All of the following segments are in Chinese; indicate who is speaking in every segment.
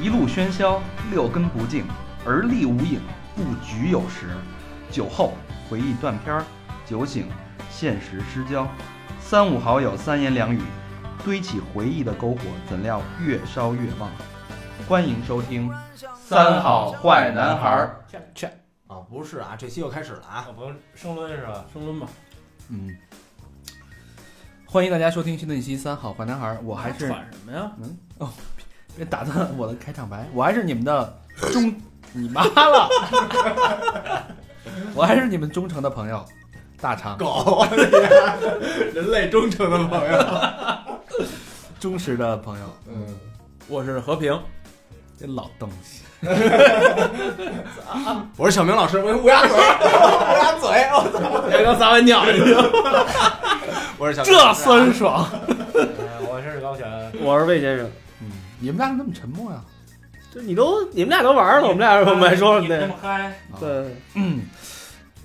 Speaker 1: 一路喧嚣，六根不净，而立无影，不局有时。酒后回忆断片儿，酒醒现实失焦。三五好友三言两语，堆起回忆的篝火，怎料越烧越旺。欢迎收听《三好坏男孩儿
Speaker 2: 去去，
Speaker 3: 啊，不是啊，这期又开始了啊！
Speaker 2: 我不用升轮是吧？
Speaker 4: 升温吧。》。
Speaker 1: 嗯，
Speaker 4: 欢迎大家收听新的一期《三好坏男孩》，我还是
Speaker 2: 喘什么呀？
Speaker 4: 嗯哦，别打断我的开场白，我还是你们的忠， 你妈 了，我还是你们忠诚的朋友，大肠，
Speaker 3: 狗，人类忠诚的朋友。
Speaker 4: 忠实的朋友，
Speaker 3: 嗯，
Speaker 2: 我是和平，
Speaker 4: 这老东西，
Speaker 3: 我是小明老师，我是乌鸦嘴， 乌鸦嘴，我操！
Speaker 2: 刚刚撒完尿。
Speaker 3: 我是小明
Speaker 4: 这
Speaker 3: 老师啊
Speaker 4: 酸爽。
Speaker 2: 呃我是高璇，
Speaker 5: 我是魏先生，
Speaker 4: 嗯，你们俩怎么那么沉默呀？
Speaker 5: 就你都你们俩都玩了，我们俩
Speaker 2: 嗯
Speaker 5: 我们还说了
Speaker 2: 你那
Speaker 5: 呢
Speaker 2: 么。嗨，
Speaker 4: 啊，
Speaker 5: 对，
Speaker 4: 嗯，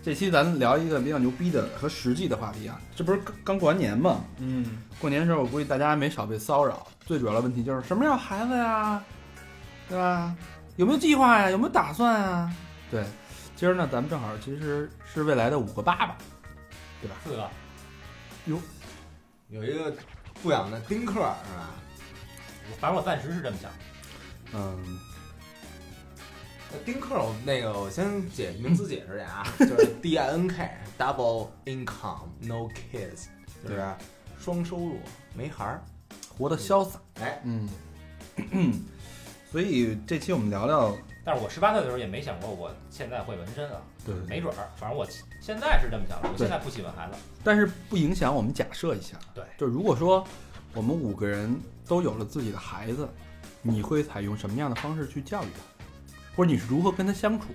Speaker 4: 这期咱聊一个比较牛逼的和实际的话题啊，这不是刚刚过完年吗？
Speaker 2: 嗯，
Speaker 4: 过年的时候，我估计大家没少被骚扰。最主要的问题就是什么时候要孩子呀，对吧？有没有计划呀？有没有打算呀？对，今儿呢，咱们正好其实是未来的五个爸爸，
Speaker 2: 四个，
Speaker 3: 有一个不养的丁克是吧？
Speaker 2: 反正我暂时是这么想。
Speaker 4: 嗯，
Speaker 3: 那丁克，我那个我先解名词解释一下啊，就是 D I N K double income no kids，就是双收入没孩儿。
Speaker 4: 活得潇洒。
Speaker 3: 哎，
Speaker 4: 嗯， 所以这期我们聊聊，
Speaker 2: 但是我十八岁的时候也没想过我现在会纹身啊，
Speaker 4: 对，
Speaker 2: 没准儿，反正我现在是这么想的，我
Speaker 4: 对
Speaker 2: 现在不喜欢孩子。
Speaker 4: 但是不影响我们假设一下，
Speaker 2: 对
Speaker 4: 就如果说我们五个人都有了自己的孩子，你会采用什么样的方式去教育他，或者你是如何跟他相处？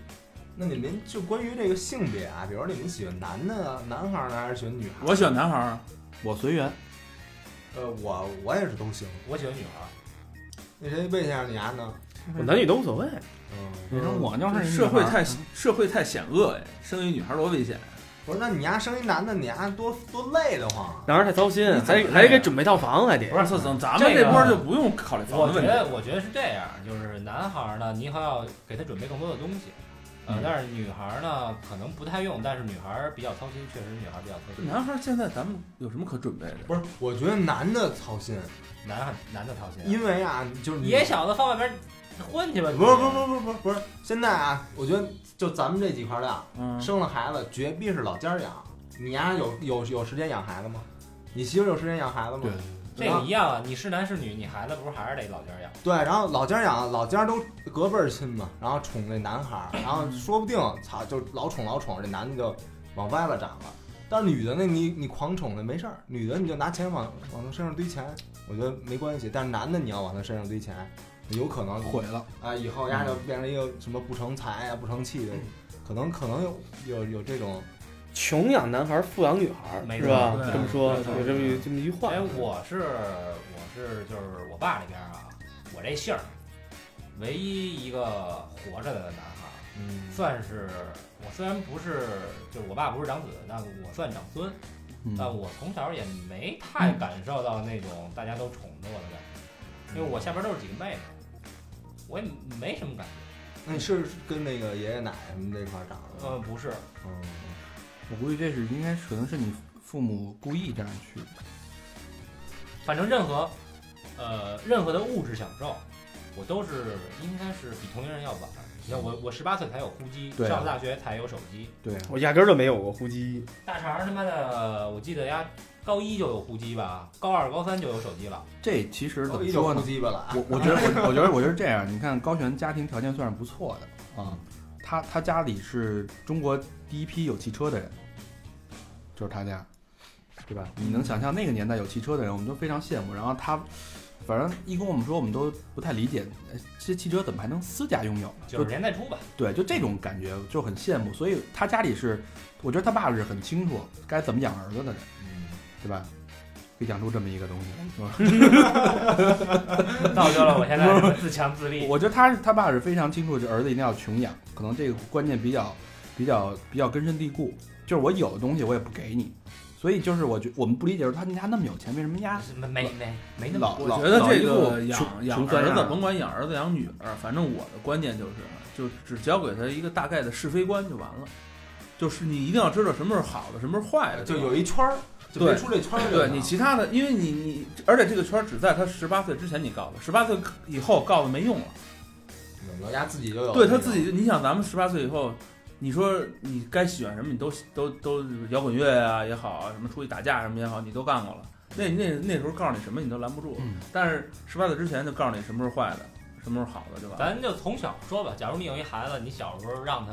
Speaker 3: 那你们就关于这个性别啊，比如说你们喜欢男的男孩儿呢，还是喜欢女孩儿？
Speaker 4: 选男孩
Speaker 6: 啊
Speaker 4: 儿，我随缘。
Speaker 3: 呃，我我也是都行。
Speaker 2: 我喜欢女孩，
Speaker 3: 那谁魏先生你啊呢？
Speaker 5: 我男女都无所谓。
Speaker 3: 嗯，
Speaker 4: 你说我就是一女
Speaker 6: 社会
Speaker 4: 孩儿
Speaker 6: 太社会太险恶哎，生一女孩多危险！
Speaker 3: 不是，那你丫生一男的，你丫多多累得慌。啊
Speaker 5: 男孩太操心，还
Speaker 6: 你怎么
Speaker 5: 还给准备套房，还得
Speaker 2: 不。是
Speaker 6: 这咱咱
Speaker 2: 这
Speaker 6: 们这波
Speaker 2: 个
Speaker 6: 就不用考虑
Speaker 2: 我
Speaker 6: 房子问题，
Speaker 2: 觉得我觉得是这样，就是男孩儿呢，你还要给他准备更多的东西。呃
Speaker 6: 嗯，
Speaker 2: 但是女孩儿呢，可能不太用，但是女孩儿比较操心，确实女孩儿比较操心。
Speaker 6: 男孩现在咱们有什么可准备的？
Speaker 3: 不是，我觉得男的操心，
Speaker 2: 男孩男的操心啊，
Speaker 3: 因为啊，就是你
Speaker 2: 野小子放外边混去吧。你
Speaker 3: 不是不是不是不是不是，现在啊，我觉得就咱们这几块料，
Speaker 6: 嗯，
Speaker 3: 生了孩子绝逼是老家养。你丫有有有时间养孩子吗？你媳妇有时间养孩子吗？
Speaker 4: 对
Speaker 2: 这个一样啊，你是男是女，你孩子不是还是得老家养？
Speaker 3: 对，然后老家养，老家都隔辈儿亲嘛，然后宠那男孩儿，然
Speaker 4: 嗯
Speaker 3: 后说不定操就老宠老宠，这男的就往歪了长了。但是女的那你你狂宠那没事儿，女的你就拿钱往往她身上堆钱，我觉得没关系。但是男的你要往他身上堆钱，有可能
Speaker 4: 毁了。
Speaker 3: 啊以后丫就变成一个什么不成才啊不成器的，
Speaker 4: 嗯
Speaker 3: 可能可能有有有这种
Speaker 5: 穷养男孩，富养女孩，
Speaker 2: 没
Speaker 5: 是
Speaker 2: 错
Speaker 5: 吧？
Speaker 6: 对
Speaker 5: 这么说
Speaker 2: 没错
Speaker 5: 有这么一这么一句话
Speaker 2: 因为。我是我是就是我爸那边啊，我这姓儿唯一一个活着的男孩儿，
Speaker 3: 嗯
Speaker 2: 算是我虽然不是就是我爸不是长子，但我算长孙，
Speaker 4: 嗯
Speaker 2: 但我从小也没太感受到那种大家都宠着我的感觉，因为我下边都是几个妹妹，我也没什么感觉。
Speaker 3: 那你是跟那个爷爷奶奶什么这块儿长的
Speaker 2: 呃，
Speaker 3: 吗？
Speaker 2: 不是，
Speaker 3: 嗯，
Speaker 4: 我估计这是应该可能是你父母故意这样去的。
Speaker 2: 反正任何，呃，任何的物质享受，我都是应该是比同龄人要晚。你看我，我十八岁才有呼机，
Speaker 4: 对啊
Speaker 2: 上大学才有手机。
Speaker 4: 对，
Speaker 5: 我压根儿就没有过呼机，
Speaker 2: 大肠他妈的，我记得呀，高一就有呼机吧，高二、高三就有手机了。
Speaker 4: 这其实怎
Speaker 3: 我
Speaker 4: 么
Speaker 3: 一
Speaker 4: 说
Speaker 3: 就哭
Speaker 4: 呢？
Speaker 3: 鸡巴了啊。
Speaker 4: 我我觉得我我觉得我觉得这样，你看高璇家庭条件算是不错的啊、他他家里是中国第一批有汽车的人，就是他家，对吧？你能想象那个年代有汽车的人，我们都非常羡慕。然后他，反正一跟我们说，我们都不太理解，哎这汽车怎么还能私家拥有呢？
Speaker 2: 九
Speaker 4: 就
Speaker 2: 十年代初吧，
Speaker 4: 对，就这种感觉就很羡慕。所以他家里是，我觉得他爸是很清楚该怎么养儿子的人。对吧？给养出这么一个东西，是吧？
Speaker 2: 造就了我现在自强自立。
Speaker 4: 我觉得他是他爸是非常清楚，这儿子一定要穷养，可能这个观念比较比较比较根深蒂固。就是我有的东西我也不给你，
Speaker 1: 所以就是我觉我们不理解说他们家那么有钱，为什么家
Speaker 2: 没没没没那么
Speaker 1: 老
Speaker 4: 我
Speaker 1: 老
Speaker 4: 觉得
Speaker 1: 老
Speaker 4: 这
Speaker 1: 一副
Speaker 4: 个
Speaker 1: 穷
Speaker 4: 养养
Speaker 1: 穷酸
Speaker 4: 儿
Speaker 1: 样
Speaker 4: 子
Speaker 1: 儿，
Speaker 4: 甭管养儿子养女儿，反正我的观念就是，就只教给他一个大概的是非观就完了。就是你一定要知道什么是好的，什么是坏的，
Speaker 3: 就
Speaker 4: 吧
Speaker 3: 有一圈儿，就
Speaker 4: 对
Speaker 3: 没出这圈儿就
Speaker 4: 对
Speaker 3: 行
Speaker 4: 你其他的，因为你你，而且这个圈儿只在他十八岁之前你告的，十八岁以后告的没用了。
Speaker 3: 老家自己就有，
Speaker 4: 对他自己，你想咱们十八岁以后，你说你该喜欢什么，你都都都摇滚乐啊也好啊，什么出去打架什么也好，你都干过了。那那那时候告诉你什么，你都拦不住。
Speaker 1: 嗯
Speaker 4: 但是十八岁之前就告诉你什么时候坏的，什么时候好的，对吧？
Speaker 2: 咱就从小说吧，假如你有一孩子，你小时候让他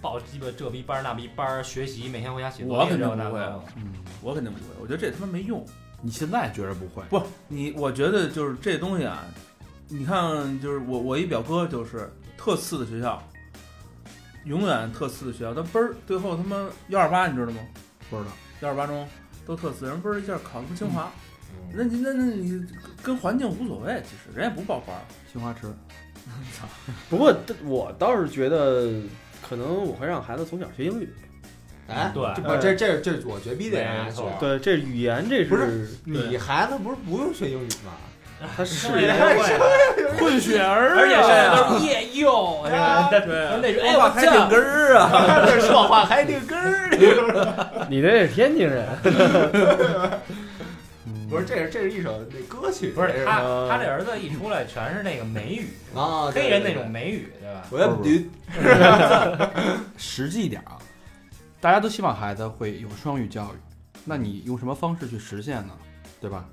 Speaker 2: 报鸡巴这逼班儿那逼班儿学习，每天回家写作
Speaker 4: 我
Speaker 2: 业
Speaker 4: 肯
Speaker 2: 这
Speaker 4: 定
Speaker 2: 个那
Speaker 4: 不会
Speaker 2: 个
Speaker 4: 啊，
Speaker 1: 嗯，
Speaker 4: 我肯定不会。我觉得这他妈没用。
Speaker 1: 你现在觉着不会，
Speaker 4: 不，你我觉得就是这东西啊，你看，就是我我一表哥就是特次的学校，永远特次的学校，他嘣儿最后他妈幺二八，你知道吗？
Speaker 1: 不知道。
Speaker 4: 幺二八中都特次，人嘣儿一下考他妈清华，
Speaker 3: 嗯，
Speaker 4: 那你那那你跟环境无所谓，其实人家不报班儿，
Speaker 1: 青花瓷，
Speaker 5: 不过我倒是觉得，可能我会让孩子从小学英语。
Speaker 3: 哎，
Speaker 2: 对，
Speaker 3: 不，这这这我绝逼得让
Speaker 2: 没
Speaker 3: 人家
Speaker 2: 错
Speaker 3: 学。
Speaker 5: 对，这语言这
Speaker 3: 不
Speaker 5: 是
Speaker 3: 你孩子不是不用学英语吗？
Speaker 5: 他是
Speaker 2: 是也
Speaker 4: 啊
Speaker 2: 会，啊
Speaker 4: 混血儿
Speaker 2: 而且
Speaker 4: 啊
Speaker 2: 现在都是夜用，是吧？
Speaker 4: 对啊，
Speaker 2: 那是哎
Speaker 4: 说话
Speaker 2: 我
Speaker 4: 还顶
Speaker 2: 这
Speaker 4: 根儿 啊，
Speaker 3: 这说话还得 根儿。
Speaker 5: 你这是天津人，
Speaker 3: 不是，这是这是一首那歌曲，
Speaker 2: 不是他
Speaker 4: 哎
Speaker 3: 这
Speaker 2: 他这儿子一出来全是那个美语，
Speaker 3: 啊，对
Speaker 2: 黑人那种。美语，对吧？
Speaker 3: 我要
Speaker 1: 不是
Speaker 3: 你
Speaker 1: 实际一点啊，大家都希望孩子会有双语教育，那你用什么方式去实现呢？对吧？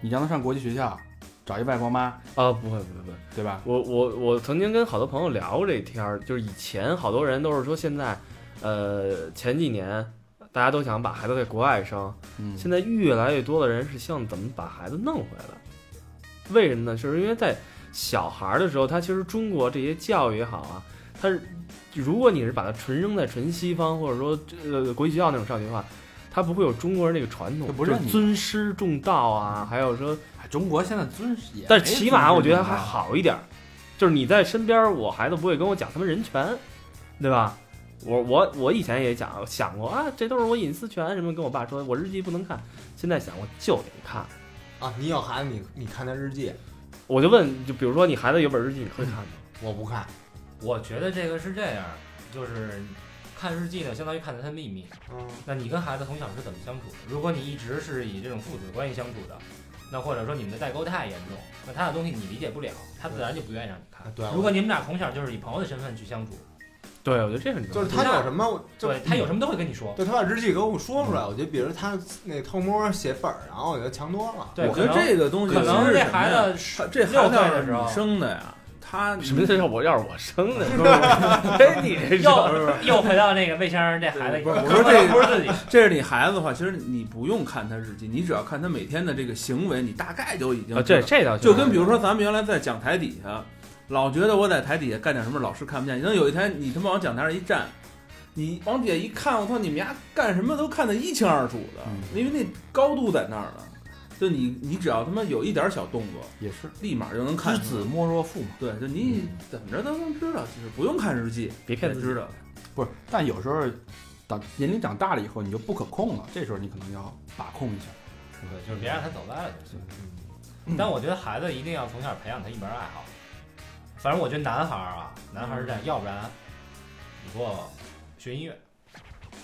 Speaker 1: 你让他上国际学校，找一外国妈，
Speaker 5: 啊，不会不会不会，
Speaker 1: 对吧？
Speaker 5: 我我我曾经跟好多朋友聊过这天儿，就是以前好多人都是说现在，呃，前几年大家都想把孩子在国外生，
Speaker 1: 嗯，
Speaker 5: 现在越来越多的人是想怎么把孩子弄回来，为什么呢？就是因为在小孩儿的时候，他其实中国这些教育也好啊，他是如果你是把他纯扔在纯西方或者说呃国际学校那种上学的话，他不会有中国人那个传统
Speaker 1: 就，不让
Speaker 5: 就
Speaker 1: 你
Speaker 5: 尊师重道啊，还有说
Speaker 1: 哎中国现在尊师也没尊师重道，
Speaker 5: 但是起码我觉得还
Speaker 4: 啊
Speaker 5: 好一点儿，就是你在身边儿，我孩子不会跟我讲他们人权，对吧？我我我以前也讲想过啊，这都是我隐私权什么，跟我爸说我日记不能看。现在想我就得看，
Speaker 3: 啊，你有孩子，你你看他日记，
Speaker 5: 我就问，就比如说你孩子有本日记，你会看吗？
Speaker 3: 我不看。
Speaker 2: 我觉得这个是这样，就是看日记呢，相当于看他的秘密。
Speaker 3: 嗯，
Speaker 2: 那你跟孩子从小是怎么相处的？如果你一直是以这种父子关系相处的，那或者说你们的代沟太严重，那他的东西你理解不了，他自然就不愿意让你看。
Speaker 3: 对啊
Speaker 2: 如果你们俩从小就是以朋友的身份去相处，
Speaker 5: 对，我觉得这很重
Speaker 3: 就
Speaker 5: 要。
Speaker 3: 是他有什么，我就
Speaker 2: 对他有什么都会跟你说。
Speaker 3: 对他把日记给我说出来，我觉得，比如他那偷摸写本儿，然后我觉得强多了。
Speaker 1: 啊
Speaker 2: 对，
Speaker 4: 我
Speaker 2: 可
Speaker 4: 觉得
Speaker 2: 能
Speaker 4: 这个东西
Speaker 2: 可能
Speaker 4: 是
Speaker 2: 这
Speaker 4: 什么
Speaker 2: 孩
Speaker 4: 呀，
Speaker 2: 子是
Speaker 4: 他这
Speaker 2: 六
Speaker 4: 孩子
Speaker 2: 岁
Speaker 4: 要
Speaker 2: 的
Speaker 4: 是
Speaker 2: 时候
Speaker 4: 你生的呀，他
Speaker 5: 啊什么叫我要是我生的？
Speaker 2: 哎，你这
Speaker 5: 啊
Speaker 2: 又又回到那个魏先生这孩子，
Speaker 4: 不是我说这
Speaker 2: 不是自己，
Speaker 4: 这是你孩子的话，其实你不用看他日记，你只要看他每天的这个行为，你大概就已经
Speaker 5: 啊，
Speaker 4: 知道
Speaker 5: 这这倒
Speaker 4: 就跟比如说咱们原来在讲台底下，老觉得我在台底下干点什么，老师看不见。等有一天你他妈往讲台上一站，你往底下一看，我操，你们家干什么都看得一清二楚的，
Speaker 1: 嗯
Speaker 4: 因为那高度在那儿呢。就你你只要他妈有一点小动作，
Speaker 1: 也是
Speaker 4: 立马就能看
Speaker 1: 知
Speaker 4: 出来
Speaker 1: 子。莫若父嘛。嗯
Speaker 4: 对，就你怎么着都能知道，就是不用看日记，
Speaker 5: 别骗自己
Speaker 4: 知道。
Speaker 1: 不是，但有时候长年龄长大了以后，你就不可控了，这时候你可能要把控一下。
Speaker 2: 对，就是别让他走歪了就行。
Speaker 1: 嗯
Speaker 2: 嗯但我觉得孩子一定要从小培养他一门爱好。反正我觉得男孩儿啊，男孩儿是
Speaker 1: 嗯
Speaker 2: 这样，要不然你给我学音乐，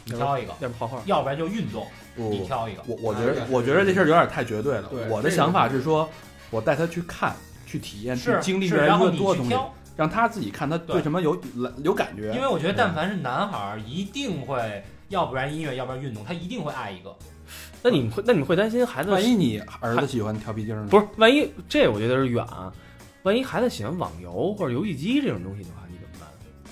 Speaker 2: 你挑一个；
Speaker 5: 要不画画，
Speaker 2: 要不然就运动，
Speaker 1: 嗯不
Speaker 2: 你挑一个。
Speaker 1: 我我觉
Speaker 3: 哎
Speaker 1: 得
Speaker 3: 呀
Speaker 1: 我觉得这事儿有点太绝对了。
Speaker 4: 对
Speaker 1: 我的
Speaker 4: 这个
Speaker 1: 想法是说，我带他去看、去体验、去
Speaker 2: 是
Speaker 1: 经历
Speaker 2: 是
Speaker 1: 越来
Speaker 2: 然后
Speaker 1: 越
Speaker 2: 你
Speaker 1: 多的东西，
Speaker 2: 去挑，
Speaker 1: 让他自己看他对
Speaker 2: 对
Speaker 1: 什么有有感觉。
Speaker 2: 因为我觉得但凡是男孩儿，一定会，要不然音乐，要不然运动，他一定会爱一个。
Speaker 5: 那你们会那你们会担心孩子
Speaker 1: 万一你儿子喜欢跳皮筋儿呢？
Speaker 5: 不是？万一这我觉得是远啊，万一孩子喜欢网游或者游戏机这种东西的话，你怎么办？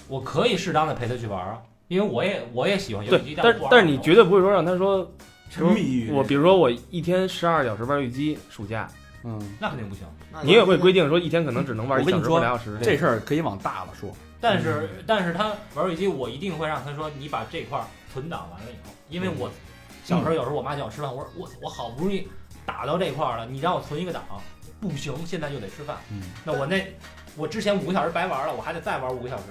Speaker 2: 我可以适当的陪他去玩儿啊，因为我也我也喜欢游
Speaker 5: 对
Speaker 2: 戏机，，
Speaker 5: 但
Speaker 2: 是
Speaker 5: 是但是你绝对不会说让他说
Speaker 4: 沉迷于
Speaker 5: 我比如说我一天十二小时玩游戏机，暑假
Speaker 1: 嗯，
Speaker 2: 那肯定不行。
Speaker 3: 那
Speaker 5: 你也会规定说一天可能只能玩一小时或俩小时。
Speaker 1: 这事儿可以往大了说。
Speaker 2: 但是，但是他玩儿手机，我一定会让他说，你把这块儿存档完了以后，因为我小时候有时候我妈叫我吃饭，我说我我好不容易打到这块儿了，你让我存一个档，不行，现在就得吃饭。
Speaker 1: 嗯，
Speaker 2: 那我那我之前五个小时白玩了，我还得再玩五个小时。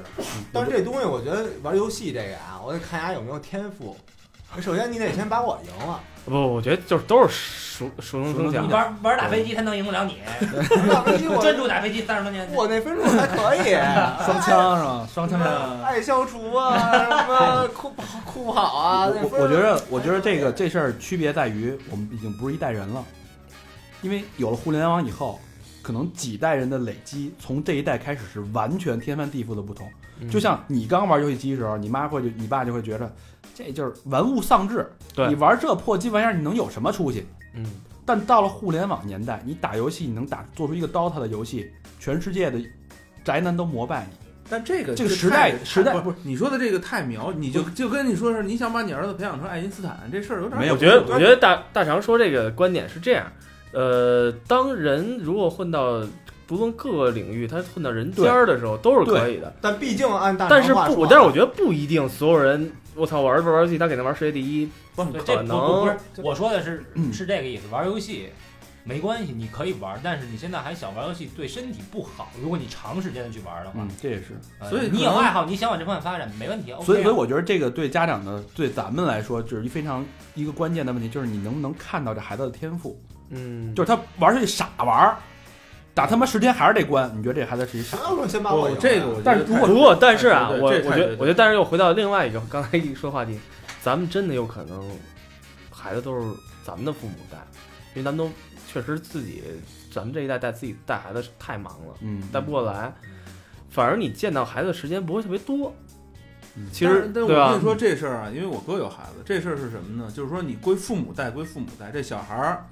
Speaker 3: 但是这东西，我觉得玩游戏这个啊，我得看人家有没有天赋。首先你得先把我赢了，
Speaker 5: 不，我觉得就是都是熟熟能生
Speaker 2: 你
Speaker 5: 巧。
Speaker 2: 玩玩打飞机，他能赢不了你。
Speaker 3: 那必须
Speaker 2: 专
Speaker 3: 我
Speaker 2: 注打飞机三十多年，
Speaker 3: 我那分数还可以，
Speaker 1: 双枪是吧？双枪。
Speaker 4: 嗯
Speaker 3: 爱消除啊，什么哭跑哭跑啊，那
Speaker 1: 我
Speaker 3: 分
Speaker 1: 我觉得，我觉得这个这事儿区别在于，我们已经不是一代人了，因为有了互联网以后，可能几代人的累积，从这一代开始是完全天翻地覆的不同。
Speaker 5: 嗯
Speaker 1: 就像你刚玩游戏机的时候，你妈会就你爸就会觉得，这就是玩物丧志，
Speaker 5: 对
Speaker 1: 你玩这破鸡玩意儿，你能有什么出息？
Speaker 5: 嗯，
Speaker 1: 但到了互联网年代，你打游戏，你能打做出一个 DOTA 的游戏，全世界的宅男都膜拜你。
Speaker 4: 但这个
Speaker 1: 这个
Speaker 4: 太
Speaker 1: 时代
Speaker 4: 太
Speaker 1: 时代
Speaker 4: 不是你说的这个太苗，你就就跟你说是你想把你儿子培养成爱因斯坦这事儿有点
Speaker 1: 没有
Speaker 5: 我觉得我觉得大大常说这个观点是这样，呃，当人如果混到不论各个领域，他混到人尖儿的时候都是可以的，
Speaker 3: 但毕竟按大
Speaker 5: 但
Speaker 3: 肠
Speaker 5: 是
Speaker 3: 话
Speaker 5: 不，
Speaker 3: 说
Speaker 5: 我
Speaker 3: 啊
Speaker 5: 但是我觉得不一定所有人，我操，玩儿玩儿游戏，他肯定玩世界第一，不
Speaker 2: 对
Speaker 5: 可
Speaker 2: 这不不不
Speaker 5: 能
Speaker 2: 是。我说的是
Speaker 1: 嗯
Speaker 2: 是这个意思，玩游戏。没关系，你可以玩，但是你现在还小，玩游戏对身体不好。如果你长时间的去玩的话，
Speaker 1: 嗯，这也是。
Speaker 2: 呃
Speaker 4: 所以可
Speaker 2: 你有
Speaker 4: 能
Speaker 2: 爱好，你想往这方面发展，没问题。OK 啊
Speaker 1: 所以，所以我觉得这个对家长的，对咱们来说，就是一非常一个关键的问题，就是你能不能看到这孩子的天赋，
Speaker 5: 嗯，
Speaker 1: 就是他玩儿是傻玩儿，打他妈十天还是这关，你觉得这孩子是一傻
Speaker 3: 谁？要说先把我
Speaker 4: 我
Speaker 3: 赢了，
Speaker 4: 这个我觉得
Speaker 1: 但是如果
Speaker 5: 不过，但是啊，
Speaker 4: 对
Speaker 5: 我我
Speaker 4: 这
Speaker 5: 觉
Speaker 4: 太
Speaker 5: 得
Speaker 4: 对，
Speaker 5: 我觉得，但是又回到另外一个刚才一说话题，咱们真的有可能孩子都是咱们的父母带，因为咱们都确实自己，咱们这一代带自己带孩子太忙了，
Speaker 1: 嗯，
Speaker 5: 带不过来，反而你见到孩子的时间不会特别多
Speaker 1: 嗯。
Speaker 5: 其
Speaker 4: 但
Speaker 5: 实
Speaker 4: 但
Speaker 5: 对
Speaker 4: 我跟
Speaker 5: 吧
Speaker 4: 你？说这事儿啊，因为我哥有孩子，这事儿是什么呢？就是说你归父母带归父母带，这小孩儿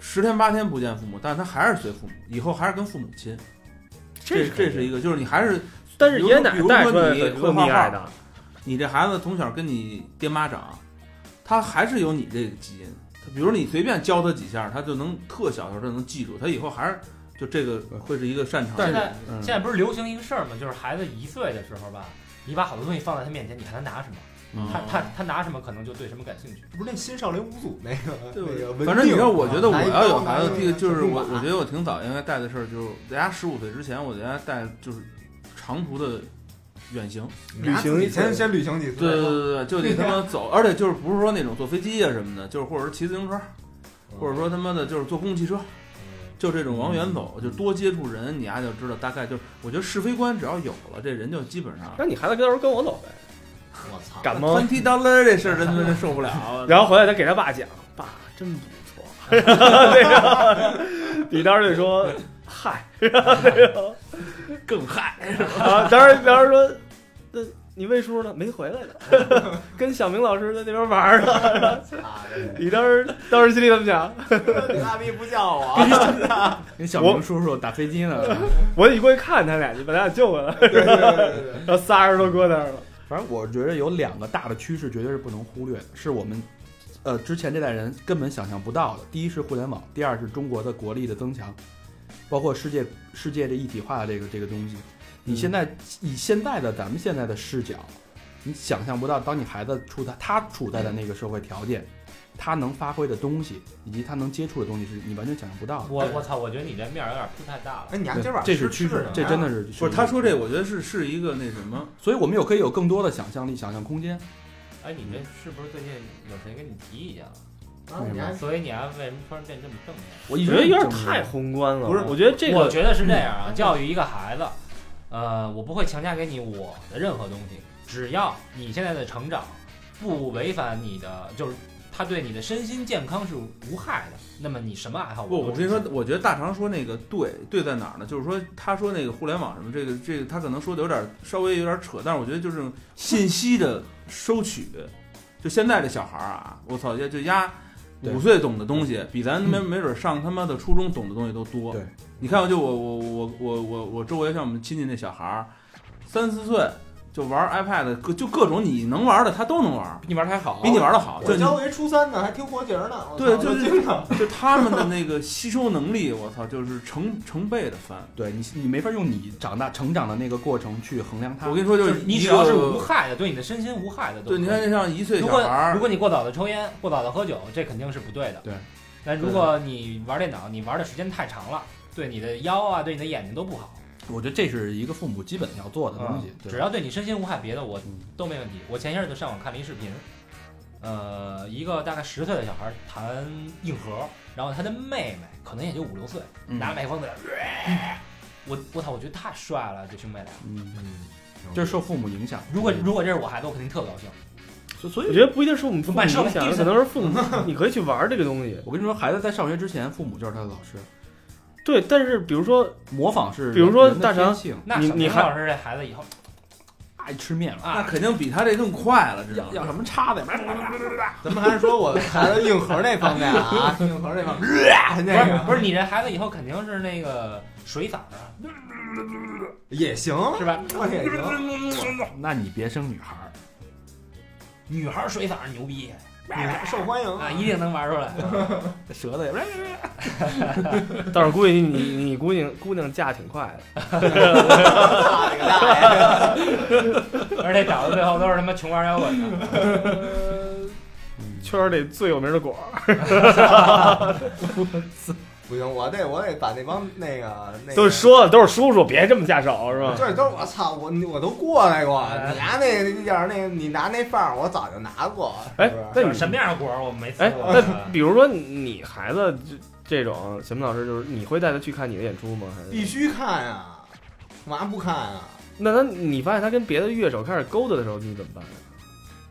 Speaker 4: 十天八天不见父母，但是他还是随父母，以后还是跟父母亲。这
Speaker 5: 是
Speaker 4: 这是一个，就是你还是
Speaker 5: 但是
Speaker 4: 比如
Speaker 5: 爷
Speaker 4: 说
Speaker 5: 爷奶
Speaker 4: 比
Speaker 5: 奶
Speaker 4: 如
Speaker 5: 带
Speaker 4: 说
Speaker 5: 出来
Speaker 4: 你
Speaker 5: 的
Speaker 4: 会
Speaker 5: 会
Speaker 4: 画
Speaker 5: 溺
Speaker 4: 画
Speaker 5: 爱的，
Speaker 4: 你这孩子从小跟你爹妈长，他还是有你这个基因。他比如你随便教他几下，他就能特小的时候就能记住，他以后还是就这个会是一个擅长的
Speaker 2: 现
Speaker 4: 人。
Speaker 2: 在
Speaker 1: 嗯
Speaker 2: 现在不是流行一个事儿吗？就是孩子一岁的时候吧，你把好多东西放在他面前，你看他拿什么，
Speaker 1: 嗯
Speaker 2: 他他他拿什么可能就对什么感兴趣。
Speaker 3: 不是那新少林五祖那个
Speaker 4: 对
Speaker 3: 那个文定，啊
Speaker 4: 反正你知道，我觉得我
Speaker 3: 拿一
Speaker 4: 要有
Speaker 3: 刀
Speaker 4: 孩子，
Speaker 3: 拿一
Speaker 4: 第一
Speaker 3: 个
Speaker 4: 就是我，
Speaker 3: 木马
Speaker 4: 我觉得我挺早应该带的事儿，就是在家十五岁之前，我在家带就是长途的远行。
Speaker 3: 你拿自己
Speaker 5: 旅行一次
Speaker 3: 先先旅行几次，
Speaker 4: 对对对对，就得他妈走，而且就是不是说那种坐飞机啊什么的，就是或者是骑自行车，或者说他妈的就是坐公共汽车，就这种往远走，就多接触人，你丫就知道大概就是，我觉得是非观只要有了，这人就基本上。
Speaker 5: 让你孩子跟到时候跟我走呗，
Speaker 3: 我操，
Speaker 5: 感冒，
Speaker 4: 穿剃刀勒这事儿真他妈真受不了。
Speaker 5: 然后回来他给他爸讲，爸真不 错，那个你当时就说嗨，然后那个更嗨，啊，当时当时说，那你魏叔呢？没回来呢，跟小明老师在那边玩呢。
Speaker 3: 啊
Speaker 5: 你当时当时心里怎么想？
Speaker 3: 你大逼不叫我，啊
Speaker 1: 跟小
Speaker 5: 我
Speaker 1: 明叔叔打飞机呢。
Speaker 5: 我得过去看他俩，你把他俩救回来。
Speaker 3: 对对对对对。
Speaker 5: 然后仨人都搁那儿了。
Speaker 1: 反正我觉得有两个大的趋势绝对是不能忽略的，是我们，呃，之前这代人根本想象不到的。第一是互联网，第二是中国的国力的增强，包括世界世界这一体化的这个这个东西。你现在以现在的咱们现在的视角，你想象不到，当你孩子处在他处在的那个社会条件，他能发挥的东西以及他能接触的东西，是你完全想象不到的。
Speaker 2: 我我操，我觉得你这面儿有点铺太大了。
Speaker 3: 哎，你还今晚
Speaker 1: 这
Speaker 3: 吃
Speaker 1: 是趋
Speaker 3: 翅
Speaker 1: 势
Speaker 3: 呢，
Speaker 1: 这真的是
Speaker 4: 不是他说这，，我觉得是是一个那什么，
Speaker 1: 所以我们有可以有更多的想象力、想象空间。
Speaker 2: 哎，你
Speaker 1: 嗯
Speaker 2: 这是不是最近有谁跟你提意见了？
Speaker 3: 啊你还
Speaker 2: 所以你还为什么突然变这么正面？
Speaker 1: 我一
Speaker 5: 我
Speaker 1: 直
Speaker 5: 觉得有点
Speaker 1: 这么认为
Speaker 5: 太宏观了，啊
Speaker 3: 不是
Speaker 5: 我觉得这
Speaker 2: 我
Speaker 5: 个
Speaker 2: 觉得是这样
Speaker 4: 嗯
Speaker 2: 啊，教育一个孩子，呃，我不会强加给你我的任何东西，只要你现在的成长不违反你的，就是他对你的身心健康是无害的，那么你什么爱好
Speaker 4: 不，
Speaker 2: 都
Speaker 4: 我跟你说
Speaker 2: 支，持
Speaker 4: 我觉得大常说那个对对在哪儿呢？就是说他说那个互联网什么这个这个，他可能说的有点儿稍微有点儿扯，但是我觉得就是信息的收取，就现在这小孩儿啊，我操，就就压
Speaker 1: 对嗯
Speaker 4: 五岁懂的东西，比咱没没准上他妈的初中懂的东西都多。
Speaker 1: 对，
Speaker 4: 你看，就我我我我我我周围像我们亲戚那小孩儿，三四岁就玩 iPad，各就各种你能玩的他都能玩，
Speaker 1: 比你玩儿还好，
Speaker 4: 比你玩的好。就
Speaker 3: 我
Speaker 4: 你
Speaker 3: 教我一初三呢，还听活节儿呢，我
Speaker 4: 对
Speaker 3: 操
Speaker 4: 就
Speaker 3: 我
Speaker 4: 是
Speaker 3: 经常
Speaker 4: 就他们的那个吸收能力， 我操，就是成成倍的翻。
Speaker 1: 对你，你没法用你长大成长的那个过程去衡量它。
Speaker 4: 我跟你说，就
Speaker 2: 就是是你
Speaker 4: 一
Speaker 2: 只要是
Speaker 4: 个
Speaker 2: 无害的，对你的身心无害的都
Speaker 4: 对，你
Speaker 2: 可以
Speaker 4: 看，就像一岁
Speaker 2: 如
Speaker 4: 小
Speaker 2: 果
Speaker 4: 孩儿，
Speaker 2: 如果你过早的抽烟，过早的喝酒，这肯定是不对的。
Speaker 1: 对。
Speaker 2: 但如果你玩电脑，你玩的时间太长了，对你的腰啊，对你的眼睛都不好。
Speaker 1: 我觉得这是一个父母基本要做的东西。对吧
Speaker 2: 只要对你身心无害，别的我
Speaker 1: 嗯
Speaker 2: 都没问题。我前些日子上网看了一视频，呃，一个大概十岁的小孩弹硬核，然后他的妹妹可能也就五六岁，
Speaker 1: 嗯
Speaker 2: 拿着麦克风在那儿，
Speaker 5: 嗯
Speaker 2: 我我操，我觉得太帅了，这兄妹俩。
Speaker 1: 嗯，
Speaker 3: 嗯，
Speaker 1: 就是受父母影响，嗯
Speaker 2: 如果如果这是我孩子，我肯定特高兴。
Speaker 1: 所所
Speaker 5: 我
Speaker 1: 以
Speaker 5: 觉得不一定是我们父母
Speaker 2: 买
Speaker 5: 影
Speaker 2: 设备
Speaker 5: 响，
Speaker 2: 就是
Speaker 5: 可能是父 母，你可以去玩这个东西。
Speaker 1: 我跟你说，孩子在上学之前，父母就是他的老师，
Speaker 5: 对，但是比如说，
Speaker 1: 模仿是人，
Speaker 5: 比如说
Speaker 1: 人的
Speaker 5: 大
Speaker 1: 天
Speaker 5: 肠
Speaker 1: 性
Speaker 2: 那
Speaker 5: 你
Speaker 2: 沈
Speaker 5: 你
Speaker 2: 凌
Speaker 5: 还
Speaker 2: 老师这孩子以后
Speaker 1: 爱吃面了，
Speaker 4: 那
Speaker 2: 啊，
Speaker 4: 肯定比他这更快了，知道吗？
Speaker 1: 要什嗯么叉子？
Speaker 3: 咱们还是说我谈的硬核那方面啊，硬核那方面，
Speaker 2: 不
Speaker 3: 那
Speaker 2: 是
Speaker 3: 个
Speaker 2: 不是你这孩子以后肯定是那个水嗓啊，
Speaker 3: 也行，啊
Speaker 2: 是吧？
Speaker 3: 也行，
Speaker 1: 那你别生女孩儿，
Speaker 2: 女孩水嗓牛逼
Speaker 3: 受欢迎
Speaker 2: 啊，一定能玩出来。
Speaker 1: 舌头也
Speaker 5: 但是估计你你你姑娘姑娘嫁挺快的，
Speaker 3: 操你个大爷！
Speaker 2: 而且找的最后都是他妈穷玩摇滚的，
Speaker 5: 圈儿里最有名的果儿
Speaker 3: 不行，我得我得把那帮那个那个，
Speaker 5: 都是说了，都是叔叔，别这么下手是吧？
Speaker 3: 这都是我操，我我都过来过，
Speaker 2: 哎
Speaker 3: 你拿那一点儿那个，你拿那范儿，我早就拿过，
Speaker 5: 哎
Speaker 3: 是不是？
Speaker 5: 那
Speaker 2: 就是
Speaker 5: 你
Speaker 2: 什么样的果儿我没吃
Speaker 5: 哎，
Speaker 2: 过。啊
Speaker 5: 那比如说你孩子这这种，小明老师就是你会带他去看你的演出吗？还
Speaker 3: 必
Speaker 5: 是
Speaker 3: 须看啊，干嘛不看啊？
Speaker 5: 那他你发现他跟别的乐手开始勾搭的时候，你怎么办？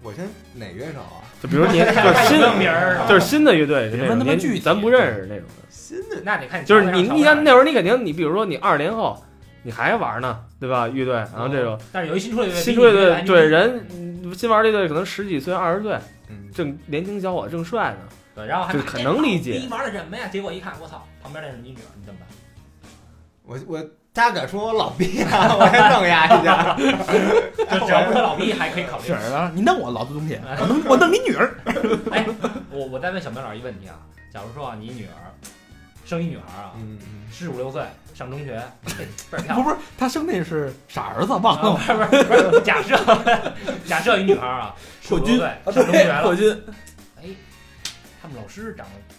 Speaker 3: 我先哪乐手啊？
Speaker 5: 就比如 你就是
Speaker 2: 看
Speaker 5: 新
Speaker 2: 你个名儿啊，
Speaker 5: 就是新的乐队是那
Speaker 1: 别问
Speaker 5: 种，
Speaker 1: 他妈
Speaker 5: 您
Speaker 1: 具体
Speaker 5: 咱不认识那种的。
Speaker 3: 新的
Speaker 2: 那得看你
Speaker 5: 就是
Speaker 2: 瞧
Speaker 5: 你
Speaker 2: 不瞧
Speaker 5: 你
Speaker 2: 上
Speaker 5: 像那会儿你肯定你比如说你二十年后你还玩呢，对吧？乐队，然后这种
Speaker 2: 但是有一新出来的乐队
Speaker 5: 新乐
Speaker 2: 比你这个
Speaker 5: 队
Speaker 2: 还
Speaker 5: 对
Speaker 2: 牛逼
Speaker 5: 人嗯新玩这队可能十几岁二十岁，
Speaker 3: 嗯，
Speaker 5: 正年轻小伙正帅呢，
Speaker 2: 对，然后还哎
Speaker 5: 就很能理解
Speaker 2: 你玩的什么呀？结果一看，我操，旁边那是你女儿，你怎么办？
Speaker 3: 我我他敢说我老逼啊，我先弄丫一下。
Speaker 2: 就只要不是哎老逼，还可以考虑
Speaker 1: 是。啊， 你弄我老子东 西，我弄我弄你女 儿，
Speaker 2: 哎， 我我再问小明老师一问题啊，假如说啊，你女儿生一女孩啊，
Speaker 3: 嗯，嗯
Speaker 2: 十五六岁上中学，嘿倍儿漂
Speaker 1: 不
Speaker 2: 亮。
Speaker 1: 不是他生那是傻儿子，忘了
Speaker 2: 啊，不是不是不是，假设 假设一女孩啊，十五
Speaker 4: 破
Speaker 2: 六
Speaker 4: 军
Speaker 2: 岁
Speaker 4: 啊，
Speaker 2: 上中学
Speaker 4: 对，
Speaker 2: 了
Speaker 4: 破，军，
Speaker 2: 哎，他们老师长得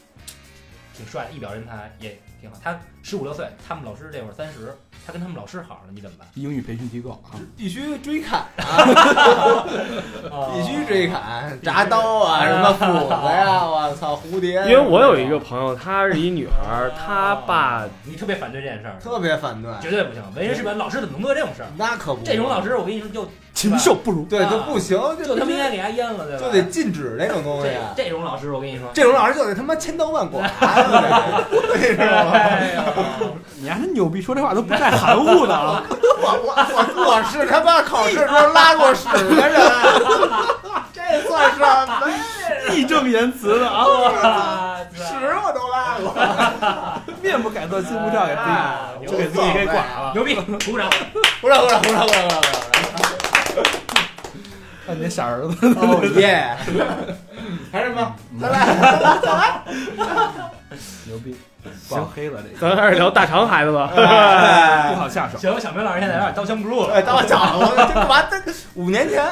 Speaker 2: 挺帅，一表人才，也挺好。他十五六岁，他们老师这会儿三十，他跟他们老师好了，你怎么办？
Speaker 1: 英语培训机构啊，
Speaker 3: 必须追砍啊，
Speaker 2: 哦
Speaker 3: 必须追砍，铡刀啊，什么斧子呀，我操，蝴蝶。
Speaker 5: 因为我有一个朋友，她是一女孩儿，她爸
Speaker 2: 哦，你特别反对这件事儿，
Speaker 3: 特嗯别反对，
Speaker 2: 绝对不行。为人师表，老师怎么能做这种事儿？
Speaker 3: 那可不，
Speaker 2: 这种老师，我跟你说，就
Speaker 1: 禽兽不如。
Speaker 3: 对就不行，
Speaker 2: 就
Speaker 3: 就
Speaker 2: 他妈应该给他阉了，对吧？
Speaker 3: 就得禁止这种东西。
Speaker 2: 这这种老师，我跟你说，
Speaker 3: 这种老师就得他妈千刀万剐，你知道吗？
Speaker 2: 哎呀，
Speaker 1: 你还真牛逼，说这话都不带含糊的啊！
Speaker 3: 我我我我是他妈考试时候拉过屎的人，这算什么呀？
Speaker 1: 义正言辞的啊，
Speaker 2: 哇
Speaker 3: 屎我都拉过，
Speaker 1: 面不改色心不跳也不一样。
Speaker 2: 啊
Speaker 3: 就给自己给剐了。
Speaker 2: 牛逼，鼓掌！
Speaker 3: 鼓掌鼓掌鼓掌鼓掌鼓掌！
Speaker 1: 那你那傻 儿子，
Speaker 3: 哦耶！还是吗？再来。
Speaker 1: 牛逼，行黑了这个，
Speaker 5: 咱还是聊大肠孩子吧。
Speaker 1: 不
Speaker 3: 哎，
Speaker 1: 好下手。
Speaker 2: 行，小明老师现在有点刀枪不入了。
Speaker 3: 当我讲了，这干嘛？这五年前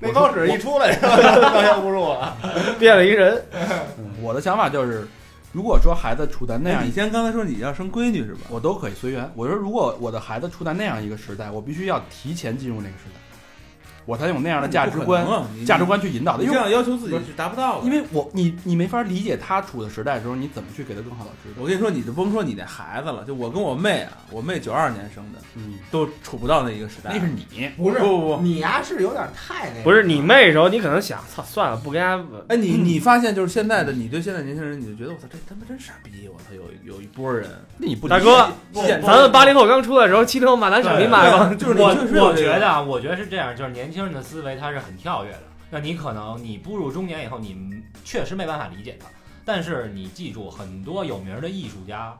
Speaker 3: 那高屎一出来，刀枪不入了。
Speaker 5: 变了一人，
Speaker 1: 嗯我的想法就是，如果说孩子处在那
Speaker 4: 哎
Speaker 1: 样
Speaker 4: 你
Speaker 1: 一，
Speaker 4: 先刚才说你要生闺女是吧？
Speaker 1: 我都可以随缘。我说，如果我的孩子处在那样一个时代，我必须要提前进入那个时代，我才有那样的价值观
Speaker 4: 不可、能啊你
Speaker 1: 价值观去引导的。
Speaker 4: 你
Speaker 1: 因
Speaker 4: 这
Speaker 1: 为
Speaker 4: 样要求自己是达不到的。
Speaker 1: 因为我你你没法理解他处的时代的时候，你怎么去给他更好的指导。
Speaker 4: 我跟你说，你就甭说你那孩子了，就我跟我妹啊，我妹九二年生的，
Speaker 1: 嗯，
Speaker 4: 都处不到那一个时代。
Speaker 1: 那是你，
Speaker 3: 不是
Speaker 4: 不不不，
Speaker 3: 你呀是有点太那个
Speaker 5: 不是你妹的时候，你可能想，操，算了，不跟他。
Speaker 4: 哎，你
Speaker 1: 嗯
Speaker 4: 你发现就是现在的你对现在年轻人，你就觉得我操，这他妈真傻逼！我操，有有一波人，
Speaker 1: 那你不理
Speaker 5: 大
Speaker 1: 解
Speaker 5: 哥，
Speaker 2: 不
Speaker 4: 现
Speaker 5: 咱们八零后刚出来的时候，七零后骂咱傻逼骂
Speaker 4: 对
Speaker 5: 吧。
Speaker 4: 啊就是你
Speaker 2: 我
Speaker 4: 确实有
Speaker 2: 我
Speaker 4: 这
Speaker 2: 觉
Speaker 4: 个
Speaker 2: 得啊，我觉得是这样，就是年轻人的思维他是很跳跃的。那你可能你步入中年以后，你确实没办法理解他，但是你记住，很多有名的艺术家，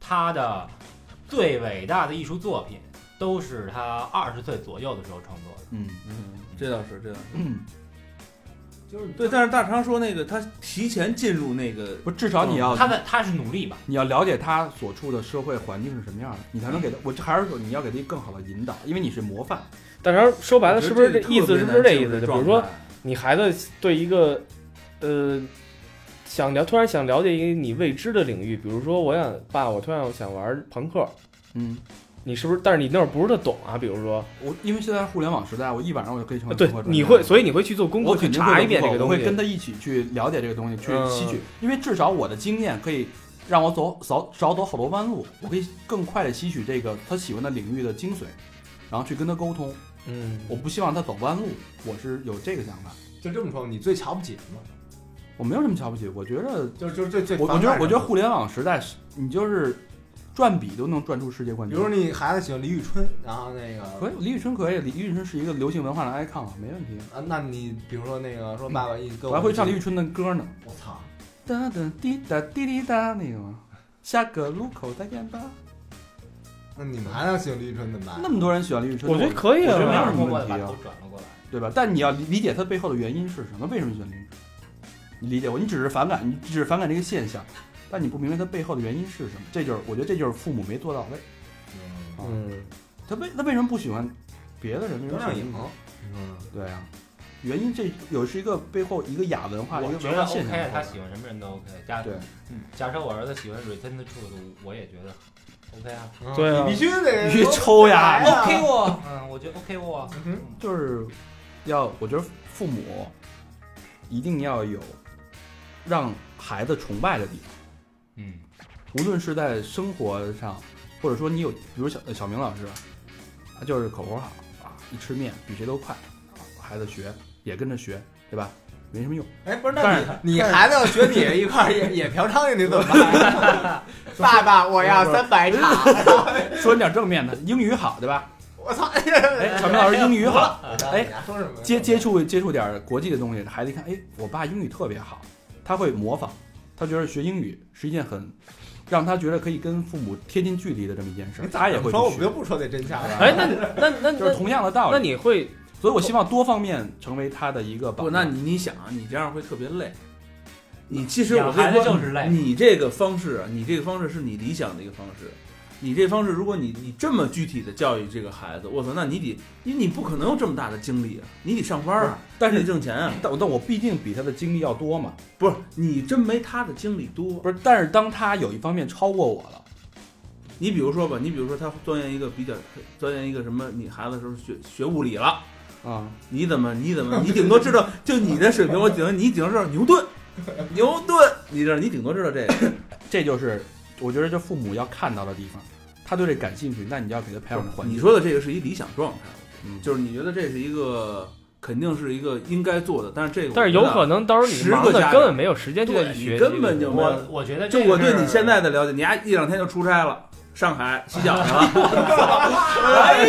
Speaker 2: 他的最伟大的艺术作品都是他二十岁左右的时候创作的。
Speaker 1: 嗯，
Speaker 4: 这倒是这倒是。
Speaker 3: 就是
Speaker 4: 对，但是大肠说那个他提前进入那个，嗯
Speaker 1: 不，至少你要
Speaker 2: 他的他是努力吧，
Speaker 1: 你要了解他所处的社会环境是什么样的，你才能给他。我还是说你要给他一个更好的引导，因为你是模范。
Speaker 5: 大肠说白了，是不是
Speaker 4: 这
Speaker 5: 这意思？是不是这意思？就比如说，
Speaker 4: 状态
Speaker 5: 你孩子对一个，呃，想了突然想了解一个你未知的领域，比如说我想爸，我突然想玩朋克，
Speaker 1: 嗯，
Speaker 5: 你是不是？但是你那会儿不是特懂啊，比如说，
Speaker 4: 我因为现在互联网时代，我一晚上我就可以成为
Speaker 5: 对
Speaker 4: 生嗯活，专
Speaker 5: 你
Speaker 4: 家
Speaker 5: 会，所以你会去做功课
Speaker 4: 我
Speaker 5: 去
Speaker 4: 肯定会
Speaker 5: 查
Speaker 4: 有
Speaker 5: 一遍
Speaker 4: 功
Speaker 5: 这
Speaker 4: 课
Speaker 5: 个东
Speaker 4: 我会
Speaker 5: 西
Speaker 4: 跟。他一起去了解这个东西，去
Speaker 3: 嗯
Speaker 4: 吸取，因为至少我的经验可以让我走少少走好多弯路，我可以更快的吸取这个他喜欢的领域的精髓，然后去跟他沟通。
Speaker 5: 嗯，
Speaker 4: 我不希望他走弯路，我是有这个想法。
Speaker 3: 就这么说，你最瞧不起什么？
Speaker 4: 我没有什么瞧不起，我觉得，
Speaker 3: 就是就是最最
Speaker 4: 我
Speaker 3: 反
Speaker 4: 我觉
Speaker 3: 感
Speaker 4: 得，我觉得
Speaker 3: 什么
Speaker 4: 互联网时代是，你就是转笔都能转出世界冠
Speaker 3: 比
Speaker 4: 军。
Speaker 3: 如你孩子喜欢李宇春，然后那个
Speaker 4: 可以，李宇春可以，李宇春是一个流行文化的 icon 啊，没问题。
Speaker 3: 啊，那你比如说那个说爸爸一跟
Speaker 4: 嗯我还会唱李宇，春的歌呢，
Speaker 3: 我操，
Speaker 4: 哒哒滴哒滴滴哒那个吗？下个路口再见吧。
Speaker 3: 那你们还要喜欢李宇春怎么办？
Speaker 4: 那么多人喜欢李宇春，
Speaker 5: 我觉得可以
Speaker 4: 我觉得没有
Speaker 5: 啊
Speaker 4: 什。么
Speaker 2: 默默的把
Speaker 4: 问题啊
Speaker 2: 头转了过来。
Speaker 4: 对吧？但你要理理解他背后的原因是什么，为什么喜欢李宇春？你理解我，你只是反感，你只是反感这个现象，但你不明白他背后的原因是什么。这就是我觉得这就是父母没做到位。
Speaker 3: 嗯
Speaker 5: 嗯，
Speaker 4: 他为他为什么不喜欢别的人？为什
Speaker 3: 流
Speaker 4: 么
Speaker 3: 量
Speaker 4: 喜
Speaker 3: 影
Speaker 4: 欢，
Speaker 3: 嗯，
Speaker 4: 对啊，原因这有是一个背后一个亚文化，一
Speaker 2: 我
Speaker 4: 个
Speaker 2: 觉
Speaker 4: 文
Speaker 2: 得
Speaker 4: 化现
Speaker 2: OK，啊
Speaker 4: 象。
Speaker 2: 他喜欢什么人都 OK。假
Speaker 4: 对
Speaker 2: 假设我儿子喜欢 Return to Truth，我也觉得 OK 啊。
Speaker 3: 嗯
Speaker 5: 对啊
Speaker 3: 你必须得
Speaker 4: 你抽呀哦
Speaker 3: 哎呀
Speaker 2: OK 我，嗯，我觉得 OK 我，
Speaker 3: 嗯哼
Speaker 4: 就是要，我觉得父母一定要有让孩子崇拜的地方，
Speaker 2: 嗯，
Speaker 4: 无论是在生活上，或者说你有，比如小呃小明老师，他就是口活好啊，一吃面比谁都快，孩子学也跟着学，对吧？没什么用，
Speaker 3: 哎，不是，
Speaker 4: 但
Speaker 3: 那
Speaker 4: 是
Speaker 3: 你你孩子要学你一块儿也也嫖娼去，你怎么办？ 爸爸，我要三百场。
Speaker 4: 说点正面的，英语好，对吧？
Speaker 3: 我操！
Speaker 4: 哎，小明老师英语好， 哎，
Speaker 3: 说什么？
Speaker 4: 接接触接触点儿国际的东西，孩子一看，哎，我爸英语特别好，他会模仿，他觉得学英语是一件很让他觉得可以跟父母贴近距离的这么一件事
Speaker 3: 你
Speaker 4: 儿，
Speaker 3: 咋
Speaker 4: 他也会
Speaker 3: 说？我
Speaker 4: 去
Speaker 3: 们就
Speaker 4: 学，
Speaker 3: 不说这真相了。
Speaker 5: 哎，那那那
Speaker 4: 就是
Speaker 5: 那
Speaker 4: 同样的道
Speaker 5: 那
Speaker 4: 理。
Speaker 5: 你会
Speaker 4: 所以我希望多方面成为他的一个榜
Speaker 1: 不，
Speaker 4: 样。
Speaker 1: 那你你想啊，你这样会特别累。你其实我
Speaker 2: 养
Speaker 1: 跟
Speaker 2: 孩
Speaker 1: 你
Speaker 2: 子
Speaker 1: 说，
Speaker 2: 就是累。
Speaker 1: 你这个方式啊，你这个方式是你理想的一个方式。你这方式，如果你你这么具体的教育这个孩子，我操，那你得你你不可能有这么大的精力啊，你得上班啊，
Speaker 4: 但
Speaker 1: 你
Speaker 4: 是
Speaker 1: 得挣钱啊，
Speaker 4: 但但我毕竟比他的经历要多嘛，
Speaker 1: 不是你真没他的精力多。
Speaker 4: 不是？但是当他有一方面超过我了，
Speaker 1: 你比如说吧，你比如说他钻研一个比较钻研一个什么，你孩子时候学学物理了，
Speaker 4: 啊、
Speaker 1: 你怎么你怎么你顶多知道，就你的水平，我顶多你顶多知道牛顿，牛顿，你知道你顶多知道这个。
Speaker 4: 这就是我觉得这父母要看到的地方。他对这感兴趣，那你就要给他培养的环境。
Speaker 1: 你说的这个是一理想状态，
Speaker 4: 嗯，
Speaker 1: 就是你觉得这是一个肯定是一个应该做的，但是这个
Speaker 5: 但是有可能到时候你
Speaker 1: 十
Speaker 5: 忙
Speaker 1: 个
Speaker 5: 的
Speaker 1: 家
Speaker 5: 根本
Speaker 1: 长
Speaker 5: 没有时间去再
Speaker 1: 对
Speaker 5: 去
Speaker 1: 你
Speaker 5: 学习这个东
Speaker 1: 根
Speaker 5: 西，
Speaker 1: 本就没有
Speaker 2: 我我觉得
Speaker 1: 就
Speaker 2: 这
Speaker 1: 我对
Speaker 2: 是
Speaker 1: 你现在的了解，你丫一两天就出差了，上海洗 脚去了，
Speaker 3: 哎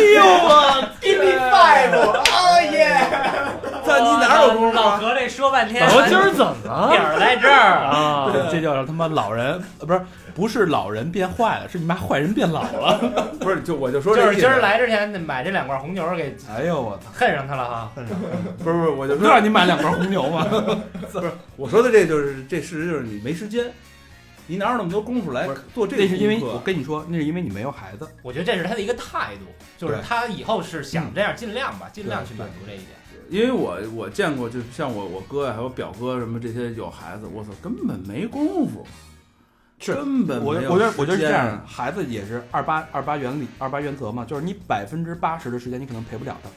Speaker 3: 呦我，Give me five！哦耶！
Speaker 1: 在你哪有功夫
Speaker 2: 老
Speaker 1: 啊？
Speaker 2: 何这说半天，
Speaker 5: 老今儿怎么了？
Speaker 2: 点儿在这儿啊。
Speaker 5: 啊，
Speaker 4: 这叫让他妈老人，呃，不是不是老人变坏了，是你妈坏人变老了。
Speaker 1: 不是，就我就说
Speaker 2: 就
Speaker 1: 这
Speaker 2: 是
Speaker 1: 意思
Speaker 2: 今儿，来之前买这两罐红牛给
Speaker 4: 哎呦我操！
Speaker 2: 恨上他了哈。
Speaker 1: 不是不是，我就
Speaker 4: 不就
Speaker 1: 说
Speaker 4: 让你买两瓶红牛 吗？
Speaker 1: 我说的这就是这事实，就是你没时间，你哪有那么多功夫来
Speaker 4: 不是
Speaker 1: 做这个
Speaker 4: 那
Speaker 1: 功课？
Speaker 4: 是因为我跟你说，那是因为你没有孩子。
Speaker 2: 我觉得这是他的一个态度，就是
Speaker 4: 对
Speaker 2: 他以后是想这样，尽量吧，尽量去满足这一点。
Speaker 1: 因为我我见过，就像我我哥呀，还有表哥什么这些有孩子，我操，根本没功夫，
Speaker 4: 是
Speaker 1: 根本
Speaker 4: 我
Speaker 1: 没有
Speaker 4: 我觉得我觉得是
Speaker 1: 时间啊
Speaker 4: 这样的，孩子也是二八二八原理二八原则嘛，就是你百分之八十的时间你可能陪不了他，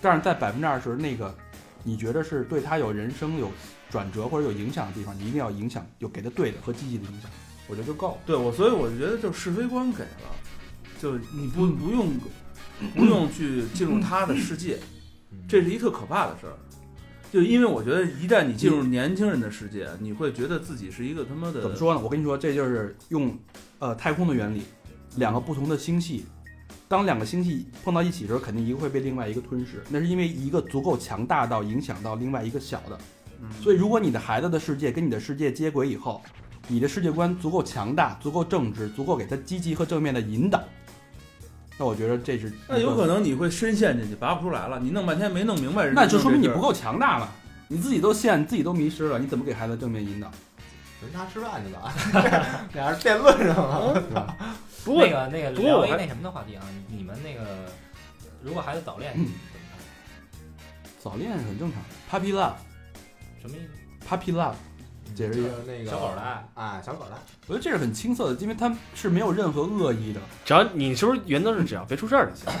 Speaker 4: 但是在百分之二十那个你觉得是对他有人生有转折或者有影响的地方，你一定要影响，有给他对的和积极的影响，我觉得就够了。
Speaker 1: 对我，所以我觉得就是是非观给了，就是你不不用不用去进入他的世界， 这是一特可怕的事儿。就因为我觉得一旦你进入年轻人的世界，你会觉得自己是一个他妈的
Speaker 4: 怎么？说呢？我跟你说，这就是用呃太空的原理，两个不同的星系，当两个星系碰到一起的时候，肯定一个会被另外一个吞噬。那是因为一个足够强大到影响到另外一个小的。
Speaker 1: 嗯
Speaker 4: 所以，如果你的孩子的世界跟你的世界接轨以后，你的世界观足够强大、足够正直、足够给他积极和正面的引导，那我觉得这是
Speaker 1: 那有可能你会深陷进去，拔不出来了。你弄半天没弄明白人家
Speaker 4: 那
Speaker 1: 弄这事儿，
Speaker 4: 就说明你不够强大了。你自己都陷，你自己都迷失了，你怎么给孩子正面引导？
Speaker 3: 人家吃饭去吧， 俩人辩论上了。
Speaker 5: 不过
Speaker 2: 那个那个
Speaker 5: 不过
Speaker 2: 聊
Speaker 5: 我
Speaker 2: 一
Speaker 5: 还
Speaker 2: 那什么的话题啊，你们那个如果孩子早恋
Speaker 4: 嗯
Speaker 2: 怎么办
Speaker 4: 早恋是很正常的，puppy love，puppy
Speaker 2: 什么意思？
Speaker 4: love，
Speaker 1: 解释一
Speaker 3: 就
Speaker 1: 下。
Speaker 3: 是那个
Speaker 2: 小狗的啊爱，
Speaker 3: 哎，小狗的爱，
Speaker 1: 我觉得这是很青涩的，因为他是没有任何恶意的。
Speaker 5: 只要你是不是原则是只要别出事儿就行，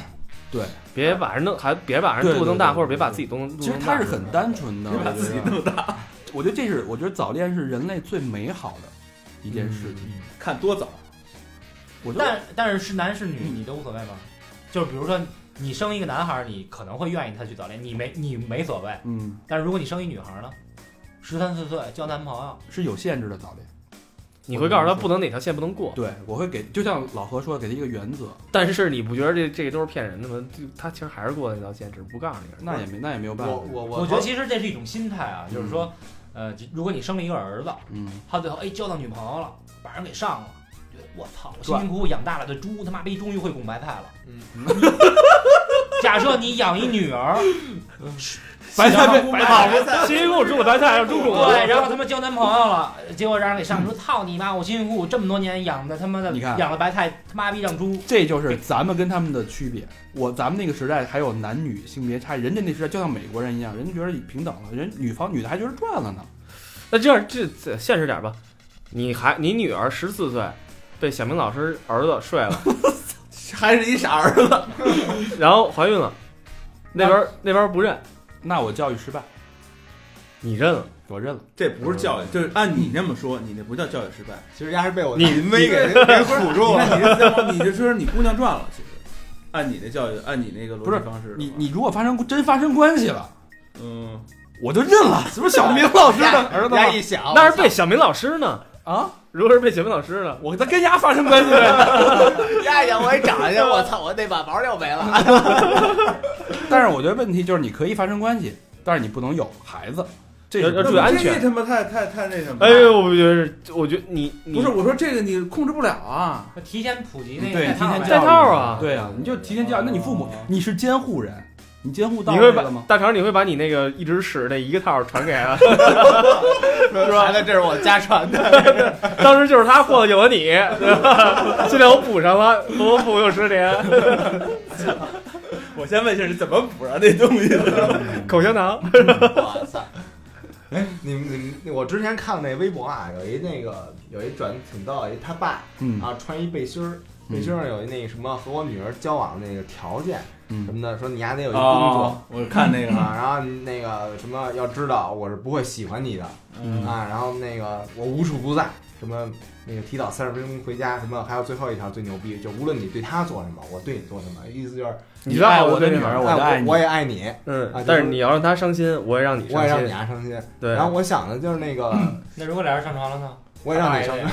Speaker 1: 对，
Speaker 5: 别把人弄还别把人
Speaker 1: 对对
Speaker 5: 肚子弄大，
Speaker 1: 对对
Speaker 5: 或者别把自己弄弄大。
Speaker 1: 其实他是很单纯的，
Speaker 4: 别把
Speaker 1: 我觉
Speaker 4: 自己
Speaker 1: 得
Speaker 4: 弄大，
Speaker 1: 我觉得这是我觉得早恋是人类最美好的一件事情。
Speaker 4: 看多早。
Speaker 1: 我觉得
Speaker 2: 但但是是男是女你都无所谓吗？就是比如说你生一个男孩儿，你可能会愿意他去早恋，你没你没所谓。
Speaker 1: 嗯
Speaker 2: 但是如果你生一女孩儿呢？十三四岁交男朋友，
Speaker 1: 是有限制的早恋。
Speaker 5: 你会告诉他不能哪条线不能过，
Speaker 1: 对，我会给，就像老何说的，给他一个原则。
Speaker 5: 但是你不觉得这这都是骗人的吗？就他其实还是过了那条线，只是不告诉你而已。
Speaker 1: 那 也没那也没有办法。
Speaker 3: 我我我
Speaker 2: 我觉得其实这是一种心态啊，就是说，呃，如果你生了一个儿子，
Speaker 1: 嗯，
Speaker 2: 他最后哎交到女朋友了，把人给上了，觉得我操，我辛辛苦苦养大了的猪，他妈逼终于会拱白菜了。
Speaker 3: 嗯，
Speaker 2: 假设你养一女儿，
Speaker 1: 白菜被
Speaker 2: 白菜
Speaker 5: 辛辛苦苦种白菜，让猪拱了。
Speaker 2: 对，然后他妈交男朋友了，结果让人给上说操你妈！我辛辛苦苦这么多年养的他妈的，
Speaker 1: 你看
Speaker 2: 养了白菜，他妈逼让猪。
Speaker 1: 这就是咱们跟他们的区别。我咱们那个时代还有男女性别差异，人家那时代就像美国人一样，人家觉得平等了，人女方女的还觉得赚了呢。
Speaker 5: 那这样这这现实点儿吧，你还你女儿十四岁，被小明老师儿子睡了，
Speaker 4: 还是一傻儿子，
Speaker 5: 然后怀孕了，那边儿那边儿不认，
Speaker 1: 那我教育失败，
Speaker 5: 你认了，
Speaker 1: 我认了。
Speaker 4: 这不是教育，就是按你这么说，你这不叫教育 失败。
Speaker 3: 其实丫是被我
Speaker 5: 你
Speaker 3: 没给给唬住了。
Speaker 4: 你这你这说你姑娘赚了，其实按你那教育，按你那个
Speaker 1: 不
Speaker 4: 逻
Speaker 1: 是
Speaker 4: 辑方式的话，
Speaker 1: 你你如果发生真发生关系了，
Speaker 4: 嗯，
Speaker 1: 我就认了，是不是小明老师 的 儿子
Speaker 3: 丫
Speaker 1: 吗
Speaker 3: 一想，
Speaker 5: 哦那是被小明老师呢？
Speaker 1: 啊？
Speaker 5: 如果是被小明老师呢？
Speaker 1: 我跟他跟丫发生关系了。
Speaker 3: 丫一想我一长去， 我操，我那把毛又 没了。
Speaker 1: 但是我觉得问题就是你可以发生关系，但是你不能有孩子，这
Speaker 5: 要
Speaker 1: 是
Speaker 5: 要注意安全
Speaker 4: 这他妈太太太那什么了。
Speaker 5: 哎呦，我觉得，我觉得你你
Speaker 4: 不是我说这个你控制不了啊，
Speaker 2: 提前普及那
Speaker 1: 对
Speaker 2: 带
Speaker 1: 提
Speaker 2: 套
Speaker 1: 前
Speaker 2: 呗
Speaker 5: 带
Speaker 1: 教育
Speaker 5: 套啊
Speaker 1: 对啊，你就提前教育。那你父母
Speaker 4: 哦
Speaker 1: 你是监护人，你监护到
Speaker 5: 你会
Speaker 1: 位
Speaker 5: 把
Speaker 1: 了吗？
Speaker 5: 大肠，你会把你那个一直使那一个套传给他，
Speaker 3: 是 吧？那这是我家 传的，
Speaker 5: 当时就是他祸有了你，对吧？现在我补上了，我补有十年
Speaker 4: 我先问一下你怎么补上那东西的？
Speaker 5: 口香糖。
Speaker 3: 我操！哎，你们你们，我之前看那微博啊，有一那个有一转挺逗，一他爸
Speaker 1: 嗯
Speaker 3: 啊穿一背心儿，背心儿上有一那个什么和我女儿交往那个条件什
Speaker 1: 嗯，
Speaker 3: 么的，说你还得有一工作
Speaker 4: 哦，我看那个
Speaker 3: 啊，然后那个什么要知道我是不会喜欢你的
Speaker 4: 嗯，
Speaker 3: 啊，然后那个我无处不在，什么那个提早三十分钟回家，什么还有最后一条最牛逼，就无论你对他做什么，我对你做什么，意思就是
Speaker 5: 你
Speaker 1: 知道
Speaker 5: 爱
Speaker 1: 我的
Speaker 5: 对
Speaker 1: 女
Speaker 5: 吗
Speaker 1: 儿我
Speaker 3: 哎
Speaker 1: 就爱你
Speaker 3: 我也爱你，啊
Speaker 5: 嗯
Speaker 3: 就，
Speaker 5: 但是
Speaker 3: 是
Speaker 5: 你要让他伤心，我也让你
Speaker 3: 我也让
Speaker 5: 伤
Speaker 3: 你
Speaker 5: 心。
Speaker 3: 丫伤心。
Speaker 5: 对，
Speaker 3: 然后我想的就是 那个，
Speaker 2: 那如果俩人上床了呢？哎
Speaker 3: 我也让你伤心。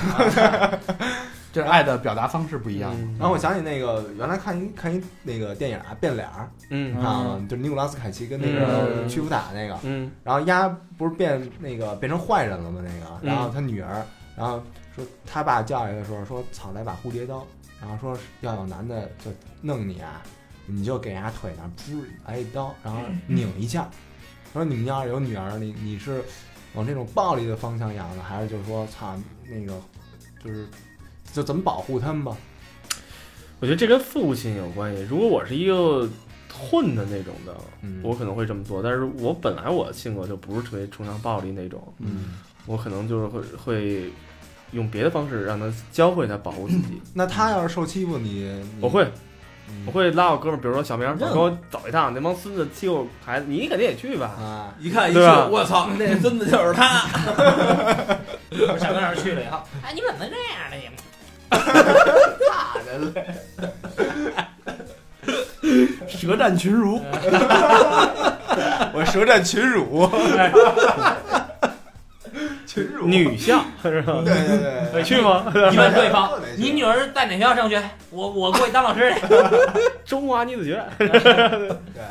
Speaker 1: 这是爱的表达方式不一样。
Speaker 5: 嗯
Speaker 3: 然后我想起那个原来看一看一那个电影啊，变脸儿
Speaker 5: 嗯
Speaker 3: 啊，就是尼古拉斯凯奇跟那个
Speaker 5: 嗯
Speaker 3: 屈伏塔那个，
Speaker 5: 嗯，
Speaker 3: 然后丫不是变那个变成坏人了吗？那个，然后他女儿，然后说他爸教育的时候说操来把蝴蝶刀，然后说是要有男的就弄你啊，你就给人家腿上噗来一刀，然后拧一下。说你们要是有女儿，你你是往这种暴力的方向养呢，还是就是说操那个就是就怎么保护他们吧？
Speaker 5: 我觉得这跟父亲有关系。如果我是一个混的那种的，
Speaker 3: 嗯，
Speaker 5: 我可能会这么做。但是我本来我性格就不是特别崇尚暴力那种，
Speaker 3: 嗯，
Speaker 5: 我可能就是会会用别的方式让他教会他保护自己。
Speaker 3: 那他要是受欺负你，你
Speaker 5: 我会，
Speaker 3: 嗯
Speaker 5: 我会拉我哥们儿，比如说小明，你跟我走一趟，那帮孙子欺负孩子，你肯定也去吧？
Speaker 3: 啊，
Speaker 4: 一看一
Speaker 5: 对吧
Speaker 4: 说，我操，那孙子就是他，
Speaker 2: 不是小明老师去了以后，哎，你怎么能这样呢？你们
Speaker 3: 大人类，
Speaker 1: 舌战群儒，
Speaker 3: 我舌战群儒，群儒，
Speaker 5: 女校是吧？
Speaker 3: 对对对对，，
Speaker 5: 去吗？
Speaker 2: 你问对方你女儿在哪学校上学？我我过去当老师去。
Speaker 5: 中华女子学院。
Speaker 3: 对，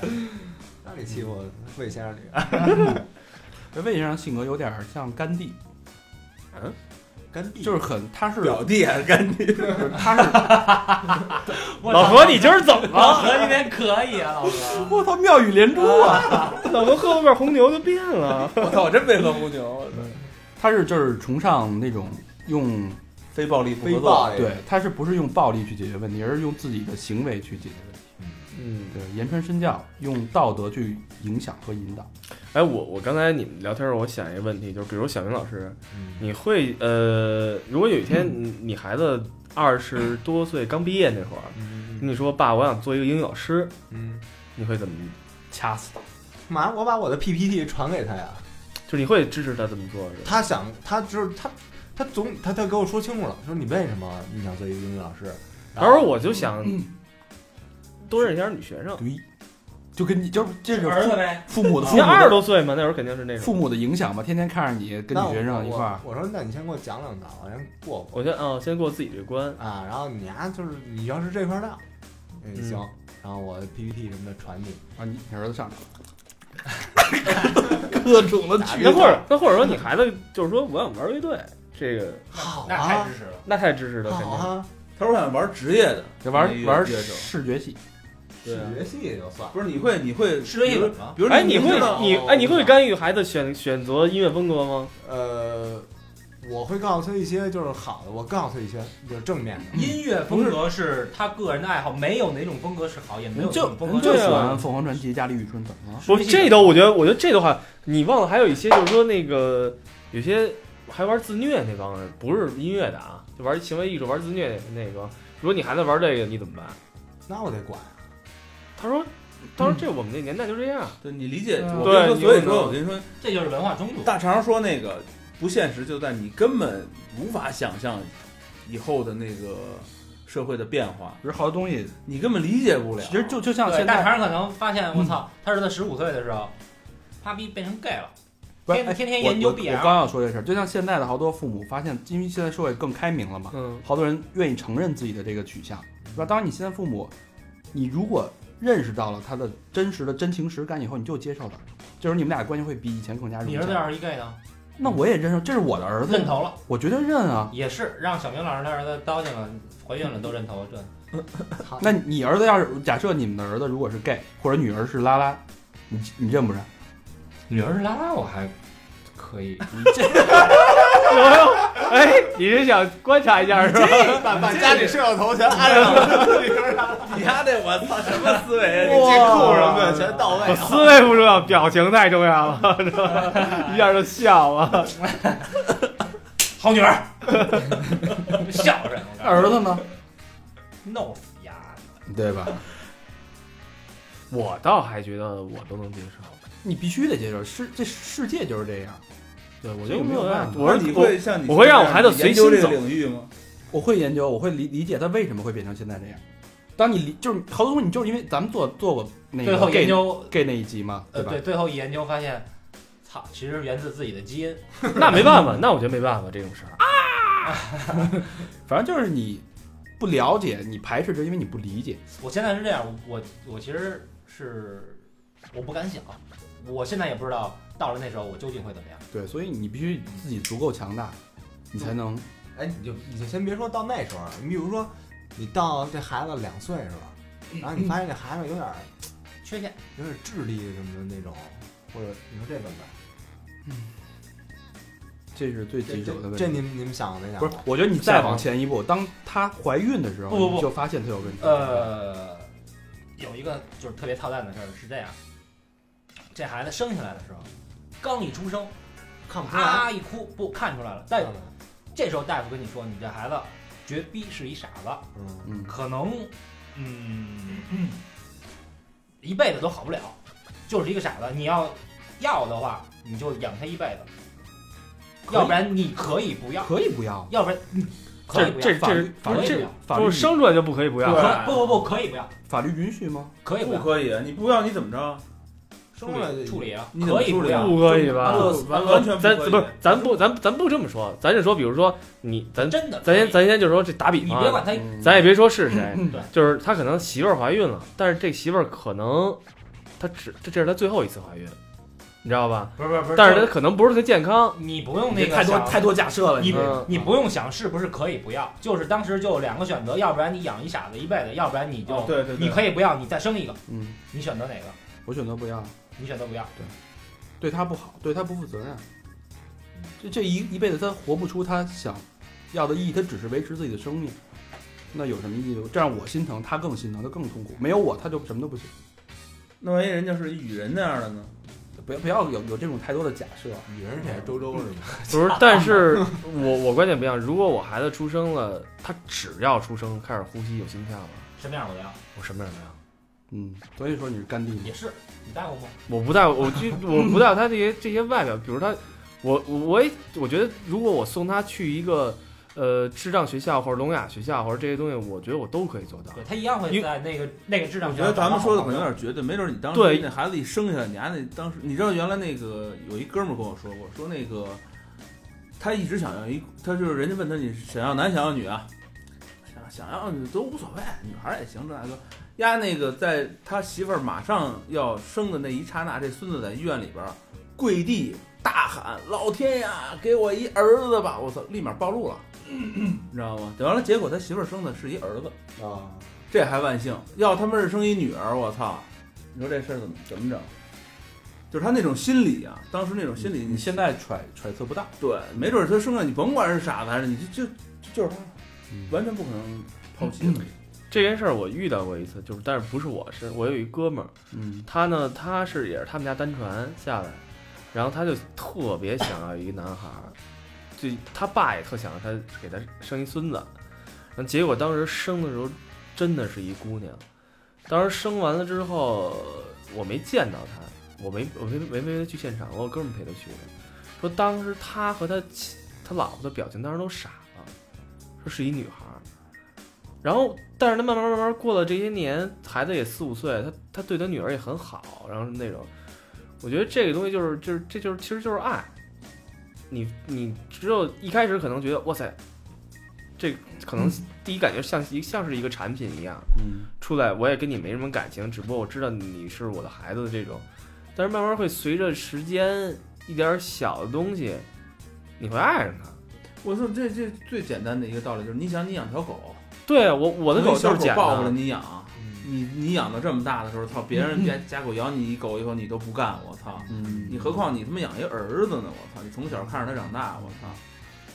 Speaker 3: 嗯那你欺负魏先生女，
Speaker 1: 这魏先生性格有点像甘地，
Speaker 3: 甘地
Speaker 1: 就是很他是
Speaker 4: 嗯表弟啊还是干爹？
Speaker 1: 他是
Speaker 5: 老何，你今儿怎么
Speaker 2: 老
Speaker 5: 了？
Speaker 2: 何今天可以啊，老何。
Speaker 1: 我操妙语连珠啊！
Speaker 5: 老何喝了罐红牛就变了。
Speaker 4: 我操，我真没喝红牛，
Speaker 1: 嗯他是就是崇尚那种用
Speaker 4: 非暴力不
Speaker 3: 非
Speaker 4: 合作。
Speaker 3: 暴力，
Speaker 1: 对，他是不是用暴力去解决问题，而是用自己的行为去解决问题。
Speaker 5: 嗯，
Speaker 1: 对，言传身教，用道德去影响和引导。
Speaker 5: 哎，我我刚才你们聊天儿，我想一个问题，就是比如小明老师，
Speaker 3: 嗯
Speaker 5: 你会呃，如果有一天你你孩子二十多岁刚毕业那会儿，
Speaker 3: 嗯
Speaker 5: 你说爸，我想做一个英语老师，
Speaker 3: 嗯，
Speaker 5: 你会怎么掐死他？
Speaker 3: 马上我把我的 PPT 传给他呀，
Speaker 5: 就是你会支持他这么做是吧？
Speaker 3: 他想，他就是他，他总他他给我说清楚了，说你为什么你想做一个英语老师？然
Speaker 5: 到时候我就想
Speaker 3: 嗯
Speaker 5: 多认识点女学生。
Speaker 1: 对，就跟你就是这是
Speaker 2: 儿子呗，
Speaker 1: 父母
Speaker 4: 啊
Speaker 1: 的父
Speaker 5: 你
Speaker 1: 母
Speaker 5: 二十
Speaker 1: 的
Speaker 5: 多岁嘛，那会儿肯定是那种。
Speaker 1: 父母的影响吧，天天看着你跟
Speaker 3: 那
Speaker 1: 你学生一块儿，
Speaker 3: 我。我说那你先给我讲两道，我先过
Speaker 5: 我
Speaker 3: 过
Speaker 5: 先啊、先过自己这关。
Speaker 3: 啊，然后你啊就是你要是这块料，嗯
Speaker 5: 嗯
Speaker 3: 行，然后我的 PPT 什么的传你，
Speaker 1: 啊，你你儿子上去了，
Speaker 4: 各种的
Speaker 3: 打
Speaker 5: 那
Speaker 3: 个
Speaker 5: 或者那或者说你孩子就是说我想玩乐队，这个
Speaker 3: 好
Speaker 2: 那太
Speaker 3: 啊
Speaker 2: 支，持了。
Speaker 5: 那太支持了，肯
Speaker 3: 好
Speaker 5: 定。
Speaker 3: 啊，
Speaker 4: 他说我想玩职业的，
Speaker 1: 得玩
Speaker 4: 你
Speaker 1: 玩
Speaker 4: 乐手
Speaker 1: 视觉系，
Speaker 4: 对
Speaker 3: 视
Speaker 4: 啊
Speaker 3: 觉系也就算了，
Speaker 4: 不是你会你会
Speaker 2: 是这
Speaker 4: 比
Speaker 2: 一
Speaker 4: 如
Speaker 2: 本吗？
Speaker 4: 比如
Speaker 5: 哎，你
Speaker 4: 知道
Speaker 5: 会你
Speaker 3: 哦
Speaker 5: 哎，你会干预孩子选选择音乐风格吗？
Speaker 3: 呃，我会告诉他一些就是好的，我告诉他一些就是正面的，
Speaker 2: 音乐风格是他个人的爱好，没有哪种风格是好，也没有哪种风格
Speaker 1: 人
Speaker 5: 对
Speaker 1: 就喜
Speaker 5: 啊
Speaker 2: 是
Speaker 1: 欢凤凰传奇、佳丽与春啊怎么了？
Speaker 5: 不，这都我觉得，我觉得这的话，你忘了还有一些就是说那个有些还玩自虐那帮人，不是音乐的啊，就玩行为艺术、玩自虐那个。如果你孩子玩这个，你怎么办？
Speaker 3: 那我得管。
Speaker 5: 他说，他说这我们那年代就这样，
Speaker 4: 对你理解，
Speaker 1: 嗯
Speaker 4: 我跟你说，
Speaker 5: 对
Speaker 4: 所以
Speaker 5: 你会
Speaker 4: 说我跟你说，
Speaker 2: 这就是文化中毒。
Speaker 4: 大肠说那个不现实就在你根本无法想象以后的那个社会的变化，
Speaker 1: 其实好多东西，
Speaker 4: 你根本理解不了。
Speaker 1: 其实就就像
Speaker 2: 对，
Speaker 1: 现
Speaker 2: 大
Speaker 1: 在，嗯
Speaker 2: 肠可能发现，我操，他儿子十五岁的时候，啪逼变成 gay 了，
Speaker 1: 不是哎
Speaker 2: 天天天
Speaker 1: 我
Speaker 2: 研究
Speaker 1: 我我
Speaker 2: BL，
Speaker 1: 刚要说这事儿，就像现在的好多父母发现，因为现在社会更开明了嘛，
Speaker 5: 嗯，
Speaker 1: 好多人愿意承认自己的这个取向，对吧？当然，你现在父母，你如果认识到了他的真实的真情实感以后，你就接受他，这时候你们俩关系会比以前更加融
Speaker 2: 你儿子
Speaker 1: 洽
Speaker 2: 要。是一 gay 呢？
Speaker 1: 那我也认受，这是我的儿
Speaker 2: 认
Speaker 1: 子，
Speaker 2: 头了，
Speaker 1: 我绝对认啊。
Speaker 2: 也是让小明老师他儿子糟践了，怀孕了都认头，这
Speaker 1: 那你儿子要是假设你们的儿子如果是 gay 或者女儿是拉拉，你你认不 认？
Speaker 2: 女儿是拉拉，我还可以，
Speaker 5: 哎，你是想观察一下是吧？
Speaker 3: 把把家里摄像头全安上了，
Speaker 4: 你丫这我操什么思维啊？
Speaker 3: 这
Speaker 4: 你这
Speaker 3: 库什么的全到
Speaker 4: 哎
Speaker 5: 我
Speaker 3: 位了。
Speaker 5: 思维不重要，表情太重要了，是吧？一下就笑了。
Speaker 2: 好 女儿，孝顺，我告诉
Speaker 1: 儿子 呢？
Speaker 2: 你， 弄死丫的，
Speaker 1: 对吧？
Speaker 5: 我倒还觉得我都能接受，
Speaker 1: 你必须得接受，世这世界就是这样。
Speaker 5: 对我
Speaker 1: 这
Speaker 5: 就
Speaker 1: 个没有办法
Speaker 5: 我
Speaker 4: 那
Speaker 5: 是
Speaker 4: 你
Speaker 5: 我
Speaker 4: 会像你
Speaker 5: 我会让我孩子
Speaker 4: 这样
Speaker 5: 随
Speaker 4: 研
Speaker 5: 心
Speaker 4: 究这个
Speaker 5: 走
Speaker 4: 领域吗？
Speaker 1: 我会研究，我会理理解他为什么会变成现在这样。当你理就是好多东西，你就是因为咱们做做过那
Speaker 2: 最
Speaker 1: 个
Speaker 2: 后
Speaker 1: gay
Speaker 2: 研究
Speaker 1: gay 那一集嘛，
Speaker 2: 呃，
Speaker 1: 吧？
Speaker 2: 对，最后一研究发现，操，其实源自自己的基因。
Speaker 5: 那没办法，那我觉得没办法这种事 儿。
Speaker 1: 反正就是你不了解，你排斥，是因为你不理解。
Speaker 2: 我现在是这样，我我其实是我不敢想，我现在也不知道到了那时候我究竟会怎么样。
Speaker 1: 对，所以你必须自己足够强大，你才能
Speaker 3: 哎，你就你就先别说到那时候了，你比如说，你到这孩子两岁是吧？然后你发现这孩子有点儿
Speaker 2: 缺陷，
Speaker 3: 有点儿智力什么的那种，或者你说这怎么办？
Speaker 1: 这是最
Speaker 3: 这
Speaker 1: 棘手的问
Speaker 3: 这
Speaker 1: 题。
Speaker 3: 这你们你们想过没想
Speaker 1: 不
Speaker 3: 过？
Speaker 1: 是，我觉得你再往前一步，当她怀孕的时候，
Speaker 2: 不不不
Speaker 1: 你就发现她有问题。，
Speaker 2: 呃，有一个就是特别操蛋的事儿是这样，这孩子生下来的时候，刚一出生，
Speaker 3: 看不出来。
Speaker 2: 啊一哭，不看出来了。但这时候大夫跟你说，你这孩子绝逼是一傻子，
Speaker 3: 嗯，
Speaker 1: 嗯，
Speaker 2: 可能嗯一辈子都好不了，就是一个傻子。你要要的话，你就养他一辈子，
Speaker 1: 可以
Speaker 2: 要不然你可以不要，
Speaker 1: 可以不要，
Speaker 2: 要不然你可以
Speaker 5: 这
Speaker 2: 不要，
Speaker 5: 这这是
Speaker 1: 法律
Speaker 2: 可以不
Speaker 5: 这
Speaker 2: 要，
Speaker 1: 法
Speaker 5: 就
Speaker 1: 律
Speaker 5: 是生出来就不可以不要
Speaker 4: 对。
Speaker 2: 可不不不可以不要，
Speaker 1: 法律允许吗？
Speaker 2: 可以不
Speaker 4: 不
Speaker 2: 要，
Speaker 4: 可以，你不要你怎么着？
Speaker 3: 生下来就
Speaker 2: 处理啊，
Speaker 4: 你怎么
Speaker 2: 可以
Speaker 4: 处
Speaker 2: 不
Speaker 4: 理啊
Speaker 2: 要，
Speaker 5: 不可以吧？
Speaker 4: 完完全不
Speaker 5: 咱
Speaker 4: 可
Speaker 5: 不
Speaker 4: 以
Speaker 5: 是。咱不咱咱不这么说，咱就说，比如说你咱
Speaker 2: 真的，
Speaker 5: 咱先咱先就说这打比
Speaker 2: 你
Speaker 5: 方
Speaker 2: 别管
Speaker 5: 啊，
Speaker 2: 他，
Speaker 1: 嗯
Speaker 5: 咱也别说是谁，
Speaker 2: 对
Speaker 5: 就是他可能媳妇儿怀孕了，但是这媳妇儿可能他只这这是他最后一次怀孕，你知道吧？
Speaker 2: 不是不是不是，
Speaker 5: 但是他
Speaker 2: 就
Speaker 5: 可能不是特健康，
Speaker 2: 你不用
Speaker 1: 你
Speaker 2: 那
Speaker 1: 这太
Speaker 2: 个
Speaker 1: 多
Speaker 2: 想
Speaker 1: 太多假设了，
Speaker 2: 你
Speaker 1: 这
Speaker 5: 嗯
Speaker 2: 你不用想是不是可以不要，就是当时就有两个选择，要不然你养一傻子一辈子，要不然你就、
Speaker 4: 哦对对对
Speaker 2: 你可以不要，你再生一个，
Speaker 1: 嗯，
Speaker 2: 你选择哪个？
Speaker 1: 我选择不要。
Speaker 2: 你选择不要，
Speaker 1: 对他不好，对他不负责任。这这一一辈子他活不出他想要的意义，他只是维持自己的生命，那有什么意义？这样我心疼，他更心疼，他更痛苦。没有我，他就什么都不行。
Speaker 4: 那万一人家是一雨人那样的呢？
Speaker 1: 不要不要有有这种太多的假设。
Speaker 3: 女人是谁？周周是吗？
Speaker 5: 不 是，但是我我观点不一样。如果我孩子出生了，他只要出生开始呼吸有心跳了，
Speaker 2: 什么样我都要，
Speaker 5: 我什么样都要，
Speaker 1: 嗯，所以说你是干弟弟
Speaker 3: 嗯
Speaker 2: 也，是你在乎吗？
Speaker 5: 我不在乎，我就我不在乎他这些这些外表，比如他，我我我也我觉得，如果我送他去一个呃智障学校或者聋哑学校或者这些东西，我觉得我都可以做到。
Speaker 2: 对他一样会
Speaker 5: 因
Speaker 2: 在那个那个智
Speaker 4: 我
Speaker 2: 障
Speaker 4: 觉
Speaker 2: 学
Speaker 4: 得
Speaker 2: 校
Speaker 4: 咱
Speaker 2: 找到
Speaker 4: 们
Speaker 2: 好朋
Speaker 4: 说
Speaker 2: 友。
Speaker 4: 的可能有点绝对，没准你当
Speaker 5: 对
Speaker 4: 时那孩子一生下来，你还得当时，你知道原来那个有一哥们儿跟我说过，说那个他一直想要一，他就是人家问他你想要男想要女啊，想想要女都无所谓，女孩儿也行，这那个。丫那个在他媳妇儿马上要生的那一刹那，这孙子在医院里边儿跪地大喊：“老天呀，给我一儿子吧！”我操，立马暴露了，你知道吗？完了，结果他媳妇儿生的是一儿子。
Speaker 3: 啊，
Speaker 4: 这还万幸，要他们是生一女儿，我操！你说这事儿怎么怎么整？就是他那种心理啊，当时那种心理，
Speaker 1: 你
Speaker 4: 你
Speaker 1: 现在揣揣测不到。
Speaker 4: 对，没准儿他生了，你甭管是傻子还是你就就就是他
Speaker 1: 嗯，
Speaker 4: 完全不可能抛弃的。
Speaker 5: 这件事儿我遇到过一次，就是但是不是我是我有一哥们儿，
Speaker 1: 嗯
Speaker 5: 他呢他是也是他们家单传下来，然后他就特别想要一个男孩儿，就他爸也特想让他给他生一孙子，然后结果当时生的时候真的是一姑娘，当时生完了之后我没见到她，我没我没没没陪她去现场，我有哥们儿陪她去的，说当时他和他妻他老婆的表情当时都傻了，说是一女孩儿。然后，但是他慢慢慢慢过了这些年，孩子也四五岁，他他对他女儿也很好，然后是那种，我觉得这个东西就是就是这就是其实就是爱，你你只有一开始可能觉得哇塞，这可能第一感觉像一像是一个产品一样，
Speaker 1: 嗯，
Speaker 5: 出来我也跟你没什么感情，只不过我知道你是我的孩子的这种，但是慢慢会随着时间一点儿小的东西，你会爱上他。
Speaker 4: 我操，这这最简单的一个道理就是，你想你养条狗，
Speaker 5: 对啊我我的
Speaker 4: 从一
Speaker 5: 狗就
Speaker 4: 小
Speaker 5: 是
Speaker 4: 狗
Speaker 5: 捡
Speaker 4: 抱回来
Speaker 5: 的，
Speaker 4: 你养，
Speaker 1: 嗯
Speaker 4: 你你养到这么大的时候，操，别人家家狗咬你一狗以后你都不干，我操！
Speaker 1: 嗯
Speaker 4: 你何况你他妈养一儿子呢，我操！你从小看着他长大，我操！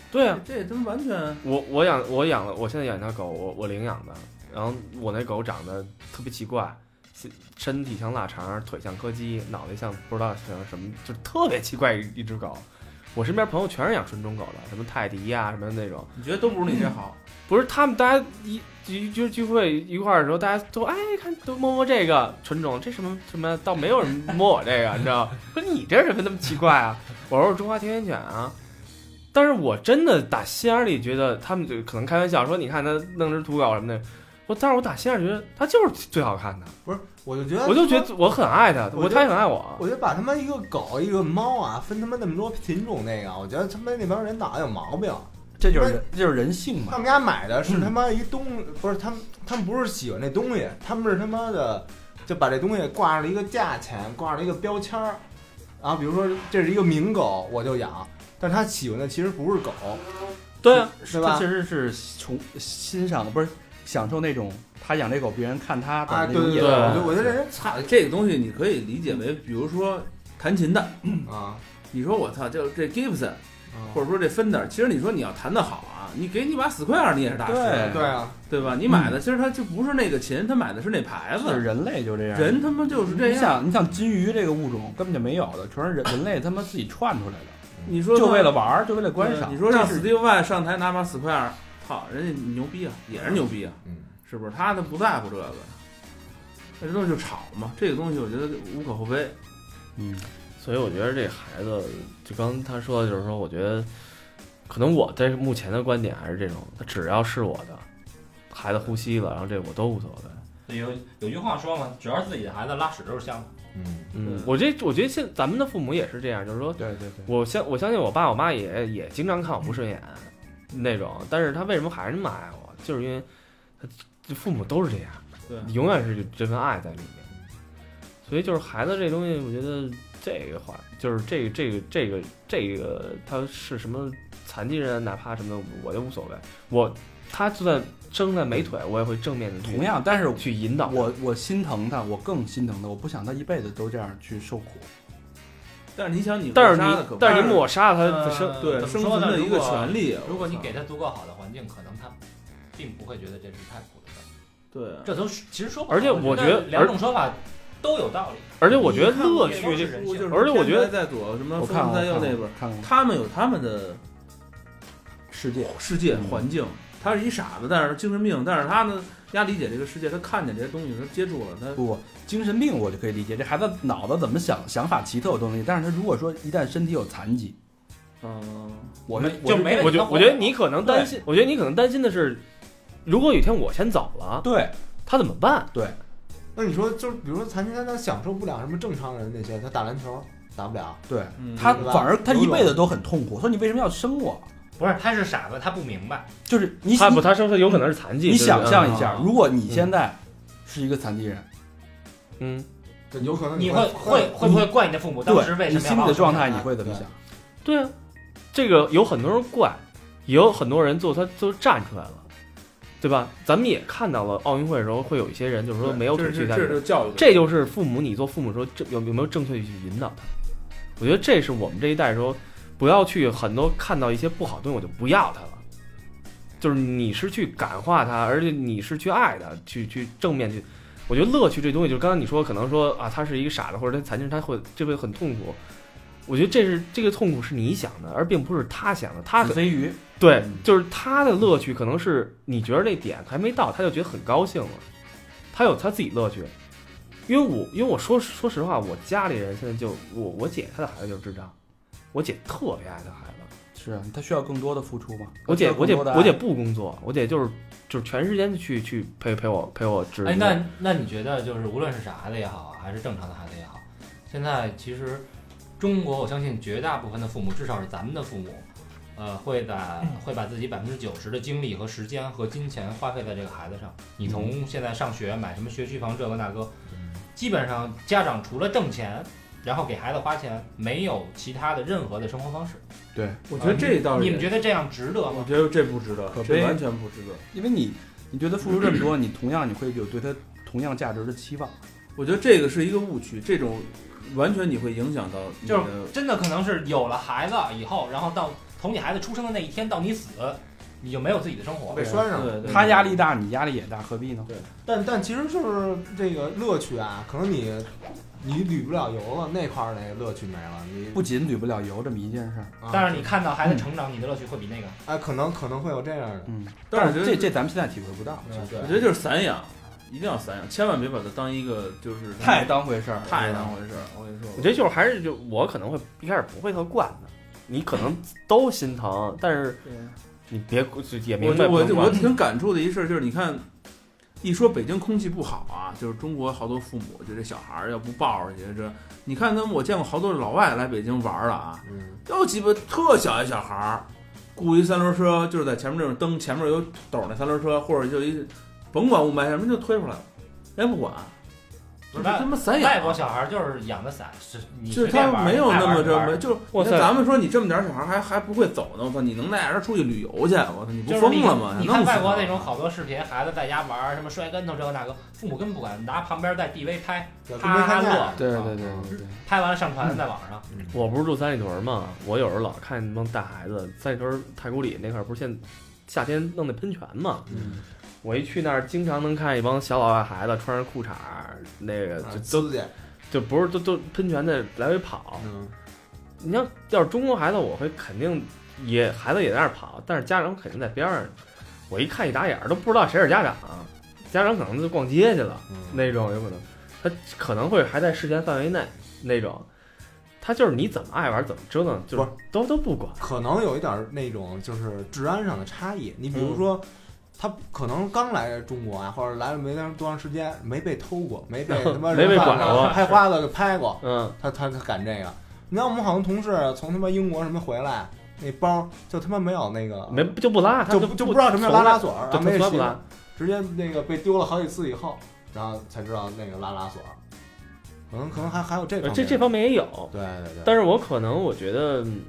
Speaker 5: 对啊
Speaker 4: 这，这他妈完全
Speaker 5: 我我养我养了，我现在养一条狗，我我领养的，然后我那狗长得特别奇怪，身身体像腊肠，腿像柯基，脑袋像不知道像什么，就特别奇怪一一只狗。我身边朋友全是养纯种狗的，什么泰迪呀、什么那种，
Speaker 4: 你觉得都不如你这 好。
Speaker 5: 不是他们大家一聚聚聚会一块儿的时候，大家都哎看都摸摸这个纯种，这什么什么，倒没有人摸我 这个，你知道吗？说你这什么那么奇怪啊？我说我中华田园犬啊。但是我真的打心眼儿里觉得，他们就可能开玩笑说，你看他弄只土狗什么的，我但是我打心眼儿觉得他就是最好看的，
Speaker 3: 我就觉得，
Speaker 5: 我就觉得我很爱他，我
Speaker 3: 我觉得
Speaker 5: 他也很爱我。
Speaker 3: 我觉得把他妈一个狗一个猫啊，分他妈那么多品种那个，我觉得他妈那帮人脑袋有毛病。
Speaker 1: 这就是人这就是人性
Speaker 3: 他
Speaker 1: 嘛。
Speaker 3: 们家买的是他妈一东，不是他们他们不是喜欢这东西，他们是他妈的就把这东西挂上了一个价钱，挂上了一个标签儿。然后比如说这是一个名狗，我就养，但是他喜欢的其实不是狗，
Speaker 5: 对啊，
Speaker 3: 对
Speaker 1: 他
Speaker 3: 吧
Speaker 1: 其？实是从欣赏不是享受那种他养这狗，别人看他
Speaker 3: 啊，
Speaker 1: 的那
Speaker 3: 对
Speaker 1: 种
Speaker 3: 对
Speaker 1: 野
Speaker 3: 对，
Speaker 5: 对
Speaker 3: 我
Speaker 1: 感
Speaker 3: 就我觉得这人操
Speaker 4: 这个东西你可以理解为，比如说弹琴的，
Speaker 3: 啊，
Speaker 4: 你说我操，就这 Gibson
Speaker 3: 嗯
Speaker 4: 或者说这 Fender，其实你说你要弹得好啊，你给你把 Square 你也是大师，
Speaker 1: 对
Speaker 3: 对啊，
Speaker 4: 对吧？你买的其实它就不是那个琴，它买的是那牌
Speaker 1: 就是
Speaker 4: 子，
Speaker 1: 人类就这样。
Speaker 4: 人他妈就是这
Speaker 1: 你
Speaker 4: 样。
Speaker 1: 想，你想金鱼这个物种根本就没有的，全是人人类他妈自己串出来的，
Speaker 4: 你说
Speaker 1: 就为了
Speaker 4: 了
Speaker 1: 玩儿，就为了观赏。
Speaker 4: 你说让
Speaker 1: 这是
Speaker 4: Steve Y 上台拿把 Square，操，人家牛逼啊，也是牛逼啊，
Speaker 3: 嗯，
Speaker 4: 是不是？他他不在乎这个，那这东西就吵嘛。这个东西我觉得无可厚非。
Speaker 1: 嗯，
Speaker 5: 所以我觉得这孩子，就刚才他说的，就是说，我觉得可能我在目前的观点还是这种，他只要是我的孩子呼吸了，然后这我都无所谓。
Speaker 2: 对有有句话说嘛，只要是自己的孩子，拉屎都是香的。
Speaker 3: 嗯，
Speaker 5: 嗯
Speaker 4: 嗯，
Speaker 5: 我这我觉得现咱们的父母也是这样，就是说
Speaker 1: 对对对，
Speaker 5: 我相我相信我爸我妈也也经常看我不顺眼那种，但是他为什么还是那么爱我，就是因为他这父母都是这样，
Speaker 4: 对，
Speaker 5: 永远是有这份爱在里面。所以就是孩子这东西，我觉得这个话就是这个这个这个这个他是什么残疾人，哪怕什么的，我就无所谓。我他就算生在美腿，我也会正面的
Speaker 1: 同样，但是
Speaker 5: 去引导。
Speaker 1: 我我心疼他，我更心疼他，我不想他一辈子都这样去受苦。
Speaker 4: 但是你想你
Speaker 5: 但是
Speaker 4: 抹杀的可
Speaker 5: 你
Speaker 4: 不
Speaker 5: 但是
Speaker 4: 是
Speaker 5: 你抹杀了他
Speaker 2: 呃
Speaker 5: 生，
Speaker 4: 对
Speaker 2: 怎么
Speaker 4: 生
Speaker 2: 说
Speaker 4: 存
Speaker 2: 呢
Speaker 4: 的一个
Speaker 2: 如果
Speaker 4: 权利。
Speaker 2: 如果你
Speaker 4: 我操
Speaker 2: 给他足够好的环境，可能他并不会觉得这是太苦的事儿。
Speaker 4: 对啊
Speaker 2: 这都是其实说不好，
Speaker 5: 而且我觉
Speaker 2: 觉
Speaker 5: 得而
Speaker 2: 两种说法都有道理。
Speaker 5: 而且我觉得
Speaker 4: 你看
Speaker 5: 乐
Speaker 2: 也
Speaker 5: 趣
Speaker 2: 都是
Speaker 5: 这
Speaker 2: 人
Speaker 4: 就是
Speaker 5: 而且我觉得
Speaker 4: 天才在左，什么
Speaker 1: 我
Speaker 4: 疯
Speaker 1: 看啊
Speaker 4: 子
Speaker 1: 过
Speaker 4: 在右那边，
Speaker 1: 看过
Speaker 4: 他们有他们的
Speaker 1: 世界，
Speaker 4: 世界
Speaker 1: 嗯
Speaker 4: 环境。他是一傻子，但是精神病，但是他呢，他理解这个世界，他看见这些东西，他接触了，他
Speaker 1: 不不，精神病我就可以理解，这孩子脑子怎么想想法奇特有东西，但是他如果说一旦身体有残疾，
Speaker 4: 嗯，
Speaker 1: 我们
Speaker 2: 就没了
Speaker 5: 我
Speaker 2: 你
Speaker 5: 觉
Speaker 2: 能活
Speaker 5: 我觉得
Speaker 2: 吗
Speaker 5: 你可能担心，我觉得你可能担心的是，如果有一天我先走了，
Speaker 1: 对
Speaker 5: 他怎么办？
Speaker 3: 那你说，就是比如说残疾，他他享受不了什么正常人那些，他打篮球打不了，
Speaker 1: 对，
Speaker 4: 嗯
Speaker 1: 他
Speaker 3: 对吧
Speaker 1: 反而他一辈子都很痛苦。说你为什么要生我？
Speaker 2: 不是，他是傻子，他不明白。
Speaker 1: 就是你
Speaker 5: 他不，他说他有可能是残疾。
Speaker 1: 你
Speaker 5: 对不对
Speaker 1: 想象一下，
Speaker 4: 啊
Speaker 1: 如果你现在是一个残疾人，
Speaker 5: 嗯，
Speaker 3: 就有可能
Speaker 2: 你
Speaker 3: 会
Speaker 2: 会会会不会怪你的父母当时为
Speaker 1: 对，
Speaker 2: 什
Speaker 1: 你
Speaker 2: 么要
Speaker 1: 心
Speaker 2: 把
Speaker 1: 理
Speaker 2: 我
Speaker 1: 的状
Speaker 2: 生下
Speaker 1: 态你
Speaker 2: 来
Speaker 1: 会怎么
Speaker 3: 对
Speaker 1: 想？
Speaker 5: 对啊，这个有很多人怪，也有很多人做他都站出来了，对吧？咱们也看到了奥运会的时候会有一些人就是说没有
Speaker 4: 这
Speaker 5: 腿
Speaker 4: 是
Speaker 5: 去
Speaker 4: 这
Speaker 5: 干
Speaker 4: 是就教育的，
Speaker 5: 这就是父母，你做父母的时候，这有有没有正确地去引导他？我觉得这是我们这一代时候，不要去很多看到一些不好的东西，我就不要它了。就是你是去感化他，而且你是去爱他，去去正面去。我觉得乐趣这东西，就是刚才你说，可能说啊，他是一个傻子，或者他残疾人，他会这会很痛苦。我觉得这是这个痛苦是你想的，而并不是他想的。他可
Speaker 1: 子非鱼，
Speaker 5: 对，就是他的乐趣可能是你觉得那点还没到，他就觉得很高兴了，他有他自己乐趣。因为我因为我说说实话，我家里人现在就我我姐她的孩子就是智障，我姐特别爱她孩子。
Speaker 1: 是啊，他需要更多的付出吗？
Speaker 5: 我
Speaker 1: 需
Speaker 5: 姐
Speaker 1: 要
Speaker 5: 我姐
Speaker 1: 更多的
Speaker 5: 我姐
Speaker 1: 爱
Speaker 5: 不工作，我姐就是就是全时间去去陪陪我陪我侄
Speaker 2: 哎，
Speaker 5: 女。
Speaker 2: 那那你觉得就是无论是傻孩子也好，啊还是正常的孩子也好，现在其实中国，我相信绝大部分的父母，至少是咱们的父母，呃，会把
Speaker 4: 嗯
Speaker 2: 会把自己百分之九十的精力和时间和金钱花费在这个孩子上。你
Speaker 4: 嗯
Speaker 2: 从现在上学买什么学区房这个那个，基本上家长除了挣钱，然后给孩子花钱，没有其他的任何的生活方式。
Speaker 4: 我觉得这倒是
Speaker 2: 你
Speaker 4: 也
Speaker 2: 们觉得这样值得
Speaker 4: 我
Speaker 2: 吗？
Speaker 4: 觉得这不值得
Speaker 1: 可，悲
Speaker 4: 这完全不值得。
Speaker 1: 因为你你对他付出这么多，你同样你会有对他同样价值的期望。
Speaker 4: 我觉得这个是一个误区，这种完全你会影响到你
Speaker 2: 就
Speaker 4: 的
Speaker 2: 是真的可能是有了孩子以后，然后到从你孩子出生的那一天到你死，你就没有自己的生活。
Speaker 3: 被拴上了。
Speaker 4: 对对
Speaker 1: 他压力大，你压力也大，何必呢？
Speaker 3: 但但其实就是这个乐趣啊，可能你你旅不了游了，那块儿那个乐趣没了，你
Speaker 1: 不仅捋不了油这么一件事儿，
Speaker 3: 啊
Speaker 2: 但是你看到孩
Speaker 4: 嗯
Speaker 2: 子成长，你的乐趣会比那个。
Speaker 3: 哎，可能可能会有这样的，
Speaker 1: 嗯，
Speaker 4: 但
Speaker 1: 但
Speaker 4: 是我
Speaker 1: 是
Speaker 4: 觉
Speaker 1: 这
Speaker 4: 得
Speaker 1: 这咱们现在体会不到，
Speaker 3: 嗯
Speaker 4: 我
Speaker 3: 对
Speaker 4: 觉得就是散养，一定要散养，千万别把它当一个就是
Speaker 1: 太当回事儿了。啊
Speaker 4: 太当回事儿。我跟你说，
Speaker 5: 我觉得就是还是就我可能会一开始不会特惯的，你可能都心疼，但是你别就也明白
Speaker 4: 我
Speaker 5: 不
Speaker 4: 我
Speaker 5: 能
Speaker 4: 我
Speaker 5: 惯
Speaker 4: 挺感触的一事儿就是，你看，一说北京空气不好啊，就是中国好多父母就这小孩儿要不抱着去，这你看他们，我见过好多老外来北京玩儿了啊，
Speaker 3: 嗯，
Speaker 4: 要鸡巴特小一小孩儿，雇一三轮车，就是在前面这种灯前面有斗儿那三轮车，或者就一甭管雾霾什么就推出来了，人家不管，就是他妈散养啊
Speaker 2: 外。国小孩就是养的散，是你
Speaker 4: 就
Speaker 2: 随
Speaker 4: 是
Speaker 2: 便
Speaker 4: 他
Speaker 2: 玩儿
Speaker 4: 没有那么这，
Speaker 2: 爱
Speaker 4: 么，
Speaker 2: 玩儿就玩儿
Speaker 4: 就是
Speaker 5: 哇
Speaker 4: 你
Speaker 5: 塞
Speaker 4: 看咱们说你这么点儿小孩儿还还不会走呢，我操！你能带着他出去旅游去？啊我操！你不
Speaker 2: 就是
Speaker 4: 疯
Speaker 2: 你
Speaker 4: 了吗？
Speaker 2: 你
Speaker 4: 弄
Speaker 2: 看
Speaker 4: 死
Speaker 2: 外国
Speaker 4: 他
Speaker 2: 那种好多视频，孩子在家玩儿什么摔跟头这个那个，父母根本不管，拿旁边带 DV 拍，
Speaker 3: 对，
Speaker 2: 哈哈
Speaker 3: 看见啊
Speaker 2: 乐，
Speaker 1: 对对对对对，
Speaker 2: 拍完了上传在网上。
Speaker 5: 我不是住三里屯嘛，我有时候老看那帮带孩子，三里屯太古里那块儿不是现夏天弄那喷泉嘛，
Speaker 3: 嗯，
Speaker 5: 我一去那儿，经常能看一帮小老外孩子穿着裤衩儿，那个
Speaker 3: 啊
Speaker 5: 就
Speaker 3: 刺激，
Speaker 5: 就不是都都喷泉在来回跑。
Speaker 3: 嗯，
Speaker 5: 你要要是中国孩子，我会肯定也孩子也在那儿跑，但是家长肯定在边上。我一看一打眼儿都不知道谁是家长，家长可能就逛街去了。
Speaker 3: 嗯
Speaker 5: 那种有可能，他可能会还在视线范围内那种，他就是你怎么爱玩怎么折腾，就是
Speaker 3: 不
Speaker 5: 都都不管。
Speaker 3: 可能有一点儿那种就是治安上的差异，你比如
Speaker 5: 嗯
Speaker 3: 说。他可能刚来中国啊，或者来了没多长时间，没被偷过，没被他 妈
Speaker 5: 没被
Speaker 4: 嗯
Speaker 5: 管过
Speaker 3: 拍花子给拍过，
Speaker 5: 嗯，
Speaker 3: 他他他敢这个。你看我们好多同事从他妈英国什么回来，那包就他妈没有那个，
Speaker 5: 没就不拉，他
Speaker 3: 就
Speaker 5: 就
Speaker 3: 就不知道什么叫拉拉锁，然
Speaker 5: 就
Speaker 3: 后没
Speaker 5: 从来
Speaker 3: 有
Speaker 5: 不
Speaker 3: 习
Speaker 5: 拉
Speaker 3: 惯，直接那个被丢了好几次以后，然后才知道那个拉拉锁，可能可能还还有这
Speaker 5: 呃
Speaker 3: 方
Speaker 5: 这
Speaker 3: 面
Speaker 5: 这方面也有，
Speaker 3: 对对对，
Speaker 5: 但是我可能我觉得，嗯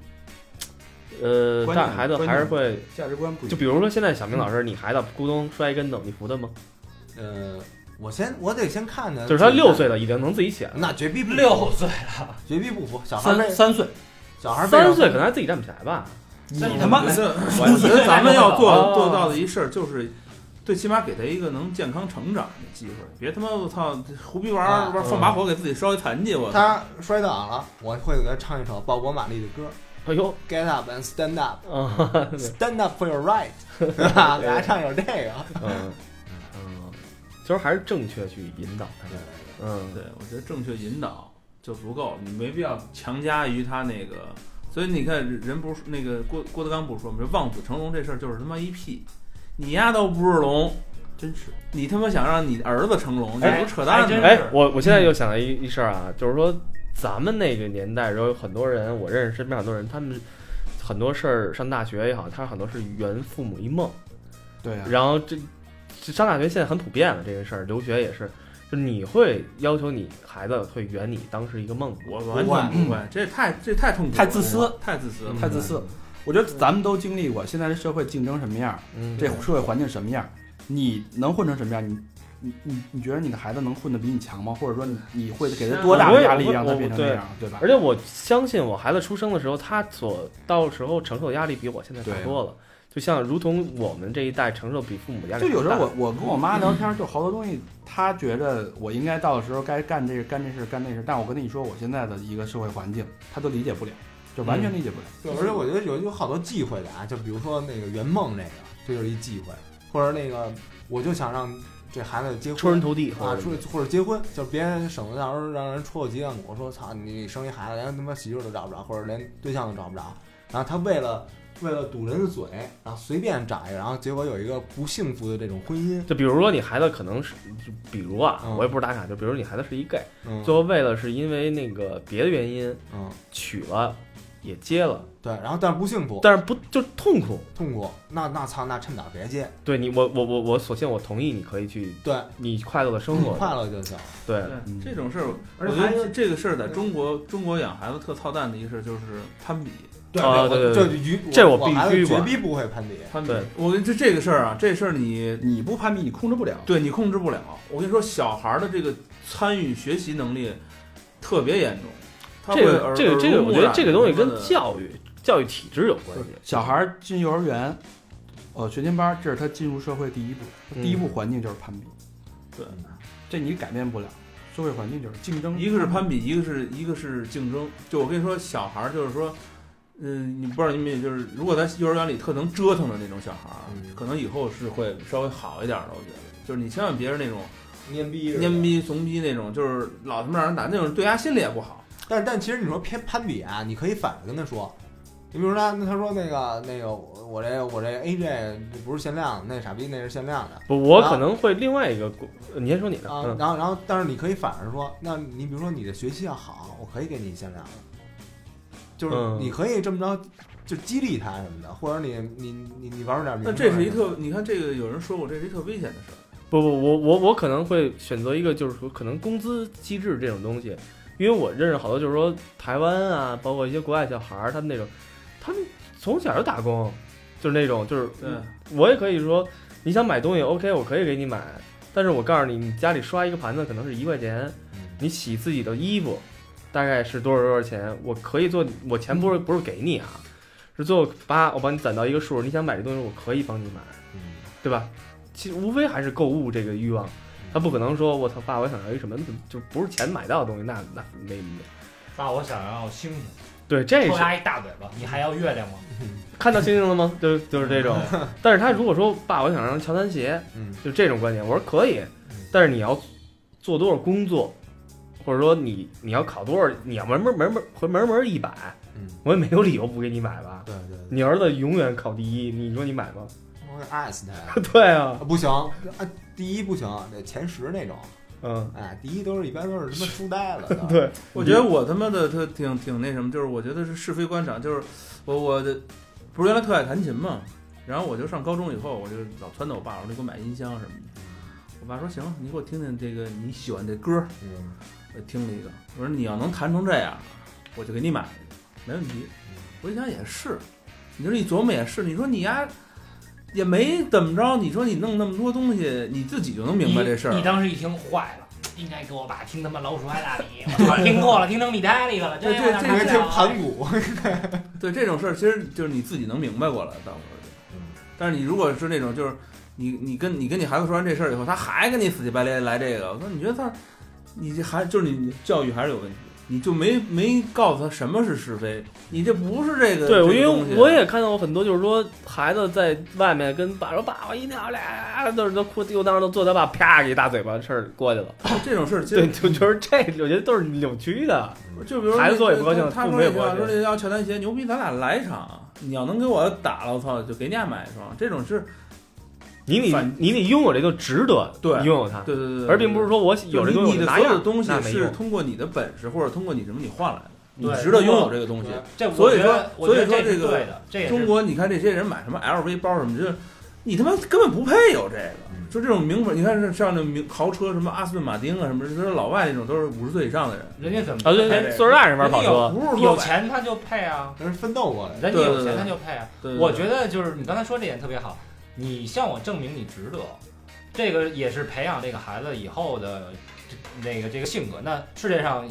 Speaker 5: 呃，
Speaker 1: 观念
Speaker 5: 带孩子
Speaker 1: 观
Speaker 5: 还是
Speaker 1: 念
Speaker 5: 会，
Speaker 1: 价值观不一
Speaker 5: 就
Speaker 1: 样。
Speaker 5: 比如说现在小明老师，你孩子咕咚摔一跟头，你扶他吗？
Speaker 3: 呃，我先我得先看呢，
Speaker 5: 就是他六，岁了，已经能自己起来了，
Speaker 3: 那绝逼不服
Speaker 2: 六岁，
Speaker 3: 绝逼不服，小孩
Speaker 1: 三
Speaker 3: 被
Speaker 1: 三岁，
Speaker 3: 小孩被
Speaker 5: 三岁可能还自己站不起来吧。
Speaker 2: 那
Speaker 1: 你
Speaker 2: 你
Speaker 1: 他
Speaker 2: 他
Speaker 1: 妈
Speaker 2: 妈哦
Speaker 4: 我觉得咱们要做做到的一事儿就是最起码给他一个能健康成长的机会，别他妈我操胡逼玩
Speaker 3: 啊
Speaker 4: 儿
Speaker 2: 嗯
Speaker 4: 玩儿放把火给自己烧一残疾，我操
Speaker 3: 他摔倒了，我会给他唱一首鲍勃·马利的歌
Speaker 5: 哎呦，
Speaker 3: ，Get up and stand up。
Speaker 5: 啊，
Speaker 3: Stand up for your right，对吧？给大家唱一首这个。
Speaker 5: 嗯嗯，其实还是正确去引导他们，嗯，
Speaker 4: 对，我觉得正确引导就足够了，你没必要强加于他那个。所以你看，人不是那个郭郭德纲不是说吗？这望子成龙这事儿就是他妈一屁，你丫都不是龙，
Speaker 1: 真是
Speaker 4: 你他妈想让你儿子成龙，
Speaker 2: 哎
Speaker 4: 这不扯淡
Speaker 2: 还真
Speaker 4: 吗？
Speaker 2: 是
Speaker 5: 哎，我我现在又想到一一事儿啊，就是说咱们那个年代，然后有很多人，我认识身边很多人，他们很多事儿上大学也好，他很多是圆父母一梦，
Speaker 1: 对啊，
Speaker 5: 然后这这上大学现在很普遍了，这个事儿，留学也是，就你会要求你孩子会圆你当时一个梦吗？
Speaker 4: 我完全不会，这太这太痛苦了，
Speaker 1: 太自私，嗯
Speaker 4: 太自私了。
Speaker 1: 太自私了。我觉得咱们都经历过，现在这社会竞争什么样，
Speaker 5: 嗯，
Speaker 1: 这社会环境什么样，你能混成什么样？你你你你觉得你的孩子能混得比你强吗？或者说你你会给他多大的压力让他变成那样，对吧
Speaker 5: 而？且我相信我孩子出生的时候，他所到时候承受的压力比我现在大多了。就像如同我们这一代承受比父母压力
Speaker 1: 就有
Speaker 5: 还大，
Speaker 1: 时候我我跟我妈聊天，就好多东西，她觉得我应该到的时候该干这个干这事干那事，但我跟你说我现在的一个社会环境，她都理解不了，就完全理解不了。
Speaker 3: 对，而且我觉得有有好多忌讳的啊，就比如说那个圆梦这个，这就是一忌讳，或者那个我就想让这孩子结
Speaker 5: 出人
Speaker 3: 婚
Speaker 5: 头地
Speaker 3: 啊，出或者结婚，就是别人省得到时候让人戳我脊梁骨，说操你生一孩子连他妈媳妇儿都找不着，或者连对象都找不着，然后他为了为了堵人的嘴，然后随便找一个，然后结果有一个不幸福的这种婚姻，
Speaker 5: 就比如说你孩子可能是，就比如啊，
Speaker 3: 嗯
Speaker 5: 我也不是打卡，就比如你孩子是一 gay，
Speaker 3: 嗯
Speaker 5: 最后为了是因为那个别的原因
Speaker 3: 嗯
Speaker 5: 娶了，也结了，
Speaker 3: 对，然后但是不幸福
Speaker 5: 但是不就痛苦？
Speaker 3: 痛苦，那那操那趁早别结，
Speaker 5: 对你，我我我我，索性我同意，你可以去
Speaker 3: 对，
Speaker 5: 你快乐的生
Speaker 3: 你
Speaker 5: 活，
Speaker 3: 快乐就行，
Speaker 5: 对，
Speaker 4: 对
Speaker 1: 嗯
Speaker 4: 这种事儿，我
Speaker 3: 而
Speaker 4: 觉
Speaker 3: 且还
Speaker 4: 得
Speaker 3: 有
Speaker 4: 这个事儿在中国中国养孩子特操蛋的一个事儿就是攀比，
Speaker 3: 对
Speaker 5: 啊
Speaker 3: 我
Speaker 5: 对对
Speaker 3: 这
Speaker 5: 对
Speaker 3: 鱼
Speaker 5: 这我
Speaker 3: 我
Speaker 5: 必
Speaker 3: 孩
Speaker 5: 须
Speaker 3: 子绝
Speaker 5: 管
Speaker 3: 逼不会攀比。
Speaker 4: 攀比
Speaker 5: 对。
Speaker 4: 我跟这这个事儿啊，这事儿你
Speaker 1: 你不攀比，你控制不了。
Speaker 4: 对你控制不了。我跟你说，小孩儿的这个参与学习能力特别严重，他
Speaker 5: 这
Speaker 4: 会
Speaker 5: 个
Speaker 4: 耳
Speaker 5: 这个这个，我觉得这个东西
Speaker 4: 耳
Speaker 5: 跟。
Speaker 4: 濡目染
Speaker 5: 教育教育体制有关系。
Speaker 1: 小孩儿进幼儿园，呃，学前班儿，这是他进入社会第一步，
Speaker 5: 嗯
Speaker 1: 第一步环境就是攀比，
Speaker 4: 对，
Speaker 1: 这你改变不了，社会环境就是竞争，
Speaker 4: 一个是攀比，一个是一个是竞争。就我跟你说，小孩儿就是说，嗯，你不知道你们也就是，如果在幼儿园里特能折腾的那种小孩儿，
Speaker 3: 嗯
Speaker 4: 可能以后是会稍微好一点儿的。我觉得，就是你千万别是那种
Speaker 3: 蔫逼
Speaker 4: 蔫，逼怂逼那种，就是老他妈让人打那种，对他心里也不好。
Speaker 3: 但但其实你说偏攀比啊，你可以反着跟他说，你比如说他那他说那个那个我我这我这 AJ 不是限量，那傻逼那是限量的
Speaker 5: 不，我
Speaker 3: 啊
Speaker 5: 可能会另外一个过，呃你先说你的，
Speaker 3: 啊，
Speaker 5: 嗯
Speaker 3: 然后然后但是你可以反着说，那你比如说你的学习要好，我可以给你限量的，就是
Speaker 5: 嗯
Speaker 3: 你可以这么着就激励他什么的，或者你你你你玩出点名
Speaker 4: 但
Speaker 3: 堂
Speaker 4: 这是一
Speaker 3: 什么
Speaker 4: 特，
Speaker 3: 的
Speaker 4: 你看这个有人说过，这是一特危险的事儿。
Speaker 5: 不不，我我我可能会选择一个，就是说可能工资机制这种东西，因为我认识好多就是说台湾啊，包括一些国外小孩儿，他们那种，他们从小就打工，就是那种就是，
Speaker 4: 对，
Speaker 5: 我也可以说你想买东西，OK，我可以给你买，但是我告诉你，你家里刷一个盘子可能是一块钱，你洗自己的衣服大概是多少多少钱，我可以做，我钱不是不是给你啊，是最后把我帮你攒到一个数，你想买这东西，我可以帮你买。
Speaker 3: 嗯
Speaker 5: 对吧？其实无非还是购物这个欲望，他不可能说我操爸，我想要一什么，就不是钱买到的东西，那那没没。
Speaker 2: 爸，我想要星星，
Speaker 5: 对，这
Speaker 2: 抽
Speaker 5: 是
Speaker 2: 他一大嘴巴，你还要月亮吗？
Speaker 5: 看到星星了吗？就就是这种。但是他如果说爸，我想让乔丹鞋，
Speaker 3: 嗯
Speaker 5: 就这种观点，我说可以，但是你要做多少工作，或者说你你要考多少，你要门门门门回门门一百，
Speaker 3: 嗯，
Speaker 5: 我也没有理由不给你买吧。
Speaker 3: 对对对，
Speaker 5: 你儿子永远考第一，你说你买吗？
Speaker 3: 我得爱死他呀。
Speaker 5: 对啊，
Speaker 3: 啊不行，啊，第一不行，得前十那种。
Speaker 5: 嗯，
Speaker 3: 哎，第一都是一般都是他妈书呆子。都
Speaker 5: 对，
Speaker 4: 我觉得我他妈的特挺挺那什么，就是我觉得是是非观赏，就是我我的不是原来特爱弹琴嘛，然后我就上高中以后，我就老撺掇我爸，我说你给我买音箱什么的。我爸说行，你给我听听这个你喜欢这歌，
Speaker 3: 嗯，
Speaker 4: 我听了一个，我说你要能弹成这样，我就给你买，没问题。我一想也是，你说你琢磨也是，你说你呀也没怎么着，你说你弄那么多东西，你自己就能明白这事儿
Speaker 2: 你。你。当时一听坏了，应该给我爸听他妈老鼠爱大米，我操，听过了，听成米胎里头了，
Speaker 4: 这
Speaker 2: 这
Speaker 4: 这
Speaker 3: 还
Speaker 2: 这
Speaker 3: 听盘古，
Speaker 4: 对这种事儿，其实就是你自己能明白过来，到时候就。但是你如果是那种就是你你跟你跟你孩子说完这事儿以后，他还跟你死乞白赖来这个，我说你觉得他，你这还就是你教育还是有问题，你就没没告诉他什么是是非，你这不是这个
Speaker 5: 对，
Speaker 4: 这
Speaker 5: 我
Speaker 4: 个
Speaker 5: 因
Speaker 4: 东西啊
Speaker 5: 为我也看到过很多，就是说孩子在外面跟爸说：“爸，我一定要来。”都是都哭，又当时都坐他爸啪给一大嘴巴，事儿过去了。
Speaker 4: 这种事儿，其
Speaker 5: 对，
Speaker 4: 实
Speaker 5: 就就是这，我觉得都是扭曲的。
Speaker 4: 就比如说
Speaker 5: 孩子做也不高兴
Speaker 4: 他
Speaker 5: 父
Speaker 4: 说
Speaker 5: 母
Speaker 4: 那
Speaker 5: 也不
Speaker 4: 句
Speaker 5: 高
Speaker 4: 话
Speaker 5: 兴
Speaker 4: 说这要乔丹鞋牛逼，咱俩来一场，你要能给我打了，我操，就给你俩买一双，这种是
Speaker 5: 你得
Speaker 4: 反
Speaker 5: 你得拥有这就值得
Speaker 4: 对
Speaker 5: 拥有它，
Speaker 4: 对对对对，
Speaker 5: 而并不是
Speaker 4: 说
Speaker 5: 说我有这
Speaker 4: 你
Speaker 5: 东西
Speaker 4: 你
Speaker 5: 我就
Speaker 4: 的
Speaker 5: 拿
Speaker 4: 所有
Speaker 5: 样
Speaker 4: 的东西
Speaker 5: 那没
Speaker 4: 是
Speaker 5: 用。
Speaker 4: 通过你的本事或者通过你什么你换来的，你
Speaker 2: 对
Speaker 4: 值得
Speaker 2: 如
Speaker 4: 拥
Speaker 2: 果
Speaker 4: 有这个东西。
Speaker 2: 啊这我
Speaker 4: 所以
Speaker 2: 觉
Speaker 4: 说
Speaker 2: 得我
Speaker 4: 所以
Speaker 2: 觉得
Speaker 4: 说
Speaker 2: 这
Speaker 4: 这个
Speaker 2: 是对的，这也
Speaker 4: 中
Speaker 2: 是
Speaker 4: 国，你看这些人买什么 LV 包什么，就是你他妈根本不配有这个。就这种名牌，你看是像那名豪车，什么阿斯顿马丁啊，什么，就是老外那种都是五十岁以上的人。
Speaker 2: 人家怎么
Speaker 5: 啊，
Speaker 2: 人
Speaker 5: 对，连岁数大人玩跑
Speaker 4: 人
Speaker 5: 车，
Speaker 4: 家有不是
Speaker 2: 有
Speaker 4: 说
Speaker 2: 钱他就配啊，
Speaker 3: 那是奋斗过来的。
Speaker 2: 人家
Speaker 4: 对对
Speaker 2: 有钱
Speaker 4: 对
Speaker 2: 他就配啊。
Speaker 4: 对，对
Speaker 2: 我
Speaker 4: 对
Speaker 2: 觉得就是你刚才说这点特别好，你向我证明你值得，这个也是培养这个孩子以后的这那个这个性格。那世界上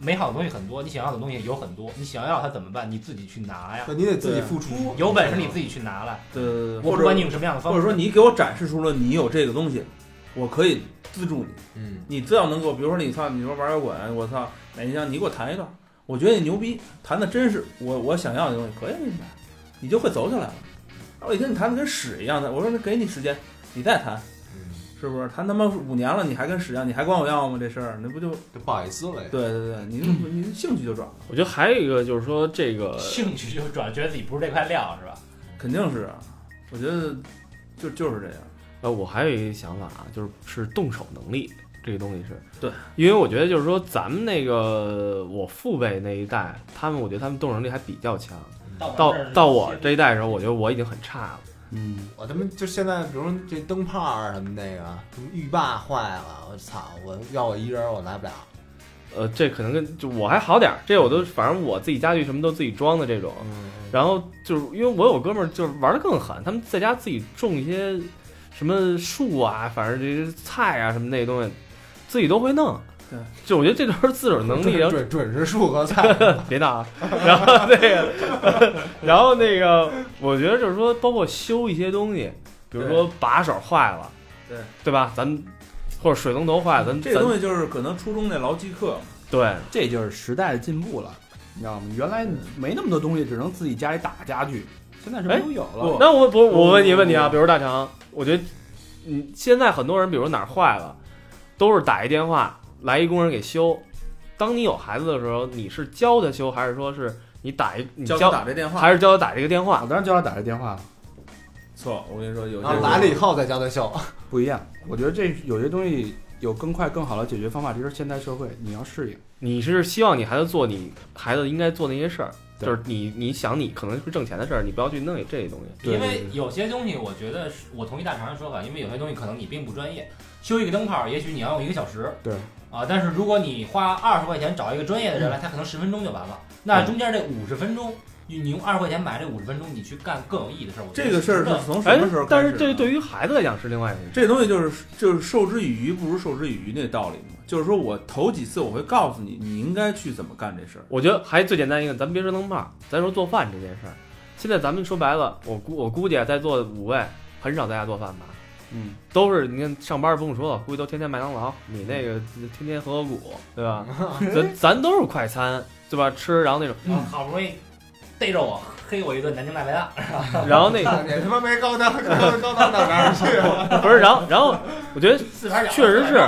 Speaker 2: 美好的东西很多，你想要的东西有很多，你想要它怎么办？你自己去拿呀，
Speaker 3: 对，你得自己付出。
Speaker 2: 有本事你自己去拿来，
Speaker 4: 对对对，
Speaker 2: 我
Speaker 4: 或
Speaker 2: 不
Speaker 4: 者
Speaker 2: 管你用什么样的方
Speaker 4: 或
Speaker 2: 式。
Speaker 4: 者说你给我展示出了你有这个东西，我可以资助你。
Speaker 3: 嗯，
Speaker 4: 你只要能够，比如说你操，你说玩摇滚，我操，哪天你给我弹一段，我觉得你牛逼，弹的真是我我想要的东西，可以给你买，你就会走起来了。然后一听你弹的跟屎一样的，我说那给你时间，你再弹，是不是？弹他妈五年了，你还跟屎一样，你还管我要吗？这事儿，那不就
Speaker 3: 就不好意思了呀。
Speaker 4: 对对对，你你兴趣就转了，
Speaker 5: 我觉得还有一个就是说这个
Speaker 2: 兴趣就转，觉得自己不是这块料是吧？
Speaker 4: 肯定是啊，我觉得就就是这样。
Speaker 5: 呃，我还有一个想法啊，就是是动手能力这个东西是
Speaker 4: 对，
Speaker 5: 因为我觉得就是说咱们那个我父辈那一代，他们我觉得他们动手能力还比较强，到到我这一代的时候，我觉得我已经很差了。
Speaker 1: 嗯，
Speaker 3: 我他妈就现在，比如说这灯泡儿什么那个，什么浴霸坏了，我操！我要我一人儿我来不了。
Speaker 5: 呃，这可能跟就我还好点儿，这我都反正我自己家具什么都自己装的这种。
Speaker 3: 嗯，
Speaker 5: 然后就是因为我有哥们儿就是玩的更狠，他们在家自己种一些什么树啊，反正这些菜啊什么那些东西，自己都会弄。
Speaker 4: 对，
Speaker 5: 就我觉得这都是自首能 力，然后
Speaker 3: 准准是树和菜。
Speaker 5: 别闹啊！然后那个， 然后那个，我觉得就是说，包括修一些东西，比如说把手坏了，
Speaker 4: 对
Speaker 5: 对吧？咱们或者水龙头坏了，咱
Speaker 4: 这个东
Speaker 5: 西
Speaker 4: 西就是可能初中那劳技课，
Speaker 5: 对
Speaker 1: 这就是时代的进步了，你知道吗？原来没那么多东西，只能自己家里打家具，现在什么
Speaker 5: 哎
Speaker 1: 都有
Speaker 4: 不
Speaker 1: 了。
Speaker 5: 那我不，我问你
Speaker 4: 不
Speaker 5: 问你啊，比如大长，我觉得，嗯，现在很多人，比如哪儿坏了，都是打一电话来一工人给修。当你有孩子的时候，你是教他修，还是说是你打一你
Speaker 4: 教他打这电话
Speaker 5: 还是教他打这个电话
Speaker 1: 我？当时教他打这电话了，
Speaker 4: 错，我跟你说有些
Speaker 3: 然后来了以后再教他秀。
Speaker 1: 不一样。我觉得这有些东西有更快更好的解决方法，这就是现代社会，你要适应。
Speaker 5: 你是希望你孩子做你孩子应该做那些事儿，
Speaker 1: 对
Speaker 5: 就是你你想你可能会挣钱的事儿，你不要去弄这些东西。
Speaker 1: 对
Speaker 2: 因
Speaker 1: 对
Speaker 2: 为有些东西，我觉得是我同意大肠的说法，因为有些东西可能你并不专业，修一个灯泡，也许你要用一个小时，
Speaker 1: 对
Speaker 2: 啊，但是如果你花二十块钱找一个专业的人来，他可能十分钟就完了，那中间这五十分钟，你你用二十块钱买这五十分钟，你去干更有意义的事儿，我觉得
Speaker 4: 这个事儿
Speaker 2: 值得
Speaker 4: 是从什
Speaker 5: 哎
Speaker 4: 么时候，开
Speaker 5: 但
Speaker 4: 始的？
Speaker 5: 是这对于孩子来讲是另外一回事。
Speaker 4: 这东西就是就是授之以鱼不如授之以渔那道理嘛，就是说我头几次我会告诉你你应该去怎么干这事儿，
Speaker 5: 我觉得还最简单一个，咱别说灯泡，咱说做饭这件事儿。现在咱们说白了，我估我估计啊，在座的五位很少在家做饭吧？
Speaker 1: 嗯，
Speaker 5: 都是你看上班不用说了，估计都天天麦当劳，你那个天天和合谷，对吧？咱咱都是快餐，对吧？吃然后那种，
Speaker 2: 啊好不容易逮着我黑我一顿南京大排档，
Speaker 5: 然后那个
Speaker 3: 你他妈没高到高高到哪儿去啊？
Speaker 5: 不是，然后然后我觉得
Speaker 2: 四盘饺子
Speaker 5: 确实是，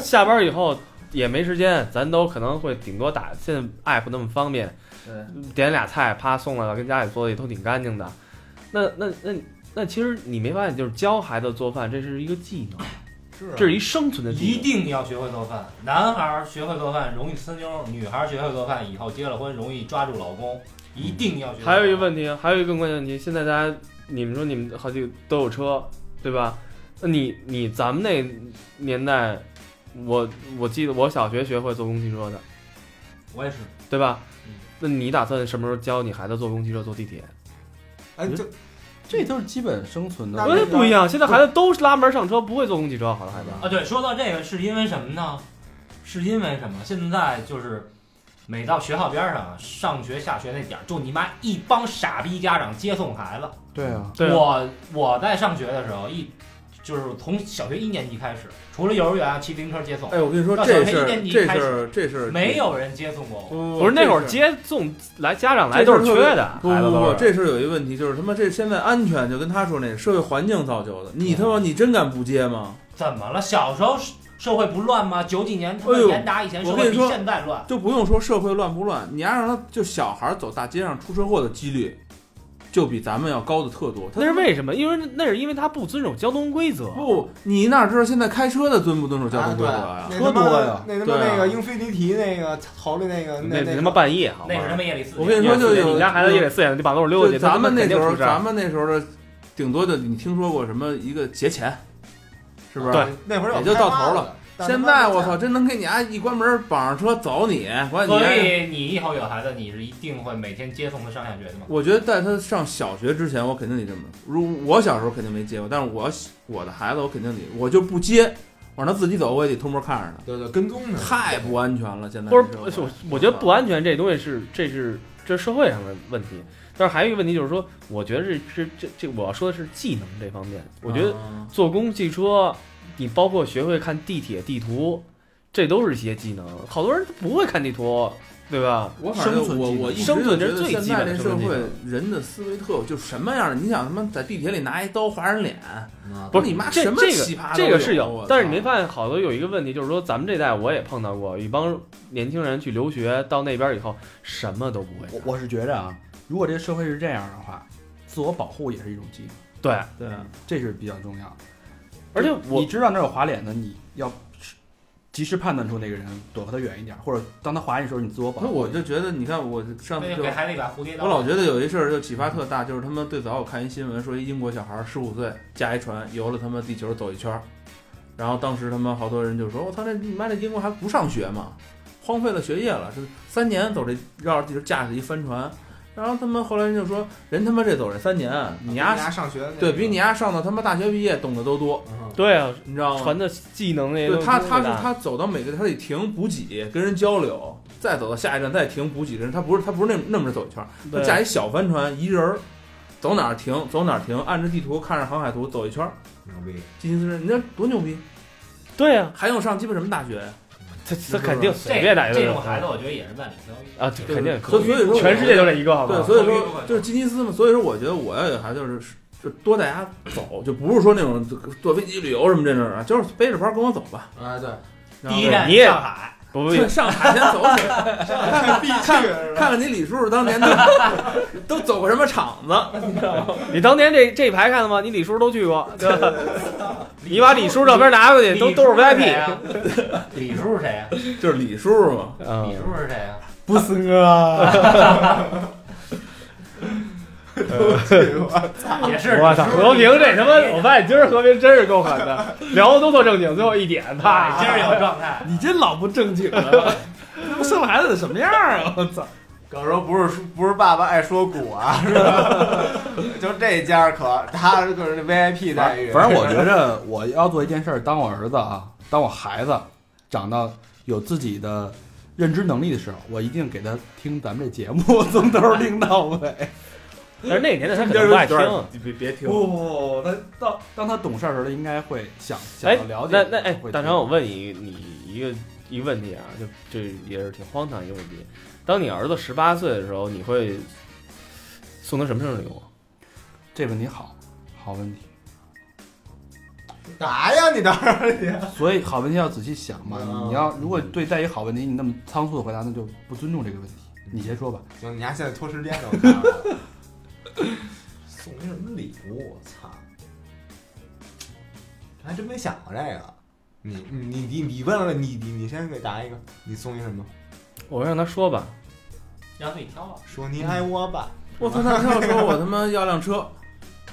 Speaker 5: 下班以后也没时间，咱都可能会顶多打。现在 app 那么方便，点俩菜，啪送来了，跟家里做的也都挺干净的。那那那那，其实你没发现，就是教孩子做饭，这是一个技能，
Speaker 3: 是
Speaker 5: 这是一生存的技
Speaker 2: 啊一
Speaker 5: 能。
Speaker 2: 定要学会做饭。男孩儿学会做饭容易呲妞，女孩儿学会做饭以后结了婚容易抓住老公，一定要学会做饭。
Speaker 5: 还有一个问题，还有一个更关键的问题，现在大家你们说你们好几个都有车，对吧？那你你咱们那年代，我我记得我小学学会坐公汽车的，
Speaker 2: 我也是，
Speaker 5: 对吧
Speaker 2: 嗯？
Speaker 5: 那你打算什么时候教你孩子坐公汽车、坐地铁？
Speaker 3: 哎，就
Speaker 1: 这都是基本生存的
Speaker 3: 那
Speaker 5: 我觉
Speaker 1: 问
Speaker 5: 得
Speaker 1: 题。
Speaker 5: 不一样，现在孩子都是拉门上车，不会坐公汽车，好多孩子。
Speaker 2: 啊，对，说到这个是因为什么呢？是因为什么？现在就是每到学校边儿上，上学下学那点儿，就你妈一帮傻逼家长接送孩子。
Speaker 1: 对啊，
Speaker 5: 对啊
Speaker 2: 我我在上学的时候，一就是从小学一年级开始，除了幼儿园啊骑自行车接送，
Speaker 4: 哎，我跟你说
Speaker 2: 到小
Speaker 4: 这
Speaker 2: 学
Speaker 4: 事
Speaker 2: 一
Speaker 4: 儿
Speaker 2: 年，级
Speaker 4: 这
Speaker 2: 开
Speaker 4: 事
Speaker 2: 始
Speaker 4: 儿，这事儿
Speaker 2: 没有人接送过我。
Speaker 4: 不
Speaker 5: 不是那会儿
Speaker 4: 这事
Speaker 5: 接送来家长来都是缺的，
Speaker 4: 不
Speaker 5: 孩
Speaker 4: 不
Speaker 5: 子
Speaker 4: 不，
Speaker 5: 都是
Speaker 4: 嗯这事儿有一问题，就是他妈这现在安全就跟他说那社会环境造就的，你他妈你真敢不接吗？
Speaker 2: 怎么了？小时候社社会不乱吗？九几年他
Speaker 4: 哎
Speaker 2: 们
Speaker 4: 呦
Speaker 2: 严打以前，社
Speaker 4: 我跟
Speaker 2: 会
Speaker 4: 你
Speaker 2: 比
Speaker 4: 说
Speaker 2: 现在乱。
Speaker 4: 就不用说社会乱不乱，你要让他就小孩走大街上出车祸的几率，就比咱们要高的特多。他
Speaker 5: 那是为什么？因为那是因为他不遵守交通规则。
Speaker 4: 不，你哪知道现在开车的遵不遵守交
Speaker 3: 啊
Speaker 4: 通规
Speaker 3: 对
Speaker 4: 则呀？，
Speaker 3: 那
Speaker 1: 车
Speaker 3: 他妈
Speaker 1: 多呀
Speaker 3: 那他
Speaker 4: 对
Speaker 3: 妈
Speaker 4: 啊
Speaker 3: 那个英菲尼迪那个头里那个
Speaker 5: 那
Speaker 3: 那
Speaker 5: 他妈半夜好吗？
Speaker 2: 那是他妈夜里四点。
Speaker 4: 我跟你说就有
Speaker 5: 你家孩子夜里四点就把路溜
Speaker 4: 就
Speaker 5: 达去，
Speaker 4: 咱们那时候，咱
Speaker 5: 们
Speaker 4: 们那时候的顶多就你听说过什么一个节前，是不是？，
Speaker 3: 那会儿有
Speaker 4: 也就到
Speaker 3: 开
Speaker 4: 头
Speaker 3: 挖
Speaker 4: 了
Speaker 3: 的。但他
Speaker 4: 现
Speaker 3: 妈
Speaker 4: 在
Speaker 3: 不
Speaker 4: 我
Speaker 3: 在
Speaker 4: 操，真能给你啊！一关门绑上车走你，管你。
Speaker 2: 所以你以后有孩子，你是一定会每天接送他上下学的吗？
Speaker 4: 我觉得在他上小学之前，我肯定得这么。如我小时候肯定没接过，但是我我的孩子，我肯定得，我就不接，我让他自己走，我也得偷摸看着
Speaker 3: 对对，跟踪
Speaker 4: 他，
Speaker 3: 着。
Speaker 4: 太不安全了。现在
Speaker 5: 不是，
Speaker 4: 这
Speaker 5: 不是
Speaker 4: 社会
Speaker 5: 我我觉得不安全这东西是这是这是社会上的问题，但是还有一个问题就是说，我觉得这这这这我要说的是技能这方面，我觉得
Speaker 4: 嗯
Speaker 5: 坐公共汽车，你包括学会看地铁地图，这都是一些技能。好多人他不会看地图，对吧？
Speaker 4: 我反正
Speaker 1: 生存
Speaker 4: 我
Speaker 1: 技能
Speaker 4: 我一直
Speaker 5: 生
Speaker 4: 就
Speaker 5: 存
Speaker 4: 觉
Speaker 5: 这是
Speaker 4: 得
Speaker 5: 最
Speaker 4: 现
Speaker 5: 基
Speaker 4: 在
Speaker 5: 本
Speaker 4: 这
Speaker 5: 的
Speaker 4: 社
Speaker 5: 生存技
Speaker 4: 会
Speaker 5: 能
Speaker 4: 人的思维特有，就是什么样的？你想他妈在地铁里拿一刀划人脸，
Speaker 3: 啊
Speaker 5: 不是
Speaker 4: 你妈
Speaker 5: 这
Speaker 4: 什么
Speaker 5: 这
Speaker 4: 奇
Speaker 5: 个
Speaker 4: 葩
Speaker 5: 这
Speaker 4: 都
Speaker 5: 个是
Speaker 4: 有啊我
Speaker 5: 有，但是
Speaker 4: 操
Speaker 5: 你没发现好多有一个问题，就是说咱们这代我也碰到过一帮年轻人去留学，到那边以后什么都不会
Speaker 1: 我
Speaker 5: 干。
Speaker 1: 我是觉着啊，如果这社会是这样的话，自我保护也是一种技能，
Speaker 5: 对，
Speaker 4: 对啊，
Speaker 1: 这是比较重要的。
Speaker 5: 而且
Speaker 1: 你
Speaker 5: 我
Speaker 1: 知道那有滑脸的，你要及时判断出那个人，躲和他远一点，或者当他滑你的时候，你自我保
Speaker 4: 所以
Speaker 1: 护。
Speaker 4: 我就觉得，你看我上次
Speaker 2: 那
Speaker 4: 就
Speaker 2: 就给孩子一把蝴蝶刀。
Speaker 4: 我老觉得有一事儿就启发特大，就是他妈最早我看一新闻说，一英国小孩十五岁驾一船游了他妈地球走一圈儿，然后当时他妈好多人就说：“我操，这你妈这英国还不上学吗？荒废了学业了，这三年走这绕着地球驾着一帆船。”然后他们后来人就说：“人他妈这走这三年，啊你
Speaker 3: 比
Speaker 4: 丫
Speaker 3: 丫上学那个
Speaker 4: 对比你丫上到他妈大学毕业懂得都多，
Speaker 3: 嗯
Speaker 5: 对啊，
Speaker 4: 你知道吗？”
Speaker 5: 传的技能那些
Speaker 4: 对
Speaker 5: 东西
Speaker 4: 他，
Speaker 5: 都
Speaker 4: 他
Speaker 5: 大
Speaker 4: 是他走到每个他得停补给，跟人交流，再走到下一站再停补给跟人，他不是他不是那那么着走一圈儿，他
Speaker 5: 对
Speaker 4: 驾一小帆船一人儿，走哪儿停走哪儿停，按着地图看着航海图走一圈儿，
Speaker 3: 牛逼，
Speaker 4: 进行思人，你这多牛逼！
Speaker 5: 对啊，
Speaker 4: 还用上鸡巴什么大学呀？
Speaker 5: 他
Speaker 4: 是
Speaker 5: 他
Speaker 4: 不
Speaker 5: 肯
Speaker 4: 是
Speaker 5: 定随便哪
Speaker 2: 这
Speaker 5: 个
Speaker 2: 这
Speaker 5: 都
Speaker 2: 种
Speaker 5: 有
Speaker 2: 孩子，我觉得也是万里挑一。
Speaker 5: 啊，这
Speaker 4: 对
Speaker 5: 肯定
Speaker 4: 所
Speaker 5: 可
Speaker 4: 以所以说我
Speaker 5: 全世界就这一个，好不
Speaker 4: 对，
Speaker 5: 好？
Speaker 4: 所以
Speaker 2: 考虑不
Speaker 4: 说
Speaker 2: 考虑
Speaker 4: 就是吉尼斯嘛，所以说我觉得我要有孩子就是就多带他走，就不是说那种坐飞机旅游什么这种啊，就是背着包跟我走吧。
Speaker 3: 哎对，
Speaker 4: 然后
Speaker 2: 第一站
Speaker 5: 你也
Speaker 2: 上海，
Speaker 5: 不不，
Speaker 4: 对上海先走走。
Speaker 3: 必去
Speaker 4: 看看你李叔叔当年都 都走过什么场子，你知道吗？
Speaker 5: 你当年这这一排看了吗？你李叔都去过，对吧？ 你把李叔照片拿过去，都都是 VIP。
Speaker 2: VIP。李 叔是谁呀？
Speaker 4: 就是李叔叔嘛。
Speaker 5: 嗯
Speaker 2: 李，叔是谁啊呀？
Speaker 3: 不是
Speaker 5: 啊
Speaker 3: 我，
Speaker 2: 也是。
Speaker 5: 我
Speaker 2: 李
Speaker 5: 操，
Speaker 2: 叔
Speaker 5: 和平这他妈，我发现今儿和平真是够狠的，聊的都特正经，最后一点
Speaker 2: 哎
Speaker 5: 啪，
Speaker 2: 今儿有状态。
Speaker 1: 你这老不正经了，他妈生了孩子得什么样啊！我操！
Speaker 3: 搞时候不是不是爸爸爱说鼓啊，是吧？ 就这家可他可是 VIP
Speaker 1: 反
Speaker 3: 待遇，
Speaker 1: 反正我觉着我要做一件事儿，当我儿子啊，当我孩子长到有自己的认知能力的时候，我一定给他听咱们这节目， 从头听到尾。
Speaker 5: 但是那个年代他可能不爱听。
Speaker 4: 别别听
Speaker 1: 不不不，他到当他懂事儿的时候，他应该会想想
Speaker 5: 哎
Speaker 1: 要了，解。
Speaker 5: 那那哎
Speaker 1: 会，
Speaker 5: 大成，我问你你一个一个问题啊，就这也是挺荒唐一个问题。当你儿子十八岁的时候，你会送他什么生日礼物？
Speaker 1: 这问题好，好问题。
Speaker 3: 啥呀？你这
Speaker 1: 所以好问题要仔细想嘛。
Speaker 3: 嗯
Speaker 1: 你要如果对待于好问题，你那么仓促的回答，那就不尊重这个问题。
Speaker 5: 嗯
Speaker 1: 你先说吧。
Speaker 3: 行，你丫现在拖时间呢，我看啊着送你什么礼物？我操，还真没想过这个。你你你你问问你你你先给答一个，你送一什么？
Speaker 5: 我让他说吧，
Speaker 2: 让自己挑吧。
Speaker 3: 说你爱我吧。
Speaker 4: 我操！他要说我他妈要辆车，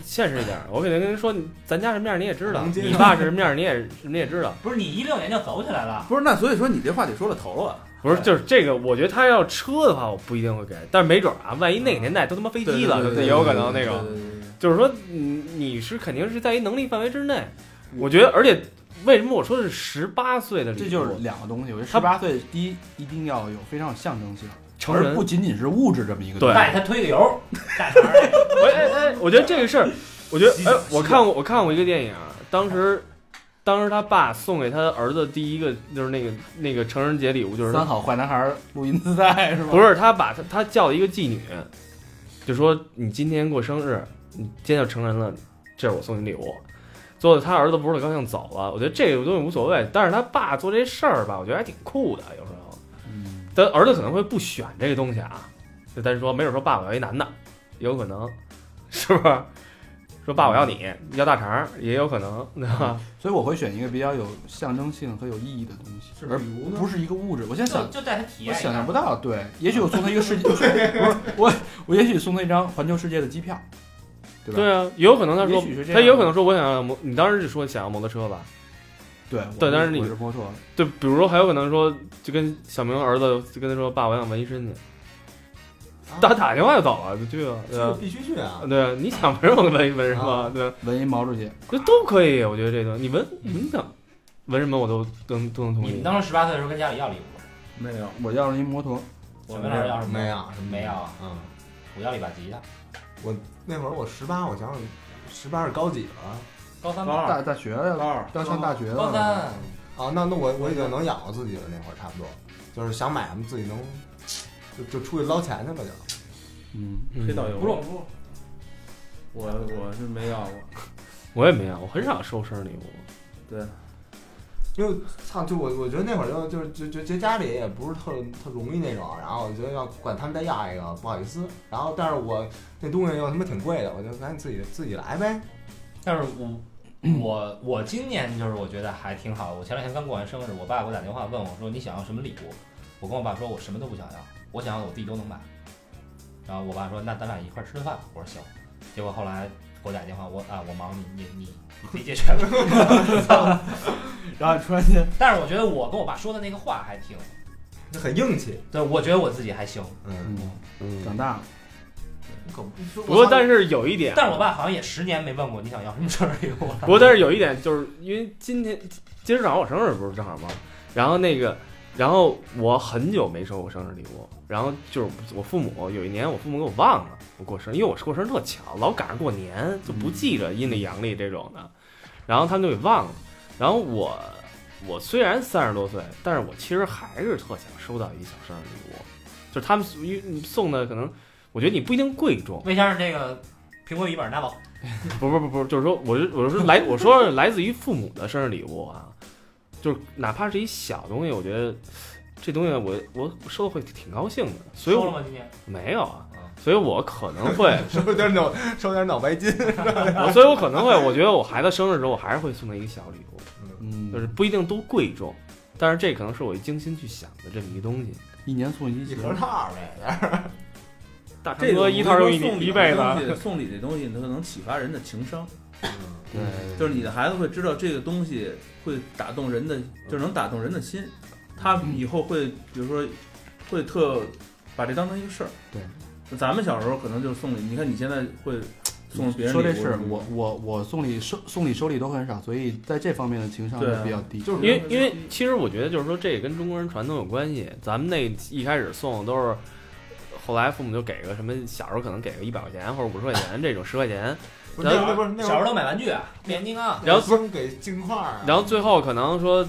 Speaker 5: 现实一点。我肯定跟您说，咱家什么样你也知道，
Speaker 3: 能接受
Speaker 4: 啊
Speaker 5: 你爸是什么样你也你也知道。
Speaker 2: 不是你一六年就走起来了，
Speaker 4: 不是那所以说你这话得说了头了吧？
Speaker 5: 不是，就是这个，我觉得他要车的话，我不一定会给，但是没准儿啊，万一那个年代都他妈飞机了，
Speaker 4: 对对对
Speaker 5: 也有可能那
Speaker 4: 对
Speaker 5: 个。
Speaker 4: 对对对
Speaker 5: 就是说，你你是肯定是在一能力范围之内，
Speaker 4: 嗯
Speaker 5: 我觉得，而且为什么我说是十八岁的礼物？
Speaker 1: 这就是两个东西。我觉得
Speaker 5: 他
Speaker 1: 十八岁，第一一定要有非常有象征性，
Speaker 5: 成
Speaker 1: 而
Speaker 5: 人
Speaker 1: 不仅仅是物质这么一个东
Speaker 5: 对
Speaker 1: 西。
Speaker 2: 带他推个油，干啥玩意儿
Speaker 5: 我哎哎，我觉得这个事儿，我觉得哎，我看过我看过一个电影，当时当时他爸送给他儿子第一个就是那个那个成人节礼物，就是
Speaker 1: 三好坏男孩儿录音自带是吧？
Speaker 5: 不是他把他他叫一个妓女，就说你今天过生日，你今天就成人了，这是我送你礼物。最后他儿子不是很高兴走了，我觉得这个东西无所谓，但是他爸做这事儿吧，我觉得还挺酷的，有时候。
Speaker 1: 嗯，
Speaker 5: 但儿子可能会不选这个东西啊，就单说没准说爸我要一男的，也有可能， 是不是？说爸我要你要大肠儿也有可能，对吧？
Speaker 1: 所以我会选一个比较有象征性和有意义的东西，
Speaker 3: 是
Speaker 1: 而
Speaker 3: 比如呢
Speaker 1: 不是一个物质。我现在
Speaker 2: 就
Speaker 5: 哦
Speaker 1: 想，
Speaker 2: 就带他体
Speaker 1: 我
Speaker 2: 验一下
Speaker 1: 想象不到，对，也许我送他一个世界， 不是我，我也许送他一张环球世界的机票，对吧？
Speaker 5: 对啊，也有可能他说
Speaker 1: 也许是这样
Speaker 5: 他也有可能说我想要摩，你当时就说想要摩托车吧？
Speaker 1: 对
Speaker 5: 对
Speaker 1: 我
Speaker 5: 但是你
Speaker 1: 我是波特，
Speaker 5: 对，比如说还有可能说就跟小明儿子就跟他说爸我想纹一身去，
Speaker 3: 啊
Speaker 5: 打打电话就走了就去了，对
Speaker 3: 这个
Speaker 5: 吧？
Speaker 3: 必须去啊！
Speaker 5: 对啊，你想纹什么纹纹什么，对吧，
Speaker 1: 纹一毛主席，
Speaker 5: 这都可以，我觉得这个你纹你想纹什么我都都能都能同
Speaker 2: 你
Speaker 5: 意
Speaker 2: 们。当时十八岁的时候跟家里要礼物，
Speaker 4: 没有，
Speaker 1: 我要了一摩托，
Speaker 2: 我们那儿要什么？
Speaker 3: 没有，
Speaker 2: 没有啊，
Speaker 3: 嗯，
Speaker 2: 我要了一把吉他，
Speaker 3: 那会儿我十八，我想想，十八是高几了？
Speaker 2: 高三
Speaker 4: 高
Speaker 2: 吧，
Speaker 4: 二
Speaker 1: 大大学
Speaker 4: 高
Speaker 1: 要
Speaker 4: 二
Speaker 1: 要上大学
Speaker 2: 高
Speaker 1: 了，
Speaker 2: 三，
Speaker 3: 啊，那那我我已经能养活自己了，那会儿差不多，就是想买什么自己能，就就出去捞钱去了就。
Speaker 1: 嗯，
Speaker 5: 嗯
Speaker 4: 黑导游，
Speaker 2: 不用不用，
Speaker 4: 我我是没要过，
Speaker 5: 我也没有，我很少收生日礼物。
Speaker 4: 对，
Speaker 3: 因为操，就我我觉得那会儿就就是就就就家里也不是特特容易那种，然后我觉得要管他们再要一个不好意思，然后但是我那东西又他妈挺贵的，我就赶紧自己自己来呗。
Speaker 2: 但是我。我我今年就是我觉得还挺好。我前两天刚过完生日，我爸给我打电话问我说你想要什么礼物？我跟我爸说我什么都不想要，我想要的我自己都能买。然后我爸说那咱俩一块儿吃顿饭吧。我说行。结果后来给我打电话，我啊我忙，你你你你自己解决吧。
Speaker 1: 然后突然间
Speaker 2: 但是我觉得我跟我爸说的那个话还挺，
Speaker 3: 就很硬气，
Speaker 2: 对我觉得我自己还行。
Speaker 3: 嗯
Speaker 1: 长大了，
Speaker 3: 可不说
Speaker 5: 啊不过，但
Speaker 3: 是
Speaker 5: 是有一点，
Speaker 2: 但是我爸好像也十年没问过你想要什么生日礼物了。
Speaker 5: 不过但是有一点，就是因为今天今儿正好我生日不是正好吗？然后那个，然后我很久没收过生日礼物，然后就是我父母有一年我父母给我忘了我过生日，因为我是过生日特巧，老赶上过年就不记着阴历阳历这种的，然后他们就给忘了。然后我我虽然三十多岁，但是我其实还是特想收到一小生日礼物，就是他们因为你送的可能我觉得你不一定贵重。
Speaker 2: 魏先生这个苹果笔记本拿走，
Speaker 5: 不不不不，就是说，我是我是来我说是来自于父母的生日礼物啊，就是哪怕是一小东西，我觉得这东西我我收到会挺高兴的，所以
Speaker 2: 收了
Speaker 5: 我
Speaker 2: 吗？今年
Speaker 5: 没有啊
Speaker 2: 啊，
Speaker 5: 所以我可能会，
Speaker 3: 收点脑收点脑白金，
Speaker 5: 我所以我可能会，我觉得我孩子生日的时候，我还是会送他一个小礼物，
Speaker 1: 嗯，
Speaker 5: 就是不一定多贵重，但是这可能是我一精心去想的这么一东西。
Speaker 1: 一年送一
Speaker 3: 一
Speaker 1: 集，
Speaker 3: 盒套呗。
Speaker 5: 大
Speaker 4: 这
Speaker 5: 成
Speaker 4: 个
Speaker 5: 哥一套用一
Speaker 4: 送礼
Speaker 5: 一辈子，啊
Speaker 4: 的东西送礼这东西，它能启发人的情商，
Speaker 1: 对，
Speaker 4: 就是你的孩子会知道这个东西会打动人的，就是能打动人的心，他
Speaker 5: 嗯
Speaker 4: 以后会，比如说会特把这当成一个事儿。
Speaker 1: 对，
Speaker 4: 咱们小时候可能就是送礼，你看你现在会送别人
Speaker 1: 说
Speaker 4: 礼
Speaker 1: 这
Speaker 4: 物
Speaker 1: 事
Speaker 4: 什
Speaker 1: 儿，
Speaker 4: 么的
Speaker 1: 我我我送礼收送礼收礼都很少，所以在这方面的情商
Speaker 4: 对
Speaker 1: 是
Speaker 4: 啊
Speaker 1: 比较低。
Speaker 4: 就是
Speaker 5: 因为因为其实我觉得就是说，这也跟中国人传统有关系。咱们那一开始送的都是，后来父母就给个什么，小时候可能给个一百块钱或者五十块钱这种十块钱，
Speaker 3: 不是那不是那
Speaker 2: 小时候都买玩具啊，变形金刚啊，
Speaker 5: 然后
Speaker 3: 后给金块儿啊，
Speaker 5: 然后最后可能说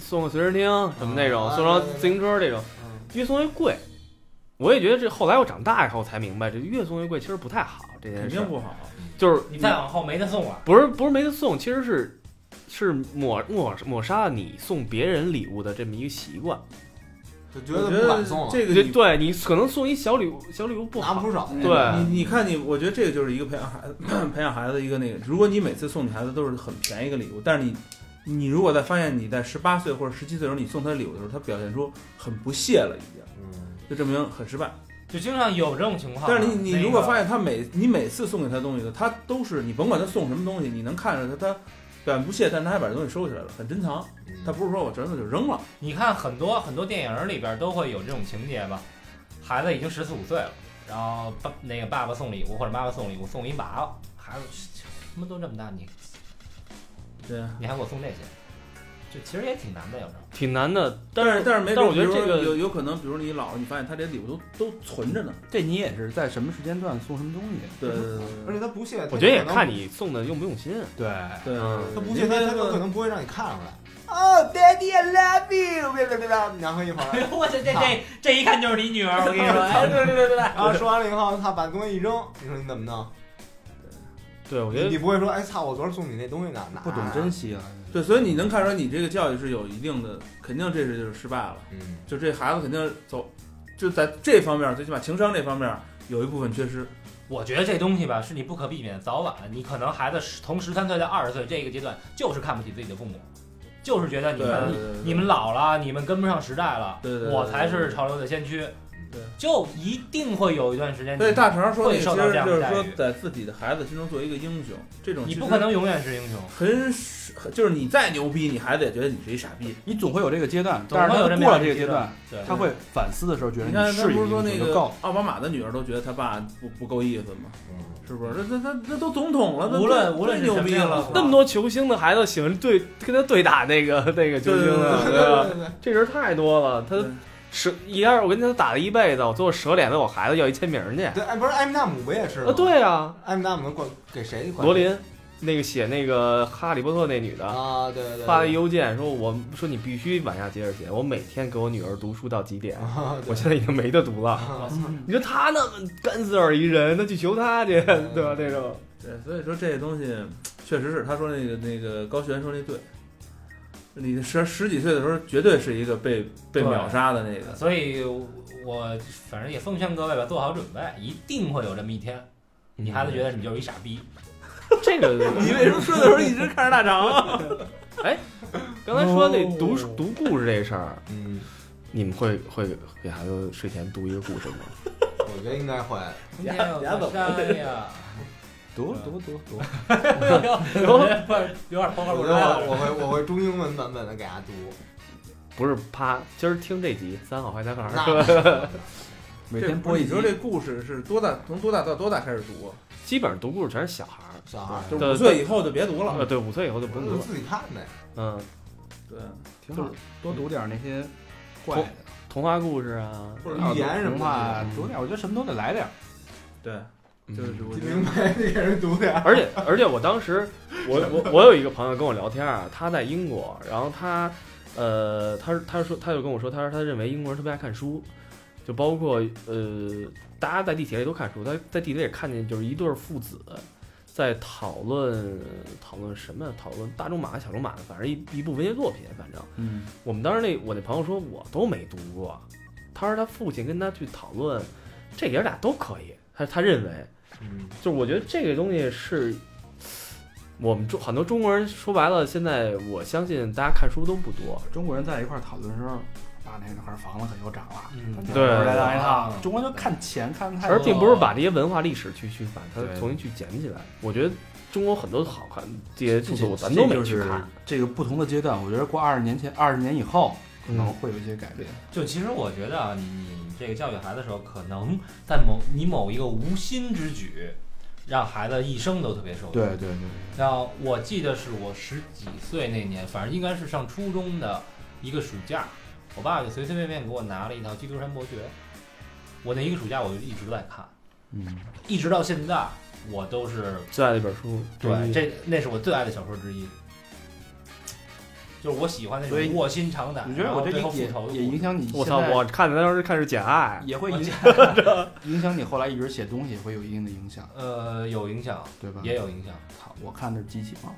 Speaker 5: 送个随身听什么那种，
Speaker 3: 啊
Speaker 5: 送
Speaker 3: 啊
Speaker 5: 张
Speaker 3: 对对对
Speaker 5: 自行车这种，
Speaker 3: 嗯
Speaker 5: 越送越贵。我也觉得这后来我长大以后才明白，这越送越贵其实不太好。这件
Speaker 4: 肯
Speaker 5: 事
Speaker 4: 定不好。
Speaker 5: 就是
Speaker 2: 嗯你再往后没得送了。
Speaker 5: 不是不是没得送，其实是是抹抹抹杀了你送别人礼物的这么一个习惯。
Speaker 3: 就觉
Speaker 4: 我
Speaker 3: 得
Speaker 4: 觉
Speaker 3: 不
Speaker 4: 得
Speaker 3: 敢送了，
Speaker 4: 这个
Speaker 5: 对
Speaker 4: 你
Speaker 5: 对你可能送一小礼物，小礼物不
Speaker 3: 拿
Speaker 5: 好，
Speaker 3: 不出手。
Speaker 5: 对
Speaker 4: 你你看你，我觉得这个就是一个培养孩子 培养孩子一个那个，如果你每次送你孩子都是很便宜一个礼物，但是你你如果在发现你在十八岁或者十七岁的时候你送他礼物的时候，他表现出很不屑了已经，
Speaker 3: 嗯，
Speaker 4: 就证明很失败。
Speaker 2: 就经常有这种情况啊。
Speaker 4: 但是你
Speaker 2: 那
Speaker 4: 你
Speaker 2: 个
Speaker 4: 如果发现他每你每次送给他东西的，他都是你甭管他送什么东西，你能看着他他表现不屑，但是他还把这东西收起来了，很珍藏。
Speaker 3: 嗯
Speaker 4: 他不是说我折腾就扔了，
Speaker 2: 你看很多很多电影里边都会有这种情节吧，孩子已经十四五岁了，然后爸那个爸爸送礼物或者妈妈送礼物送一娃娃，孩子什么都这么大，你
Speaker 4: 对，
Speaker 5: 啊
Speaker 2: 你还给我送这些，这其实也挺难的，有时候。
Speaker 5: 挺难的。但
Speaker 4: 但是但是没准，
Speaker 5: 但我觉得
Speaker 4: 比如
Speaker 5: 这
Speaker 4: 说
Speaker 5: 个
Speaker 4: 有有可能，比如你老了，你发现他这礼物都都存着呢。
Speaker 1: 这你也是在什么时间段送什么东西？
Speaker 4: 对对对
Speaker 3: 而且他不屑，
Speaker 5: 我觉得也
Speaker 3: 他可能
Speaker 5: 看你送的用不用心。
Speaker 1: 对，
Speaker 4: 对，
Speaker 5: 嗯
Speaker 3: 他不
Speaker 4: 信
Speaker 3: 信，他他有可能不会让你看出来。哦、d a d d y I love you，别别别别，然后一会儿，
Speaker 2: 我这这这这一看就是你女儿，我跟你说，哎， 对对对对对，
Speaker 3: 然后说完了以后，他把东西一扔，你说你怎么弄？
Speaker 5: 对，我觉
Speaker 3: 你
Speaker 5: 得
Speaker 3: 你不会说，哎操，我昨儿送你那东西呢？哪儿
Speaker 1: 不懂珍。惜啊了。
Speaker 4: 对，所以你能看出来，你这个教育是有一定的，肯定这是就是失败了。
Speaker 3: 嗯，
Speaker 4: 就这孩子肯定走，就在这方面，最起码情商这方面有一部分缺失。
Speaker 2: 我觉得这东西吧，是你不可避免的，早晚你可能孩子十从十三岁到二十岁这个阶段，就是看不起自己的父母，就是觉得你
Speaker 4: 对，
Speaker 2: 们你们老了，你们跟不上时代了，
Speaker 4: 对对对对
Speaker 2: 我才是潮流的先驱，
Speaker 4: 对
Speaker 2: 就一定会有一段时间，
Speaker 4: 所以大成说的，
Speaker 2: 会
Speaker 4: 其
Speaker 2: 受到这
Speaker 4: 实
Speaker 2: 样
Speaker 4: 就
Speaker 2: 的
Speaker 4: 是
Speaker 2: 待
Speaker 4: 说
Speaker 2: 遇，
Speaker 4: 在自己的孩子心中做一个英雄，这种
Speaker 2: 你
Speaker 4: 其
Speaker 2: 不
Speaker 4: 实
Speaker 2: 可能永远是英雄。
Speaker 4: 很少，就是你再牛逼，你孩子也觉得你是一傻逼。
Speaker 1: 你总会有这个阶段，
Speaker 2: 总
Speaker 1: 但是
Speaker 2: 会有
Speaker 1: 他
Speaker 2: 这么
Speaker 1: 过了
Speaker 2: 样
Speaker 1: 这
Speaker 2: 的
Speaker 1: 个阶
Speaker 2: 阶
Speaker 1: 段，
Speaker 2: 对，
Speaker 1: 他会反思的时候，觉得
Speaker 4: 你看，
Speaker 1: 你
Speaker 4: 他
Speaker 1: 是一
Speaker 4: 不
Speaker 1: 个
Speaker 4: 是说那
Speaker 1: 英雄就
Speaker 4: 个
Speaker 1: 够了。
Speaker 4: 奥巴马的女儿都觉得他爸不不够意思吗？是不是？那那那那都总统了，那
Speaker 2: 无
Speaker 4: 那
Speaker 2: 论无论是
Speaker 4: 那牛
Speaker 2: 什么
Speaker 4: 逼
Speaker 2: 样的
Speaker 4: 了，
Speaker 5: 那么多球星的孩子喜欢对跟他对打那个那个球星的，
Speaker 4: 对
Speaker 5: 对吧？
Speaker 3: 对，
Speaker 5: 这人太多了，他折一下我跟他打了一辈子，我最后折脸问我孩子要一签名去。啊，
Speaker 3: 对，哎，不是艾米纳姆不也是吗？，
Speaker 5: 对啊，
Speaker 3: 艾米纳姆管给谁管？
Speaker 5: 罗琳，那个写那个《哈利波特》那女的，
Speaker 3: 啊，对对对，
Speaker 5: 发了一邮件说我说你必须往下接着写，我每天给我女儿读书到几点，
Speaker 3: 啊，
Speaker 5: 我
Speaker 3: 对
Speaker 5: 现在已经没得读了。你说他那么干死耳一人，那去求他去，
Speaker 3: 嗯
Speaker 5: 对吧？那种
Speaker 4: 对，所以说这些东西确实是他说那个那个高璇说那对，你十十几岁的时候绝对是一个被被
Speaker 2: 对
Speaker 4: 秒杀的那个。
Speaker 2: 所以我，我反正也奉劝各位吧，做好准备，一定会有这么一天，你孩子觉得你就是一傻逼。
Speaker 5: 这 个
Speaker 4: 你为什么说的时候一直看着大肠啊？
Speaker 5: 哎刚才说那
Speaker 2: 哦
Speaker 5: 读书读故事这事儿，
Speaker 3: 嗯，
Speaker 5: 你们会会给孩子睡前读一个故事吗？
Speaker 3: 我觉得应该会。
Speaker 2: 今天有
Speaker 3: 俩
Speaker 2: 座山呀，
Speaker 1: 读
Speaker 4: 啊
Speaker 1: 读读读，
Speaker 2: 有点有点破罐
Speaker 3: 我
Speaker 2: 破
Speaker 3: 觉得
Speaker 2: 摔
Speaker 3: 我我会我会中英文版本的给他 读，
Speaker 5: 不是啪，今儿听这集三好坏男孩儿，
Speaker 3: 那
Speaker 1: 每天
Speaker 4: 不
Speaker 1: 播
Speaker 4: 是
Speaker 1: 一
Speaker 4: 你
Speaker 1: 集
Speaker 4: 说。这故事是多大？从多大到多大开始读？啊
Speaker 5: 基本上读故事全是小孩儿。
Speaker 3: 小孩
Speaker 4: 就
Speaker 3: 儿
Speaker 4: 是五岁以后就别读
Speaker 5: 呃，
Speaker 4: 了。
Speaker 5: 对，五岁以后就不用读
Speaker 3: 我
Speaker 5: 了。
Speaker 3: 自己看呗。
Speaker 5: 嗯，
Speaker 4: 对，
Speaker 1: 挺好，多读点那些坏的，
Speaker 5: 童话故事啊，
Speaker 3: 或者寓言什么的
Speaker 1: 童话读点，我觉得什么都得来点儿。嗯
Speaker 4: 对，就是我
Speaker 3: 金
Speaker 4: 觉
Speaker 3: 瓶
Speaker 4: 得
Speaker 3: 梅给人读点儿。
Speaker 5: 而且而且我当时，我我我有一个朋友跟我聊天啊，他在英国，然后他，呃，他他说他就跟我说，他说他认为英国人特别爱看书，就包括呃，大家在地铁里都看书，他在地铁里看见就是一对儿父子。在讨论讨论什么？讨论大仲马、小仲马的，反正一一部文学作品。反正
Speaker 1: 嗯，
Speaker 5: 我们当时那我那朋友说，我都没读过。他说他父亲跟他去讨论，这爷俩都可以。他他认为，
Speaker 3: 嗯，
Speaker 5: 就是我觉得这个东西是我们中很多中国人说白了，现在我相信大家看书都不多，
Speaker 1: 中国人在一块儿讨论的时候，啊，那块儿房子可又涨了，
Speaker 2: 嗯
Speaker 1: 咱这
Speaker 5: 对
Speaker 1: 儿来来一趟。
Speaker 2: 嗯
Speaker 1: 中国人就看钱看太多
Speaker 5: 而
Speaker 1: 了，
Speaker 5: 并不是把这些文化历史去去把它
Speaker 1: 对
Speaker 5: 重新去捡起来。我觉得中国很多好看这些著
Speaker 1: 这
Speaker 5: 作，
Speaker 1: 就
Speaker 5: 咱都没
Speaker 1: 这就
Speaker 5: 去
Speaker 1: 是
Speaker 5: 看。
Speaker 1: 这个不同的阶段，我觉得过二十年前、二十年以后，可能会有一些改变。
Speaker 2: 就其实我觉得啊，你你这个教育孩子的时候，可能在某你某一个无心之举，让孩子一生都特别受用。
Speaker 1: 对对对，
Speaker 2: 那我记得是我十几岁那年，反正应该是上初中的一个暑假，我爸就随随便便给我拿了一套《基督山伯爵》，我那一个暑假我就一直在看，
Speaker 1: 嗯，
Speaker 2: 一直到现在，我都是
Speaker 5: 最爱的一本书，
Speaker 2: 对，这那是我最爱的小说之一。就是我喜欢那
Speaker 1: 所以
Speaker 2: 种卧薪尝胆，
Speaker 1: 你觉得
Speaker 2: 然后
Speaker 1: 我这
Speaker 2: 最后
Speaker 1: 影
Speaker 2: 复仇的
Speaker 1: 也也
Speaker 2: 故
Speaker 1: 影
Speaker 2: 事
Speaker 1: 响你现在？
Speaker 5: 我操！我看的当时看的是《简爱》，
Speaker 1: 也会影影响你后来一直写东西，会有一定的影响，
Speaker 2: 呃有影响，
Speaker 1: 对吧？
Speaker 2: 也有影响。
Speaker 1: 操，我看的是机器猫，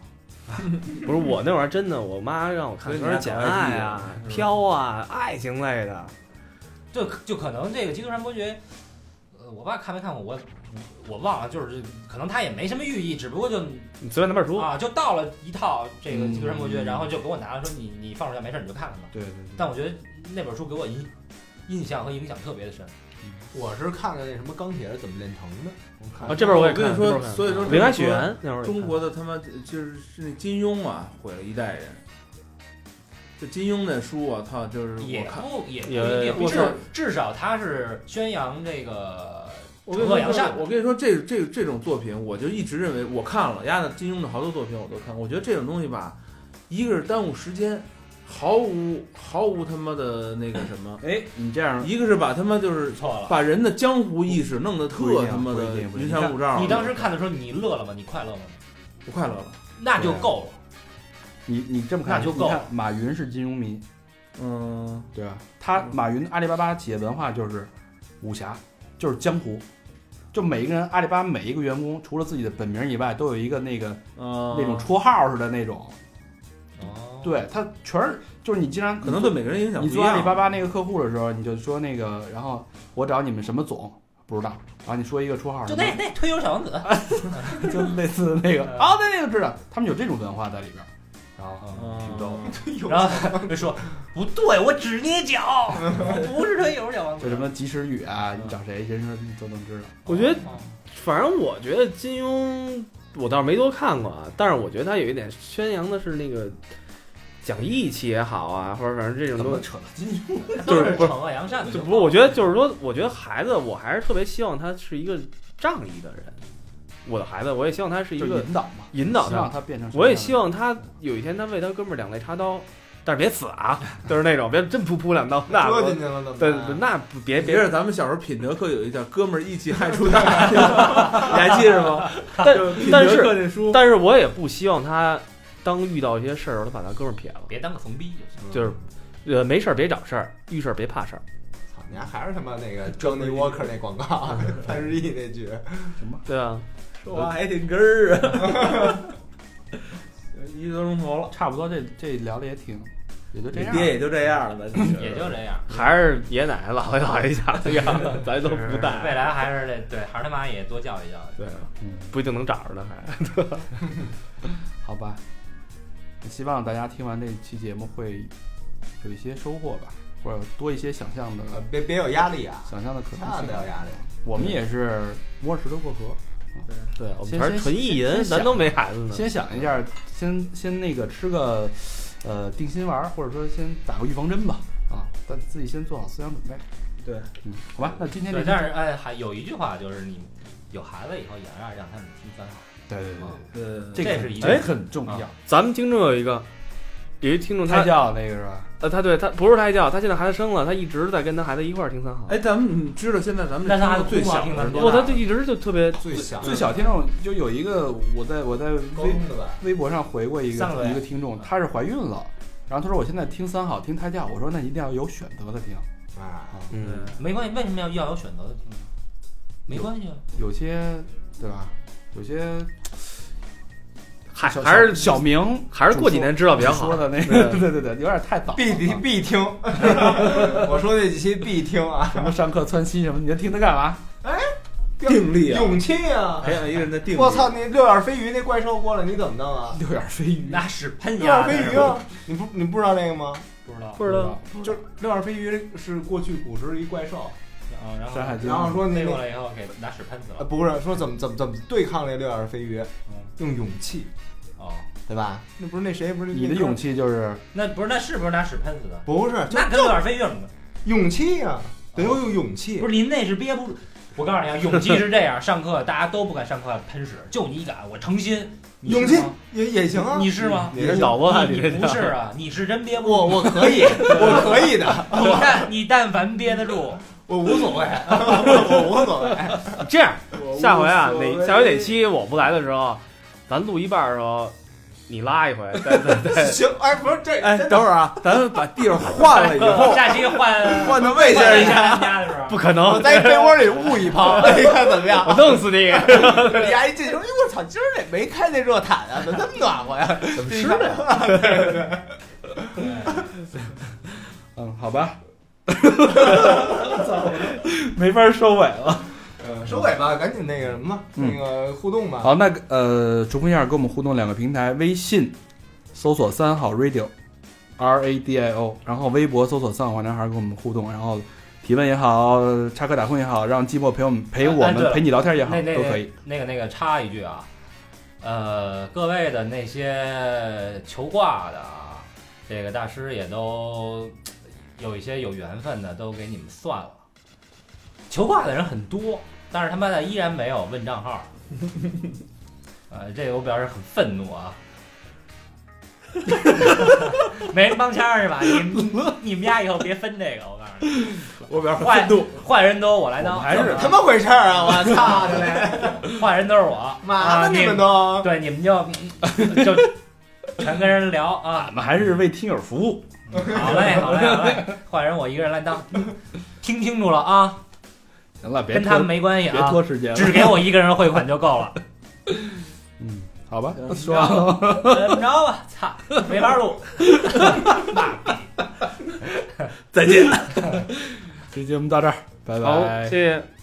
Speaker 5: 不是我那会儿真的，我妈让我看
Speaker 4: 所以
Speaker 5: 全
Speaker 4: 你
Speaker 5: 是
Speaker 4: 还
Speaker 5: 《简
Speaker 4: 搞 IT
Speaker 5: 爱》
Speaker 4: 啊
Speaker 5: 啊、
Speaker 4: 是吧
Speaker 5: 飘啊、爱情类的。
Speaker 2: 就就可能这个《基督山伯爵》，呃，我爸看没看过我，我忘了，就是可能他也没什么寓意，只不过就
Speaker 5: 你随便拿本书，
Speaker 2: 啊，就到了一套这个《基督山伯爵》，
Speaker 1: 嗯
Speaker 2: 然后就给我拿了，说你你放暑假没事你就看看吧。
Speaker 1: 对对
Speaker 2: 但我觉得那本书给我印印象和影响特别的深。
Speaker 3: 我是看看那什么钢铁是怎么炼成的。我看
Speaker 5: 啊，这本我也
Speaker 4: 我跟
Speaker 5: 看。
Speaker 4: 你
Speaker 5: 这本
Speaker 4: 说
Speaker 5: 我，看
Speaker 4: 所以说
Speaker 5: 《灵海雪原》那会儿也看
Speaker 4: 中国的他妈就是是那金庸啊，毁了一代人。就金庸那书，我操，就是
Speaker 2: 也
Speaker 4: 我看
Speaker 2: 不也不
Speaker 5: 也
Speaker 2: 一定，
Speaker 5: 我
Speaker 2: 至
Speaker 5: 看
Speaker 2: 至少他是宣扬这个
Speaker 4: 我跟你
Speaker 2: 惩恶
Speaker 4: 说
Speaker 2: 扬善
Speaker 4: 这，我跟你说，这这这种作品，我就一直认为，我看了丫的金庸的好多作品，我都看。我觉得这种东西吧，一个是耽误时间，毫无毫无他妈的那个什么；
Speaker 5: 哎，你这样，
Speaker 4: 一个是把他妈就是
Speaker 2: 错了。
Speaker 4: 把人的江湖意识弄得特他妈
Speaker 1: 不一
Speaker 4: 的
Speaker 1: 定不一定
Speaker 4: 云山雾罩。
Speaker 2: 你当时看的时候，你乐了吗？你快乐吗？
Speaker 4: 不快乐了？
Speaker 2: 那就够了。
Speaker 1: 你你这么看，
Speaker 2: 那就
Speaker 1: 你
Speaker 2: 够
Speaker 1: 看马云是金庸迷，
Speaker 4: 嗯，
Speaker 1: 对吧？他马云阿里巴巴企业文化就是武侠，就是江湖，就每一个人阿里巴巴每一个员工，除了自己的本名以外，都有一个那个
Speaker 4: 呃，
Speaker 5: 哦
Speaker 1: 那种绰号似的那种。
Speaker 2: 哦，
Speaker 1: 对他全是就是你经常
Speaker 4: 可能对每个人影响不
Speaker 1: 你
Speaker 4: 一
Speaker 1: 做阿
Speaker 4: 样。
Speaker 1: 里巴巴那个客户的时候，你就说那个，然后我找你们什么总不知道，然后你说一个绰号，
Speaker 2: 就那那推油小王子，
Speaker 4: 哎
Speaker 1: 就类似那
Speaker 5: 嗯
Speaker 1: 个哦，对，那个知道，他们有这种文化在里边儿。
Speaker 5: 哦
Speaker 1: 然后
Speaker 2: 哦
Speaker 4: 嗯，
Speaker 2: 然后就说不对，我只捏脚， 我不是推油小王子。
Speaker 1: 就什么及时雨
Speaker 5: 嗯
Speaker 1: 啊，你找谁先生都能知道。
Speaker 5: 我觉得
Speaker 2: 哦
Speaker 5: 反正我觉得金庸我倒是没多看过啊，但是我觉得他有一点宣扬的是那个讲义气也好啊，或者反正这种东西。
Speaker 1: 扯到金庸？
Speaker 2: 都
Speaker 5: 就是是不是
Speaker 2: 惩恶扬善的
Speaker 5: 就
Speaker 2: 就
Speaker 5: 不
Speaker 2: 好。
Speaker 5: 是，我觉得就是说，我觉得孩子，我还是特别希望他是一个仗义的人。我的孩子，我也希望他是一
Speaker 1: 就
Speaker 5: 个
Speaker 1: 引导嘛，
Speaker 5: 引导
Speaker 1: 希
Speaker 5: 他
Speaker 1: 望。他变成什么样的。
Speaker 5: 我也希望他有一天，他为他哥们儿两肋插刀，但是别死啊， 就是那种别真噗噗两刀，那
Speaker 3: 搁
Speaker 5: 我
Speaker 3: 进去了怎么办？啊
Speaker 5: 对，对那不别
Speaker 4: 别
Speaker 5: 别
Speaker 4: 是咱们小时候品德课有一叫“哥们儿义气害 出大”，你还记着吗？
Speaker 5: 但
Speaker 4: 就品
Speaker 5: 但
Speaker 4: 德
Speaker 5: 是
Speaker 4: 课那书，
Speaker 5: 但是我也不希望他当遇到一些事儿的时候，他把他哥们儿撇了，
Speaker 2: 别当个怂逼就行。
Speaker 5: 就是呃没事儿别找事儿，遇事儿别怕事儿。
Speaker 3: 操，你还还是他妈那 个 Johnny Walker 那广告，潘石屹那句，
Speaker 5: 对啊，
Speaker 4: 说话还挺根儿啊。 一个多钟头了，
Speaker 1: 差不多这这聊的也挺，也就这
Speaker 4: 你
Speaker 1: 样。
Speaker 4: 爹也就这样了吧？你
Speaker 5: 嗯
Speaker 4: 觉得
Speaker 2: 也就这样。
Speaker 5: 还是爷爷奶奶、姥爷姥爷一家子样子，咱都不 带。
Speaker 2: 未来还是得对，还是他妈也多教育教育。
Speaker 5: 对啊
Speaker 1: 嗯，
Speaker 5: 不一定能找着呢，还
Speaker 1: 好吧，希望大家听完这期节目会有一些收获吧，或者多一些想象的
Speaker 3: 呃别别有压力啊，
Speaker 1: 想象的可
Speaker 3: 千
Speaker 1: 能
Speaker 3: 万
Speaker 1: 性
Speaker 3: 不。要压力。
Speaker 1: 我们也是摸着石头过河。对，
Speaker 5: 我们
Speaker 1: 先
Speaker 5: 全是
Speaker 1: 先
Speaker 5: 纯意
Speaker 1: 先
Speaker 5: 淫，咱
Speaker 1: 想
Speaker 5: 都没孩子呢。
Speaker 1: 先想一下，先先那个吃个呃定心丸，或者说先打个预防针吧。啊，但自己先做好思想准备。
Speaker 4: 对，
Speaker 1: 嗯，好吧，那今天这
Speaker 2: 对，
Speaker 1: 期
Speaker 2: 但是哎，还有一句话就是，你有孩子以后也要让他们听三好。
Speaker 1: 对对对对，
Speaker 5: 嗯
Speaker 4: 呃，
Speaker 1: 这个
Speaker 2: 这是
Speaker 1: 很
Speaker 2: 一定
Speaker 5: 哎
Speaker 1: 这个很重
Speaker 4: 啊
Speaker 1: 要。
Speaker 5: 咱们听众有一个，有一听众
Speaker 1: 胎
Speaker 5: 他
Speaker 1: 教那个是吧？
Speaker 5: 呃他对他不是胎教，他现在孩子生了，他一直在跟他孩子一块儿听三好。
Speaker 4: 哎，咱们你知道现在咱们
Speaker 2: 那他还
Speaker 4: 这最小
Speaker 2: 不
Speaker 4: 的
Speaker 2: 光
Speaker 4: 是
Speaker 5: 不过
Speaker 4: 多
Speaker 5: 他
Speaker 4: 大？
Speaker 5: 就一直就特别
Speaker 3: 最小
Speaker 1: 最小听众就有一个，我在我在
Speaker 3: 高
Speaker 1: 微
Speaker 3: 中的吧，
Speaker 1: 微博上回过一
Speaker 2: 上个
Speaker 1: 个
Speaker 2: 月
Speaker 1: 一个听
Speaker 5: 嗯
Speaker 1: 众，她是怀孕了，然后她说我现在听三好听胎教，我说那一定要有选择的听，
Speaker 3: 啊，
Speaker 5: 嗯，
Speaker 2: 没关系，为什么要要有选择的听呢？没关系啊，
Speaker 1: 有些对吧？有些
Speaker 5: 还
Speaker 1: 小
Speaker 5: 还是
Speaker 1: 小明
Speaker 5: 还是过几年知道比较好
Speaker 1: 说。的那个， 对对对，有点太早了，
Speaker 3: 必听必 听。我说那几期必听啊，
Speaker 1: 什么上课窜稀什么，你就听它干嘛？
Speaker 4: 定力啊，
Speaker 3: 勇气啊！
Speaker 4: 培养一个人的定力。
Speaker 3: 我操，你六眼飞鱼那怪兽过来，你怎么弄啊？
Speaker 1: 六眼飞鱼，
Speaker 2: 那是喷
Speaker 3: 六
Speaker 2: 呀，
Speaker 3: 眼飞鱼啊！你不你不知道那个吗？
Speaker 2: 不知道。
Speaker 5: 不知道，
Speaker 3: 就是六眼飞鱼是过去古时一怪兽，
Speaker 2: 啊，然后
Speaker 1: 山海经
Speaker 3: 然后说那
Speaker 2: 背过
Speaker 3: 个
Speaker 2: 来以后给拿屎喷死
Speaker 3: 呃
Speaker 2: 了。
Speaker 3: 不是说怎么怎么怎么对抗那六眼飞鱼，
Speaker 2: 嗯，
Speaker 3: 用勇气，
Speaker 5: 呃
Speaker 2: 哦，
Speaker 3: 对吧？那不是那谁不是
Speaker 1: 你的
Speaker 3: 那哥们
Speaker 1: 勇气就是
Speaker 2: 那不是那是不是拿屎喷死的？
Speaker 3: 不是就
Speaker 2: 那跟有点飞有什么关系？
Speaker 3: 勇气啊，得有有勇气
Speaker 2: 哦不。是您那是憋不住。我告诉你啊，勇气是这样，上课大家都不敢上课喷屎，就你敢，我诚心。你是
Speaker 3: 勇气
Speaker 2: 吗
Speaker 3: 也也行啊，
Speaker 2: 你是吗？
Speaker 5: 你是导播啊，
Speaker 2: 你
Speaker 5: 这
Speaker 2: 你不是啊，你是真憋不
Speaker 3: 我
Speaker 2: 住。
Speaker 3: 我 可以，我可以的，
Speaker 2: 你但你但凡憋得住，
Speaker 3: 我无所谓，我无所
Speaker 2: 哎
Speaker 3: 谓。
Speaker 5: 这样，下回啊，
Speaker 4: 无所谓
Speaker 5: 哪下回哪期我不来的时候，咱录一半的时候，你拉一回，再再再
Speaker 3: 行，哎，不是这，
Speaker 4: 哎，
Speaker 3: 真的
Speaker 4: 等会儿啊，咱们把地儿换
Speaker 3: 哎
Speaker 4: 了以后，
Speaker 2: 下期换
Speaker 4: 换到位
Speaker 2: 换哎
Speaker 4: 先
Speaker 2: 人
Speaker 4: 生家。
Speaker 2: 家家的时候，
Speaker 5: 不可
Speaker 3: 我
Speaker 5: 能，
Speaker 3: 在被窝里捂一 泡，哎你看怎么样？
Speaker 5: 我
Speaker 2: 哎
Speaker 5: 弄死你！
Speaker 3: 你还一进去说，哎呦我操，今儿这没开那热毯啊，怎么这么暖和呀？
Speaker 5: 怎么吃的？
Speaker 1: 嗯，好吧， 没法收尾了。
Speaker 3: 收尾吧，赶紧那个什么，
Speaker 2: 嗯
Speaker 3: 那个互动吧。
Speaker 1: 好，那个呃，重复一下，跟我们互动两个平台：微信搜索三好 radio，R A D I O，然后微博搜索三好坏男孩跟我们互动，然后提问也好，插科打诨也好，让寂寞陪我们陪我
Speaker 2: 哎对
Speaker 1: 们
Speaker 2: 了
Speaker 1: 陪你聊天也好，
Speaker 2: 那那
Speaker 1: 都可以。
Speaker 2: 那个那个插一句啊，呃，各位的那些求卦的啊，这个大师也都有一些有缘分的，都给你们算了。求卦的人很多，但是他妈的依然没有问账号。 呃，这个我表示很愤怒啊！ 没人帮腔是吧？你们你们家以后别分这个，我告诉你，
Speaker 4: 我表示
Speaker 2: 坏
Speaker 4: 愤怒，
Speaker 2: 坏人都我来当，
Speaker 4: 还是
Speaker 3: 他妈回事儿啊！我操你嘞！
Speaker 2: 坏人都是我，
Speaker 3: 嘛
Speaker 2: 啊
Speaker 3: 呢
Speaker 2: 你
Speaker 3: 们都？
Speaker 2: 对你们就就 全跟人聊啊
Speaker 7: 俺，们还是为听友服务。
Speaker 1: 啊
Speaker 2: 好嘞好嘞好嘞，坏人我一个人来当，听清楚了啊，
Speaker 1: 行了，别
Speaker 2: 跟他们
Speaker 1: 拖
Speaker 2: 没关系
Speaker 1: 别
Speaker 2: 啊，
Speaker 1: 拖时间了，
Speaker 2: 只给我一个人汇款就够了。
Speaker 1: 嗯，好吧，
Speaker 4: 行
Speaker 1: 说完了，
Speaker 2: 怎么着吧？操，没法录。
Speaker 4: 再见。
Speaker 1: 这节目到这儿，拜
Speaker 5: 好，
Speaker 1: 拜
Speaker 5: 谢。谢。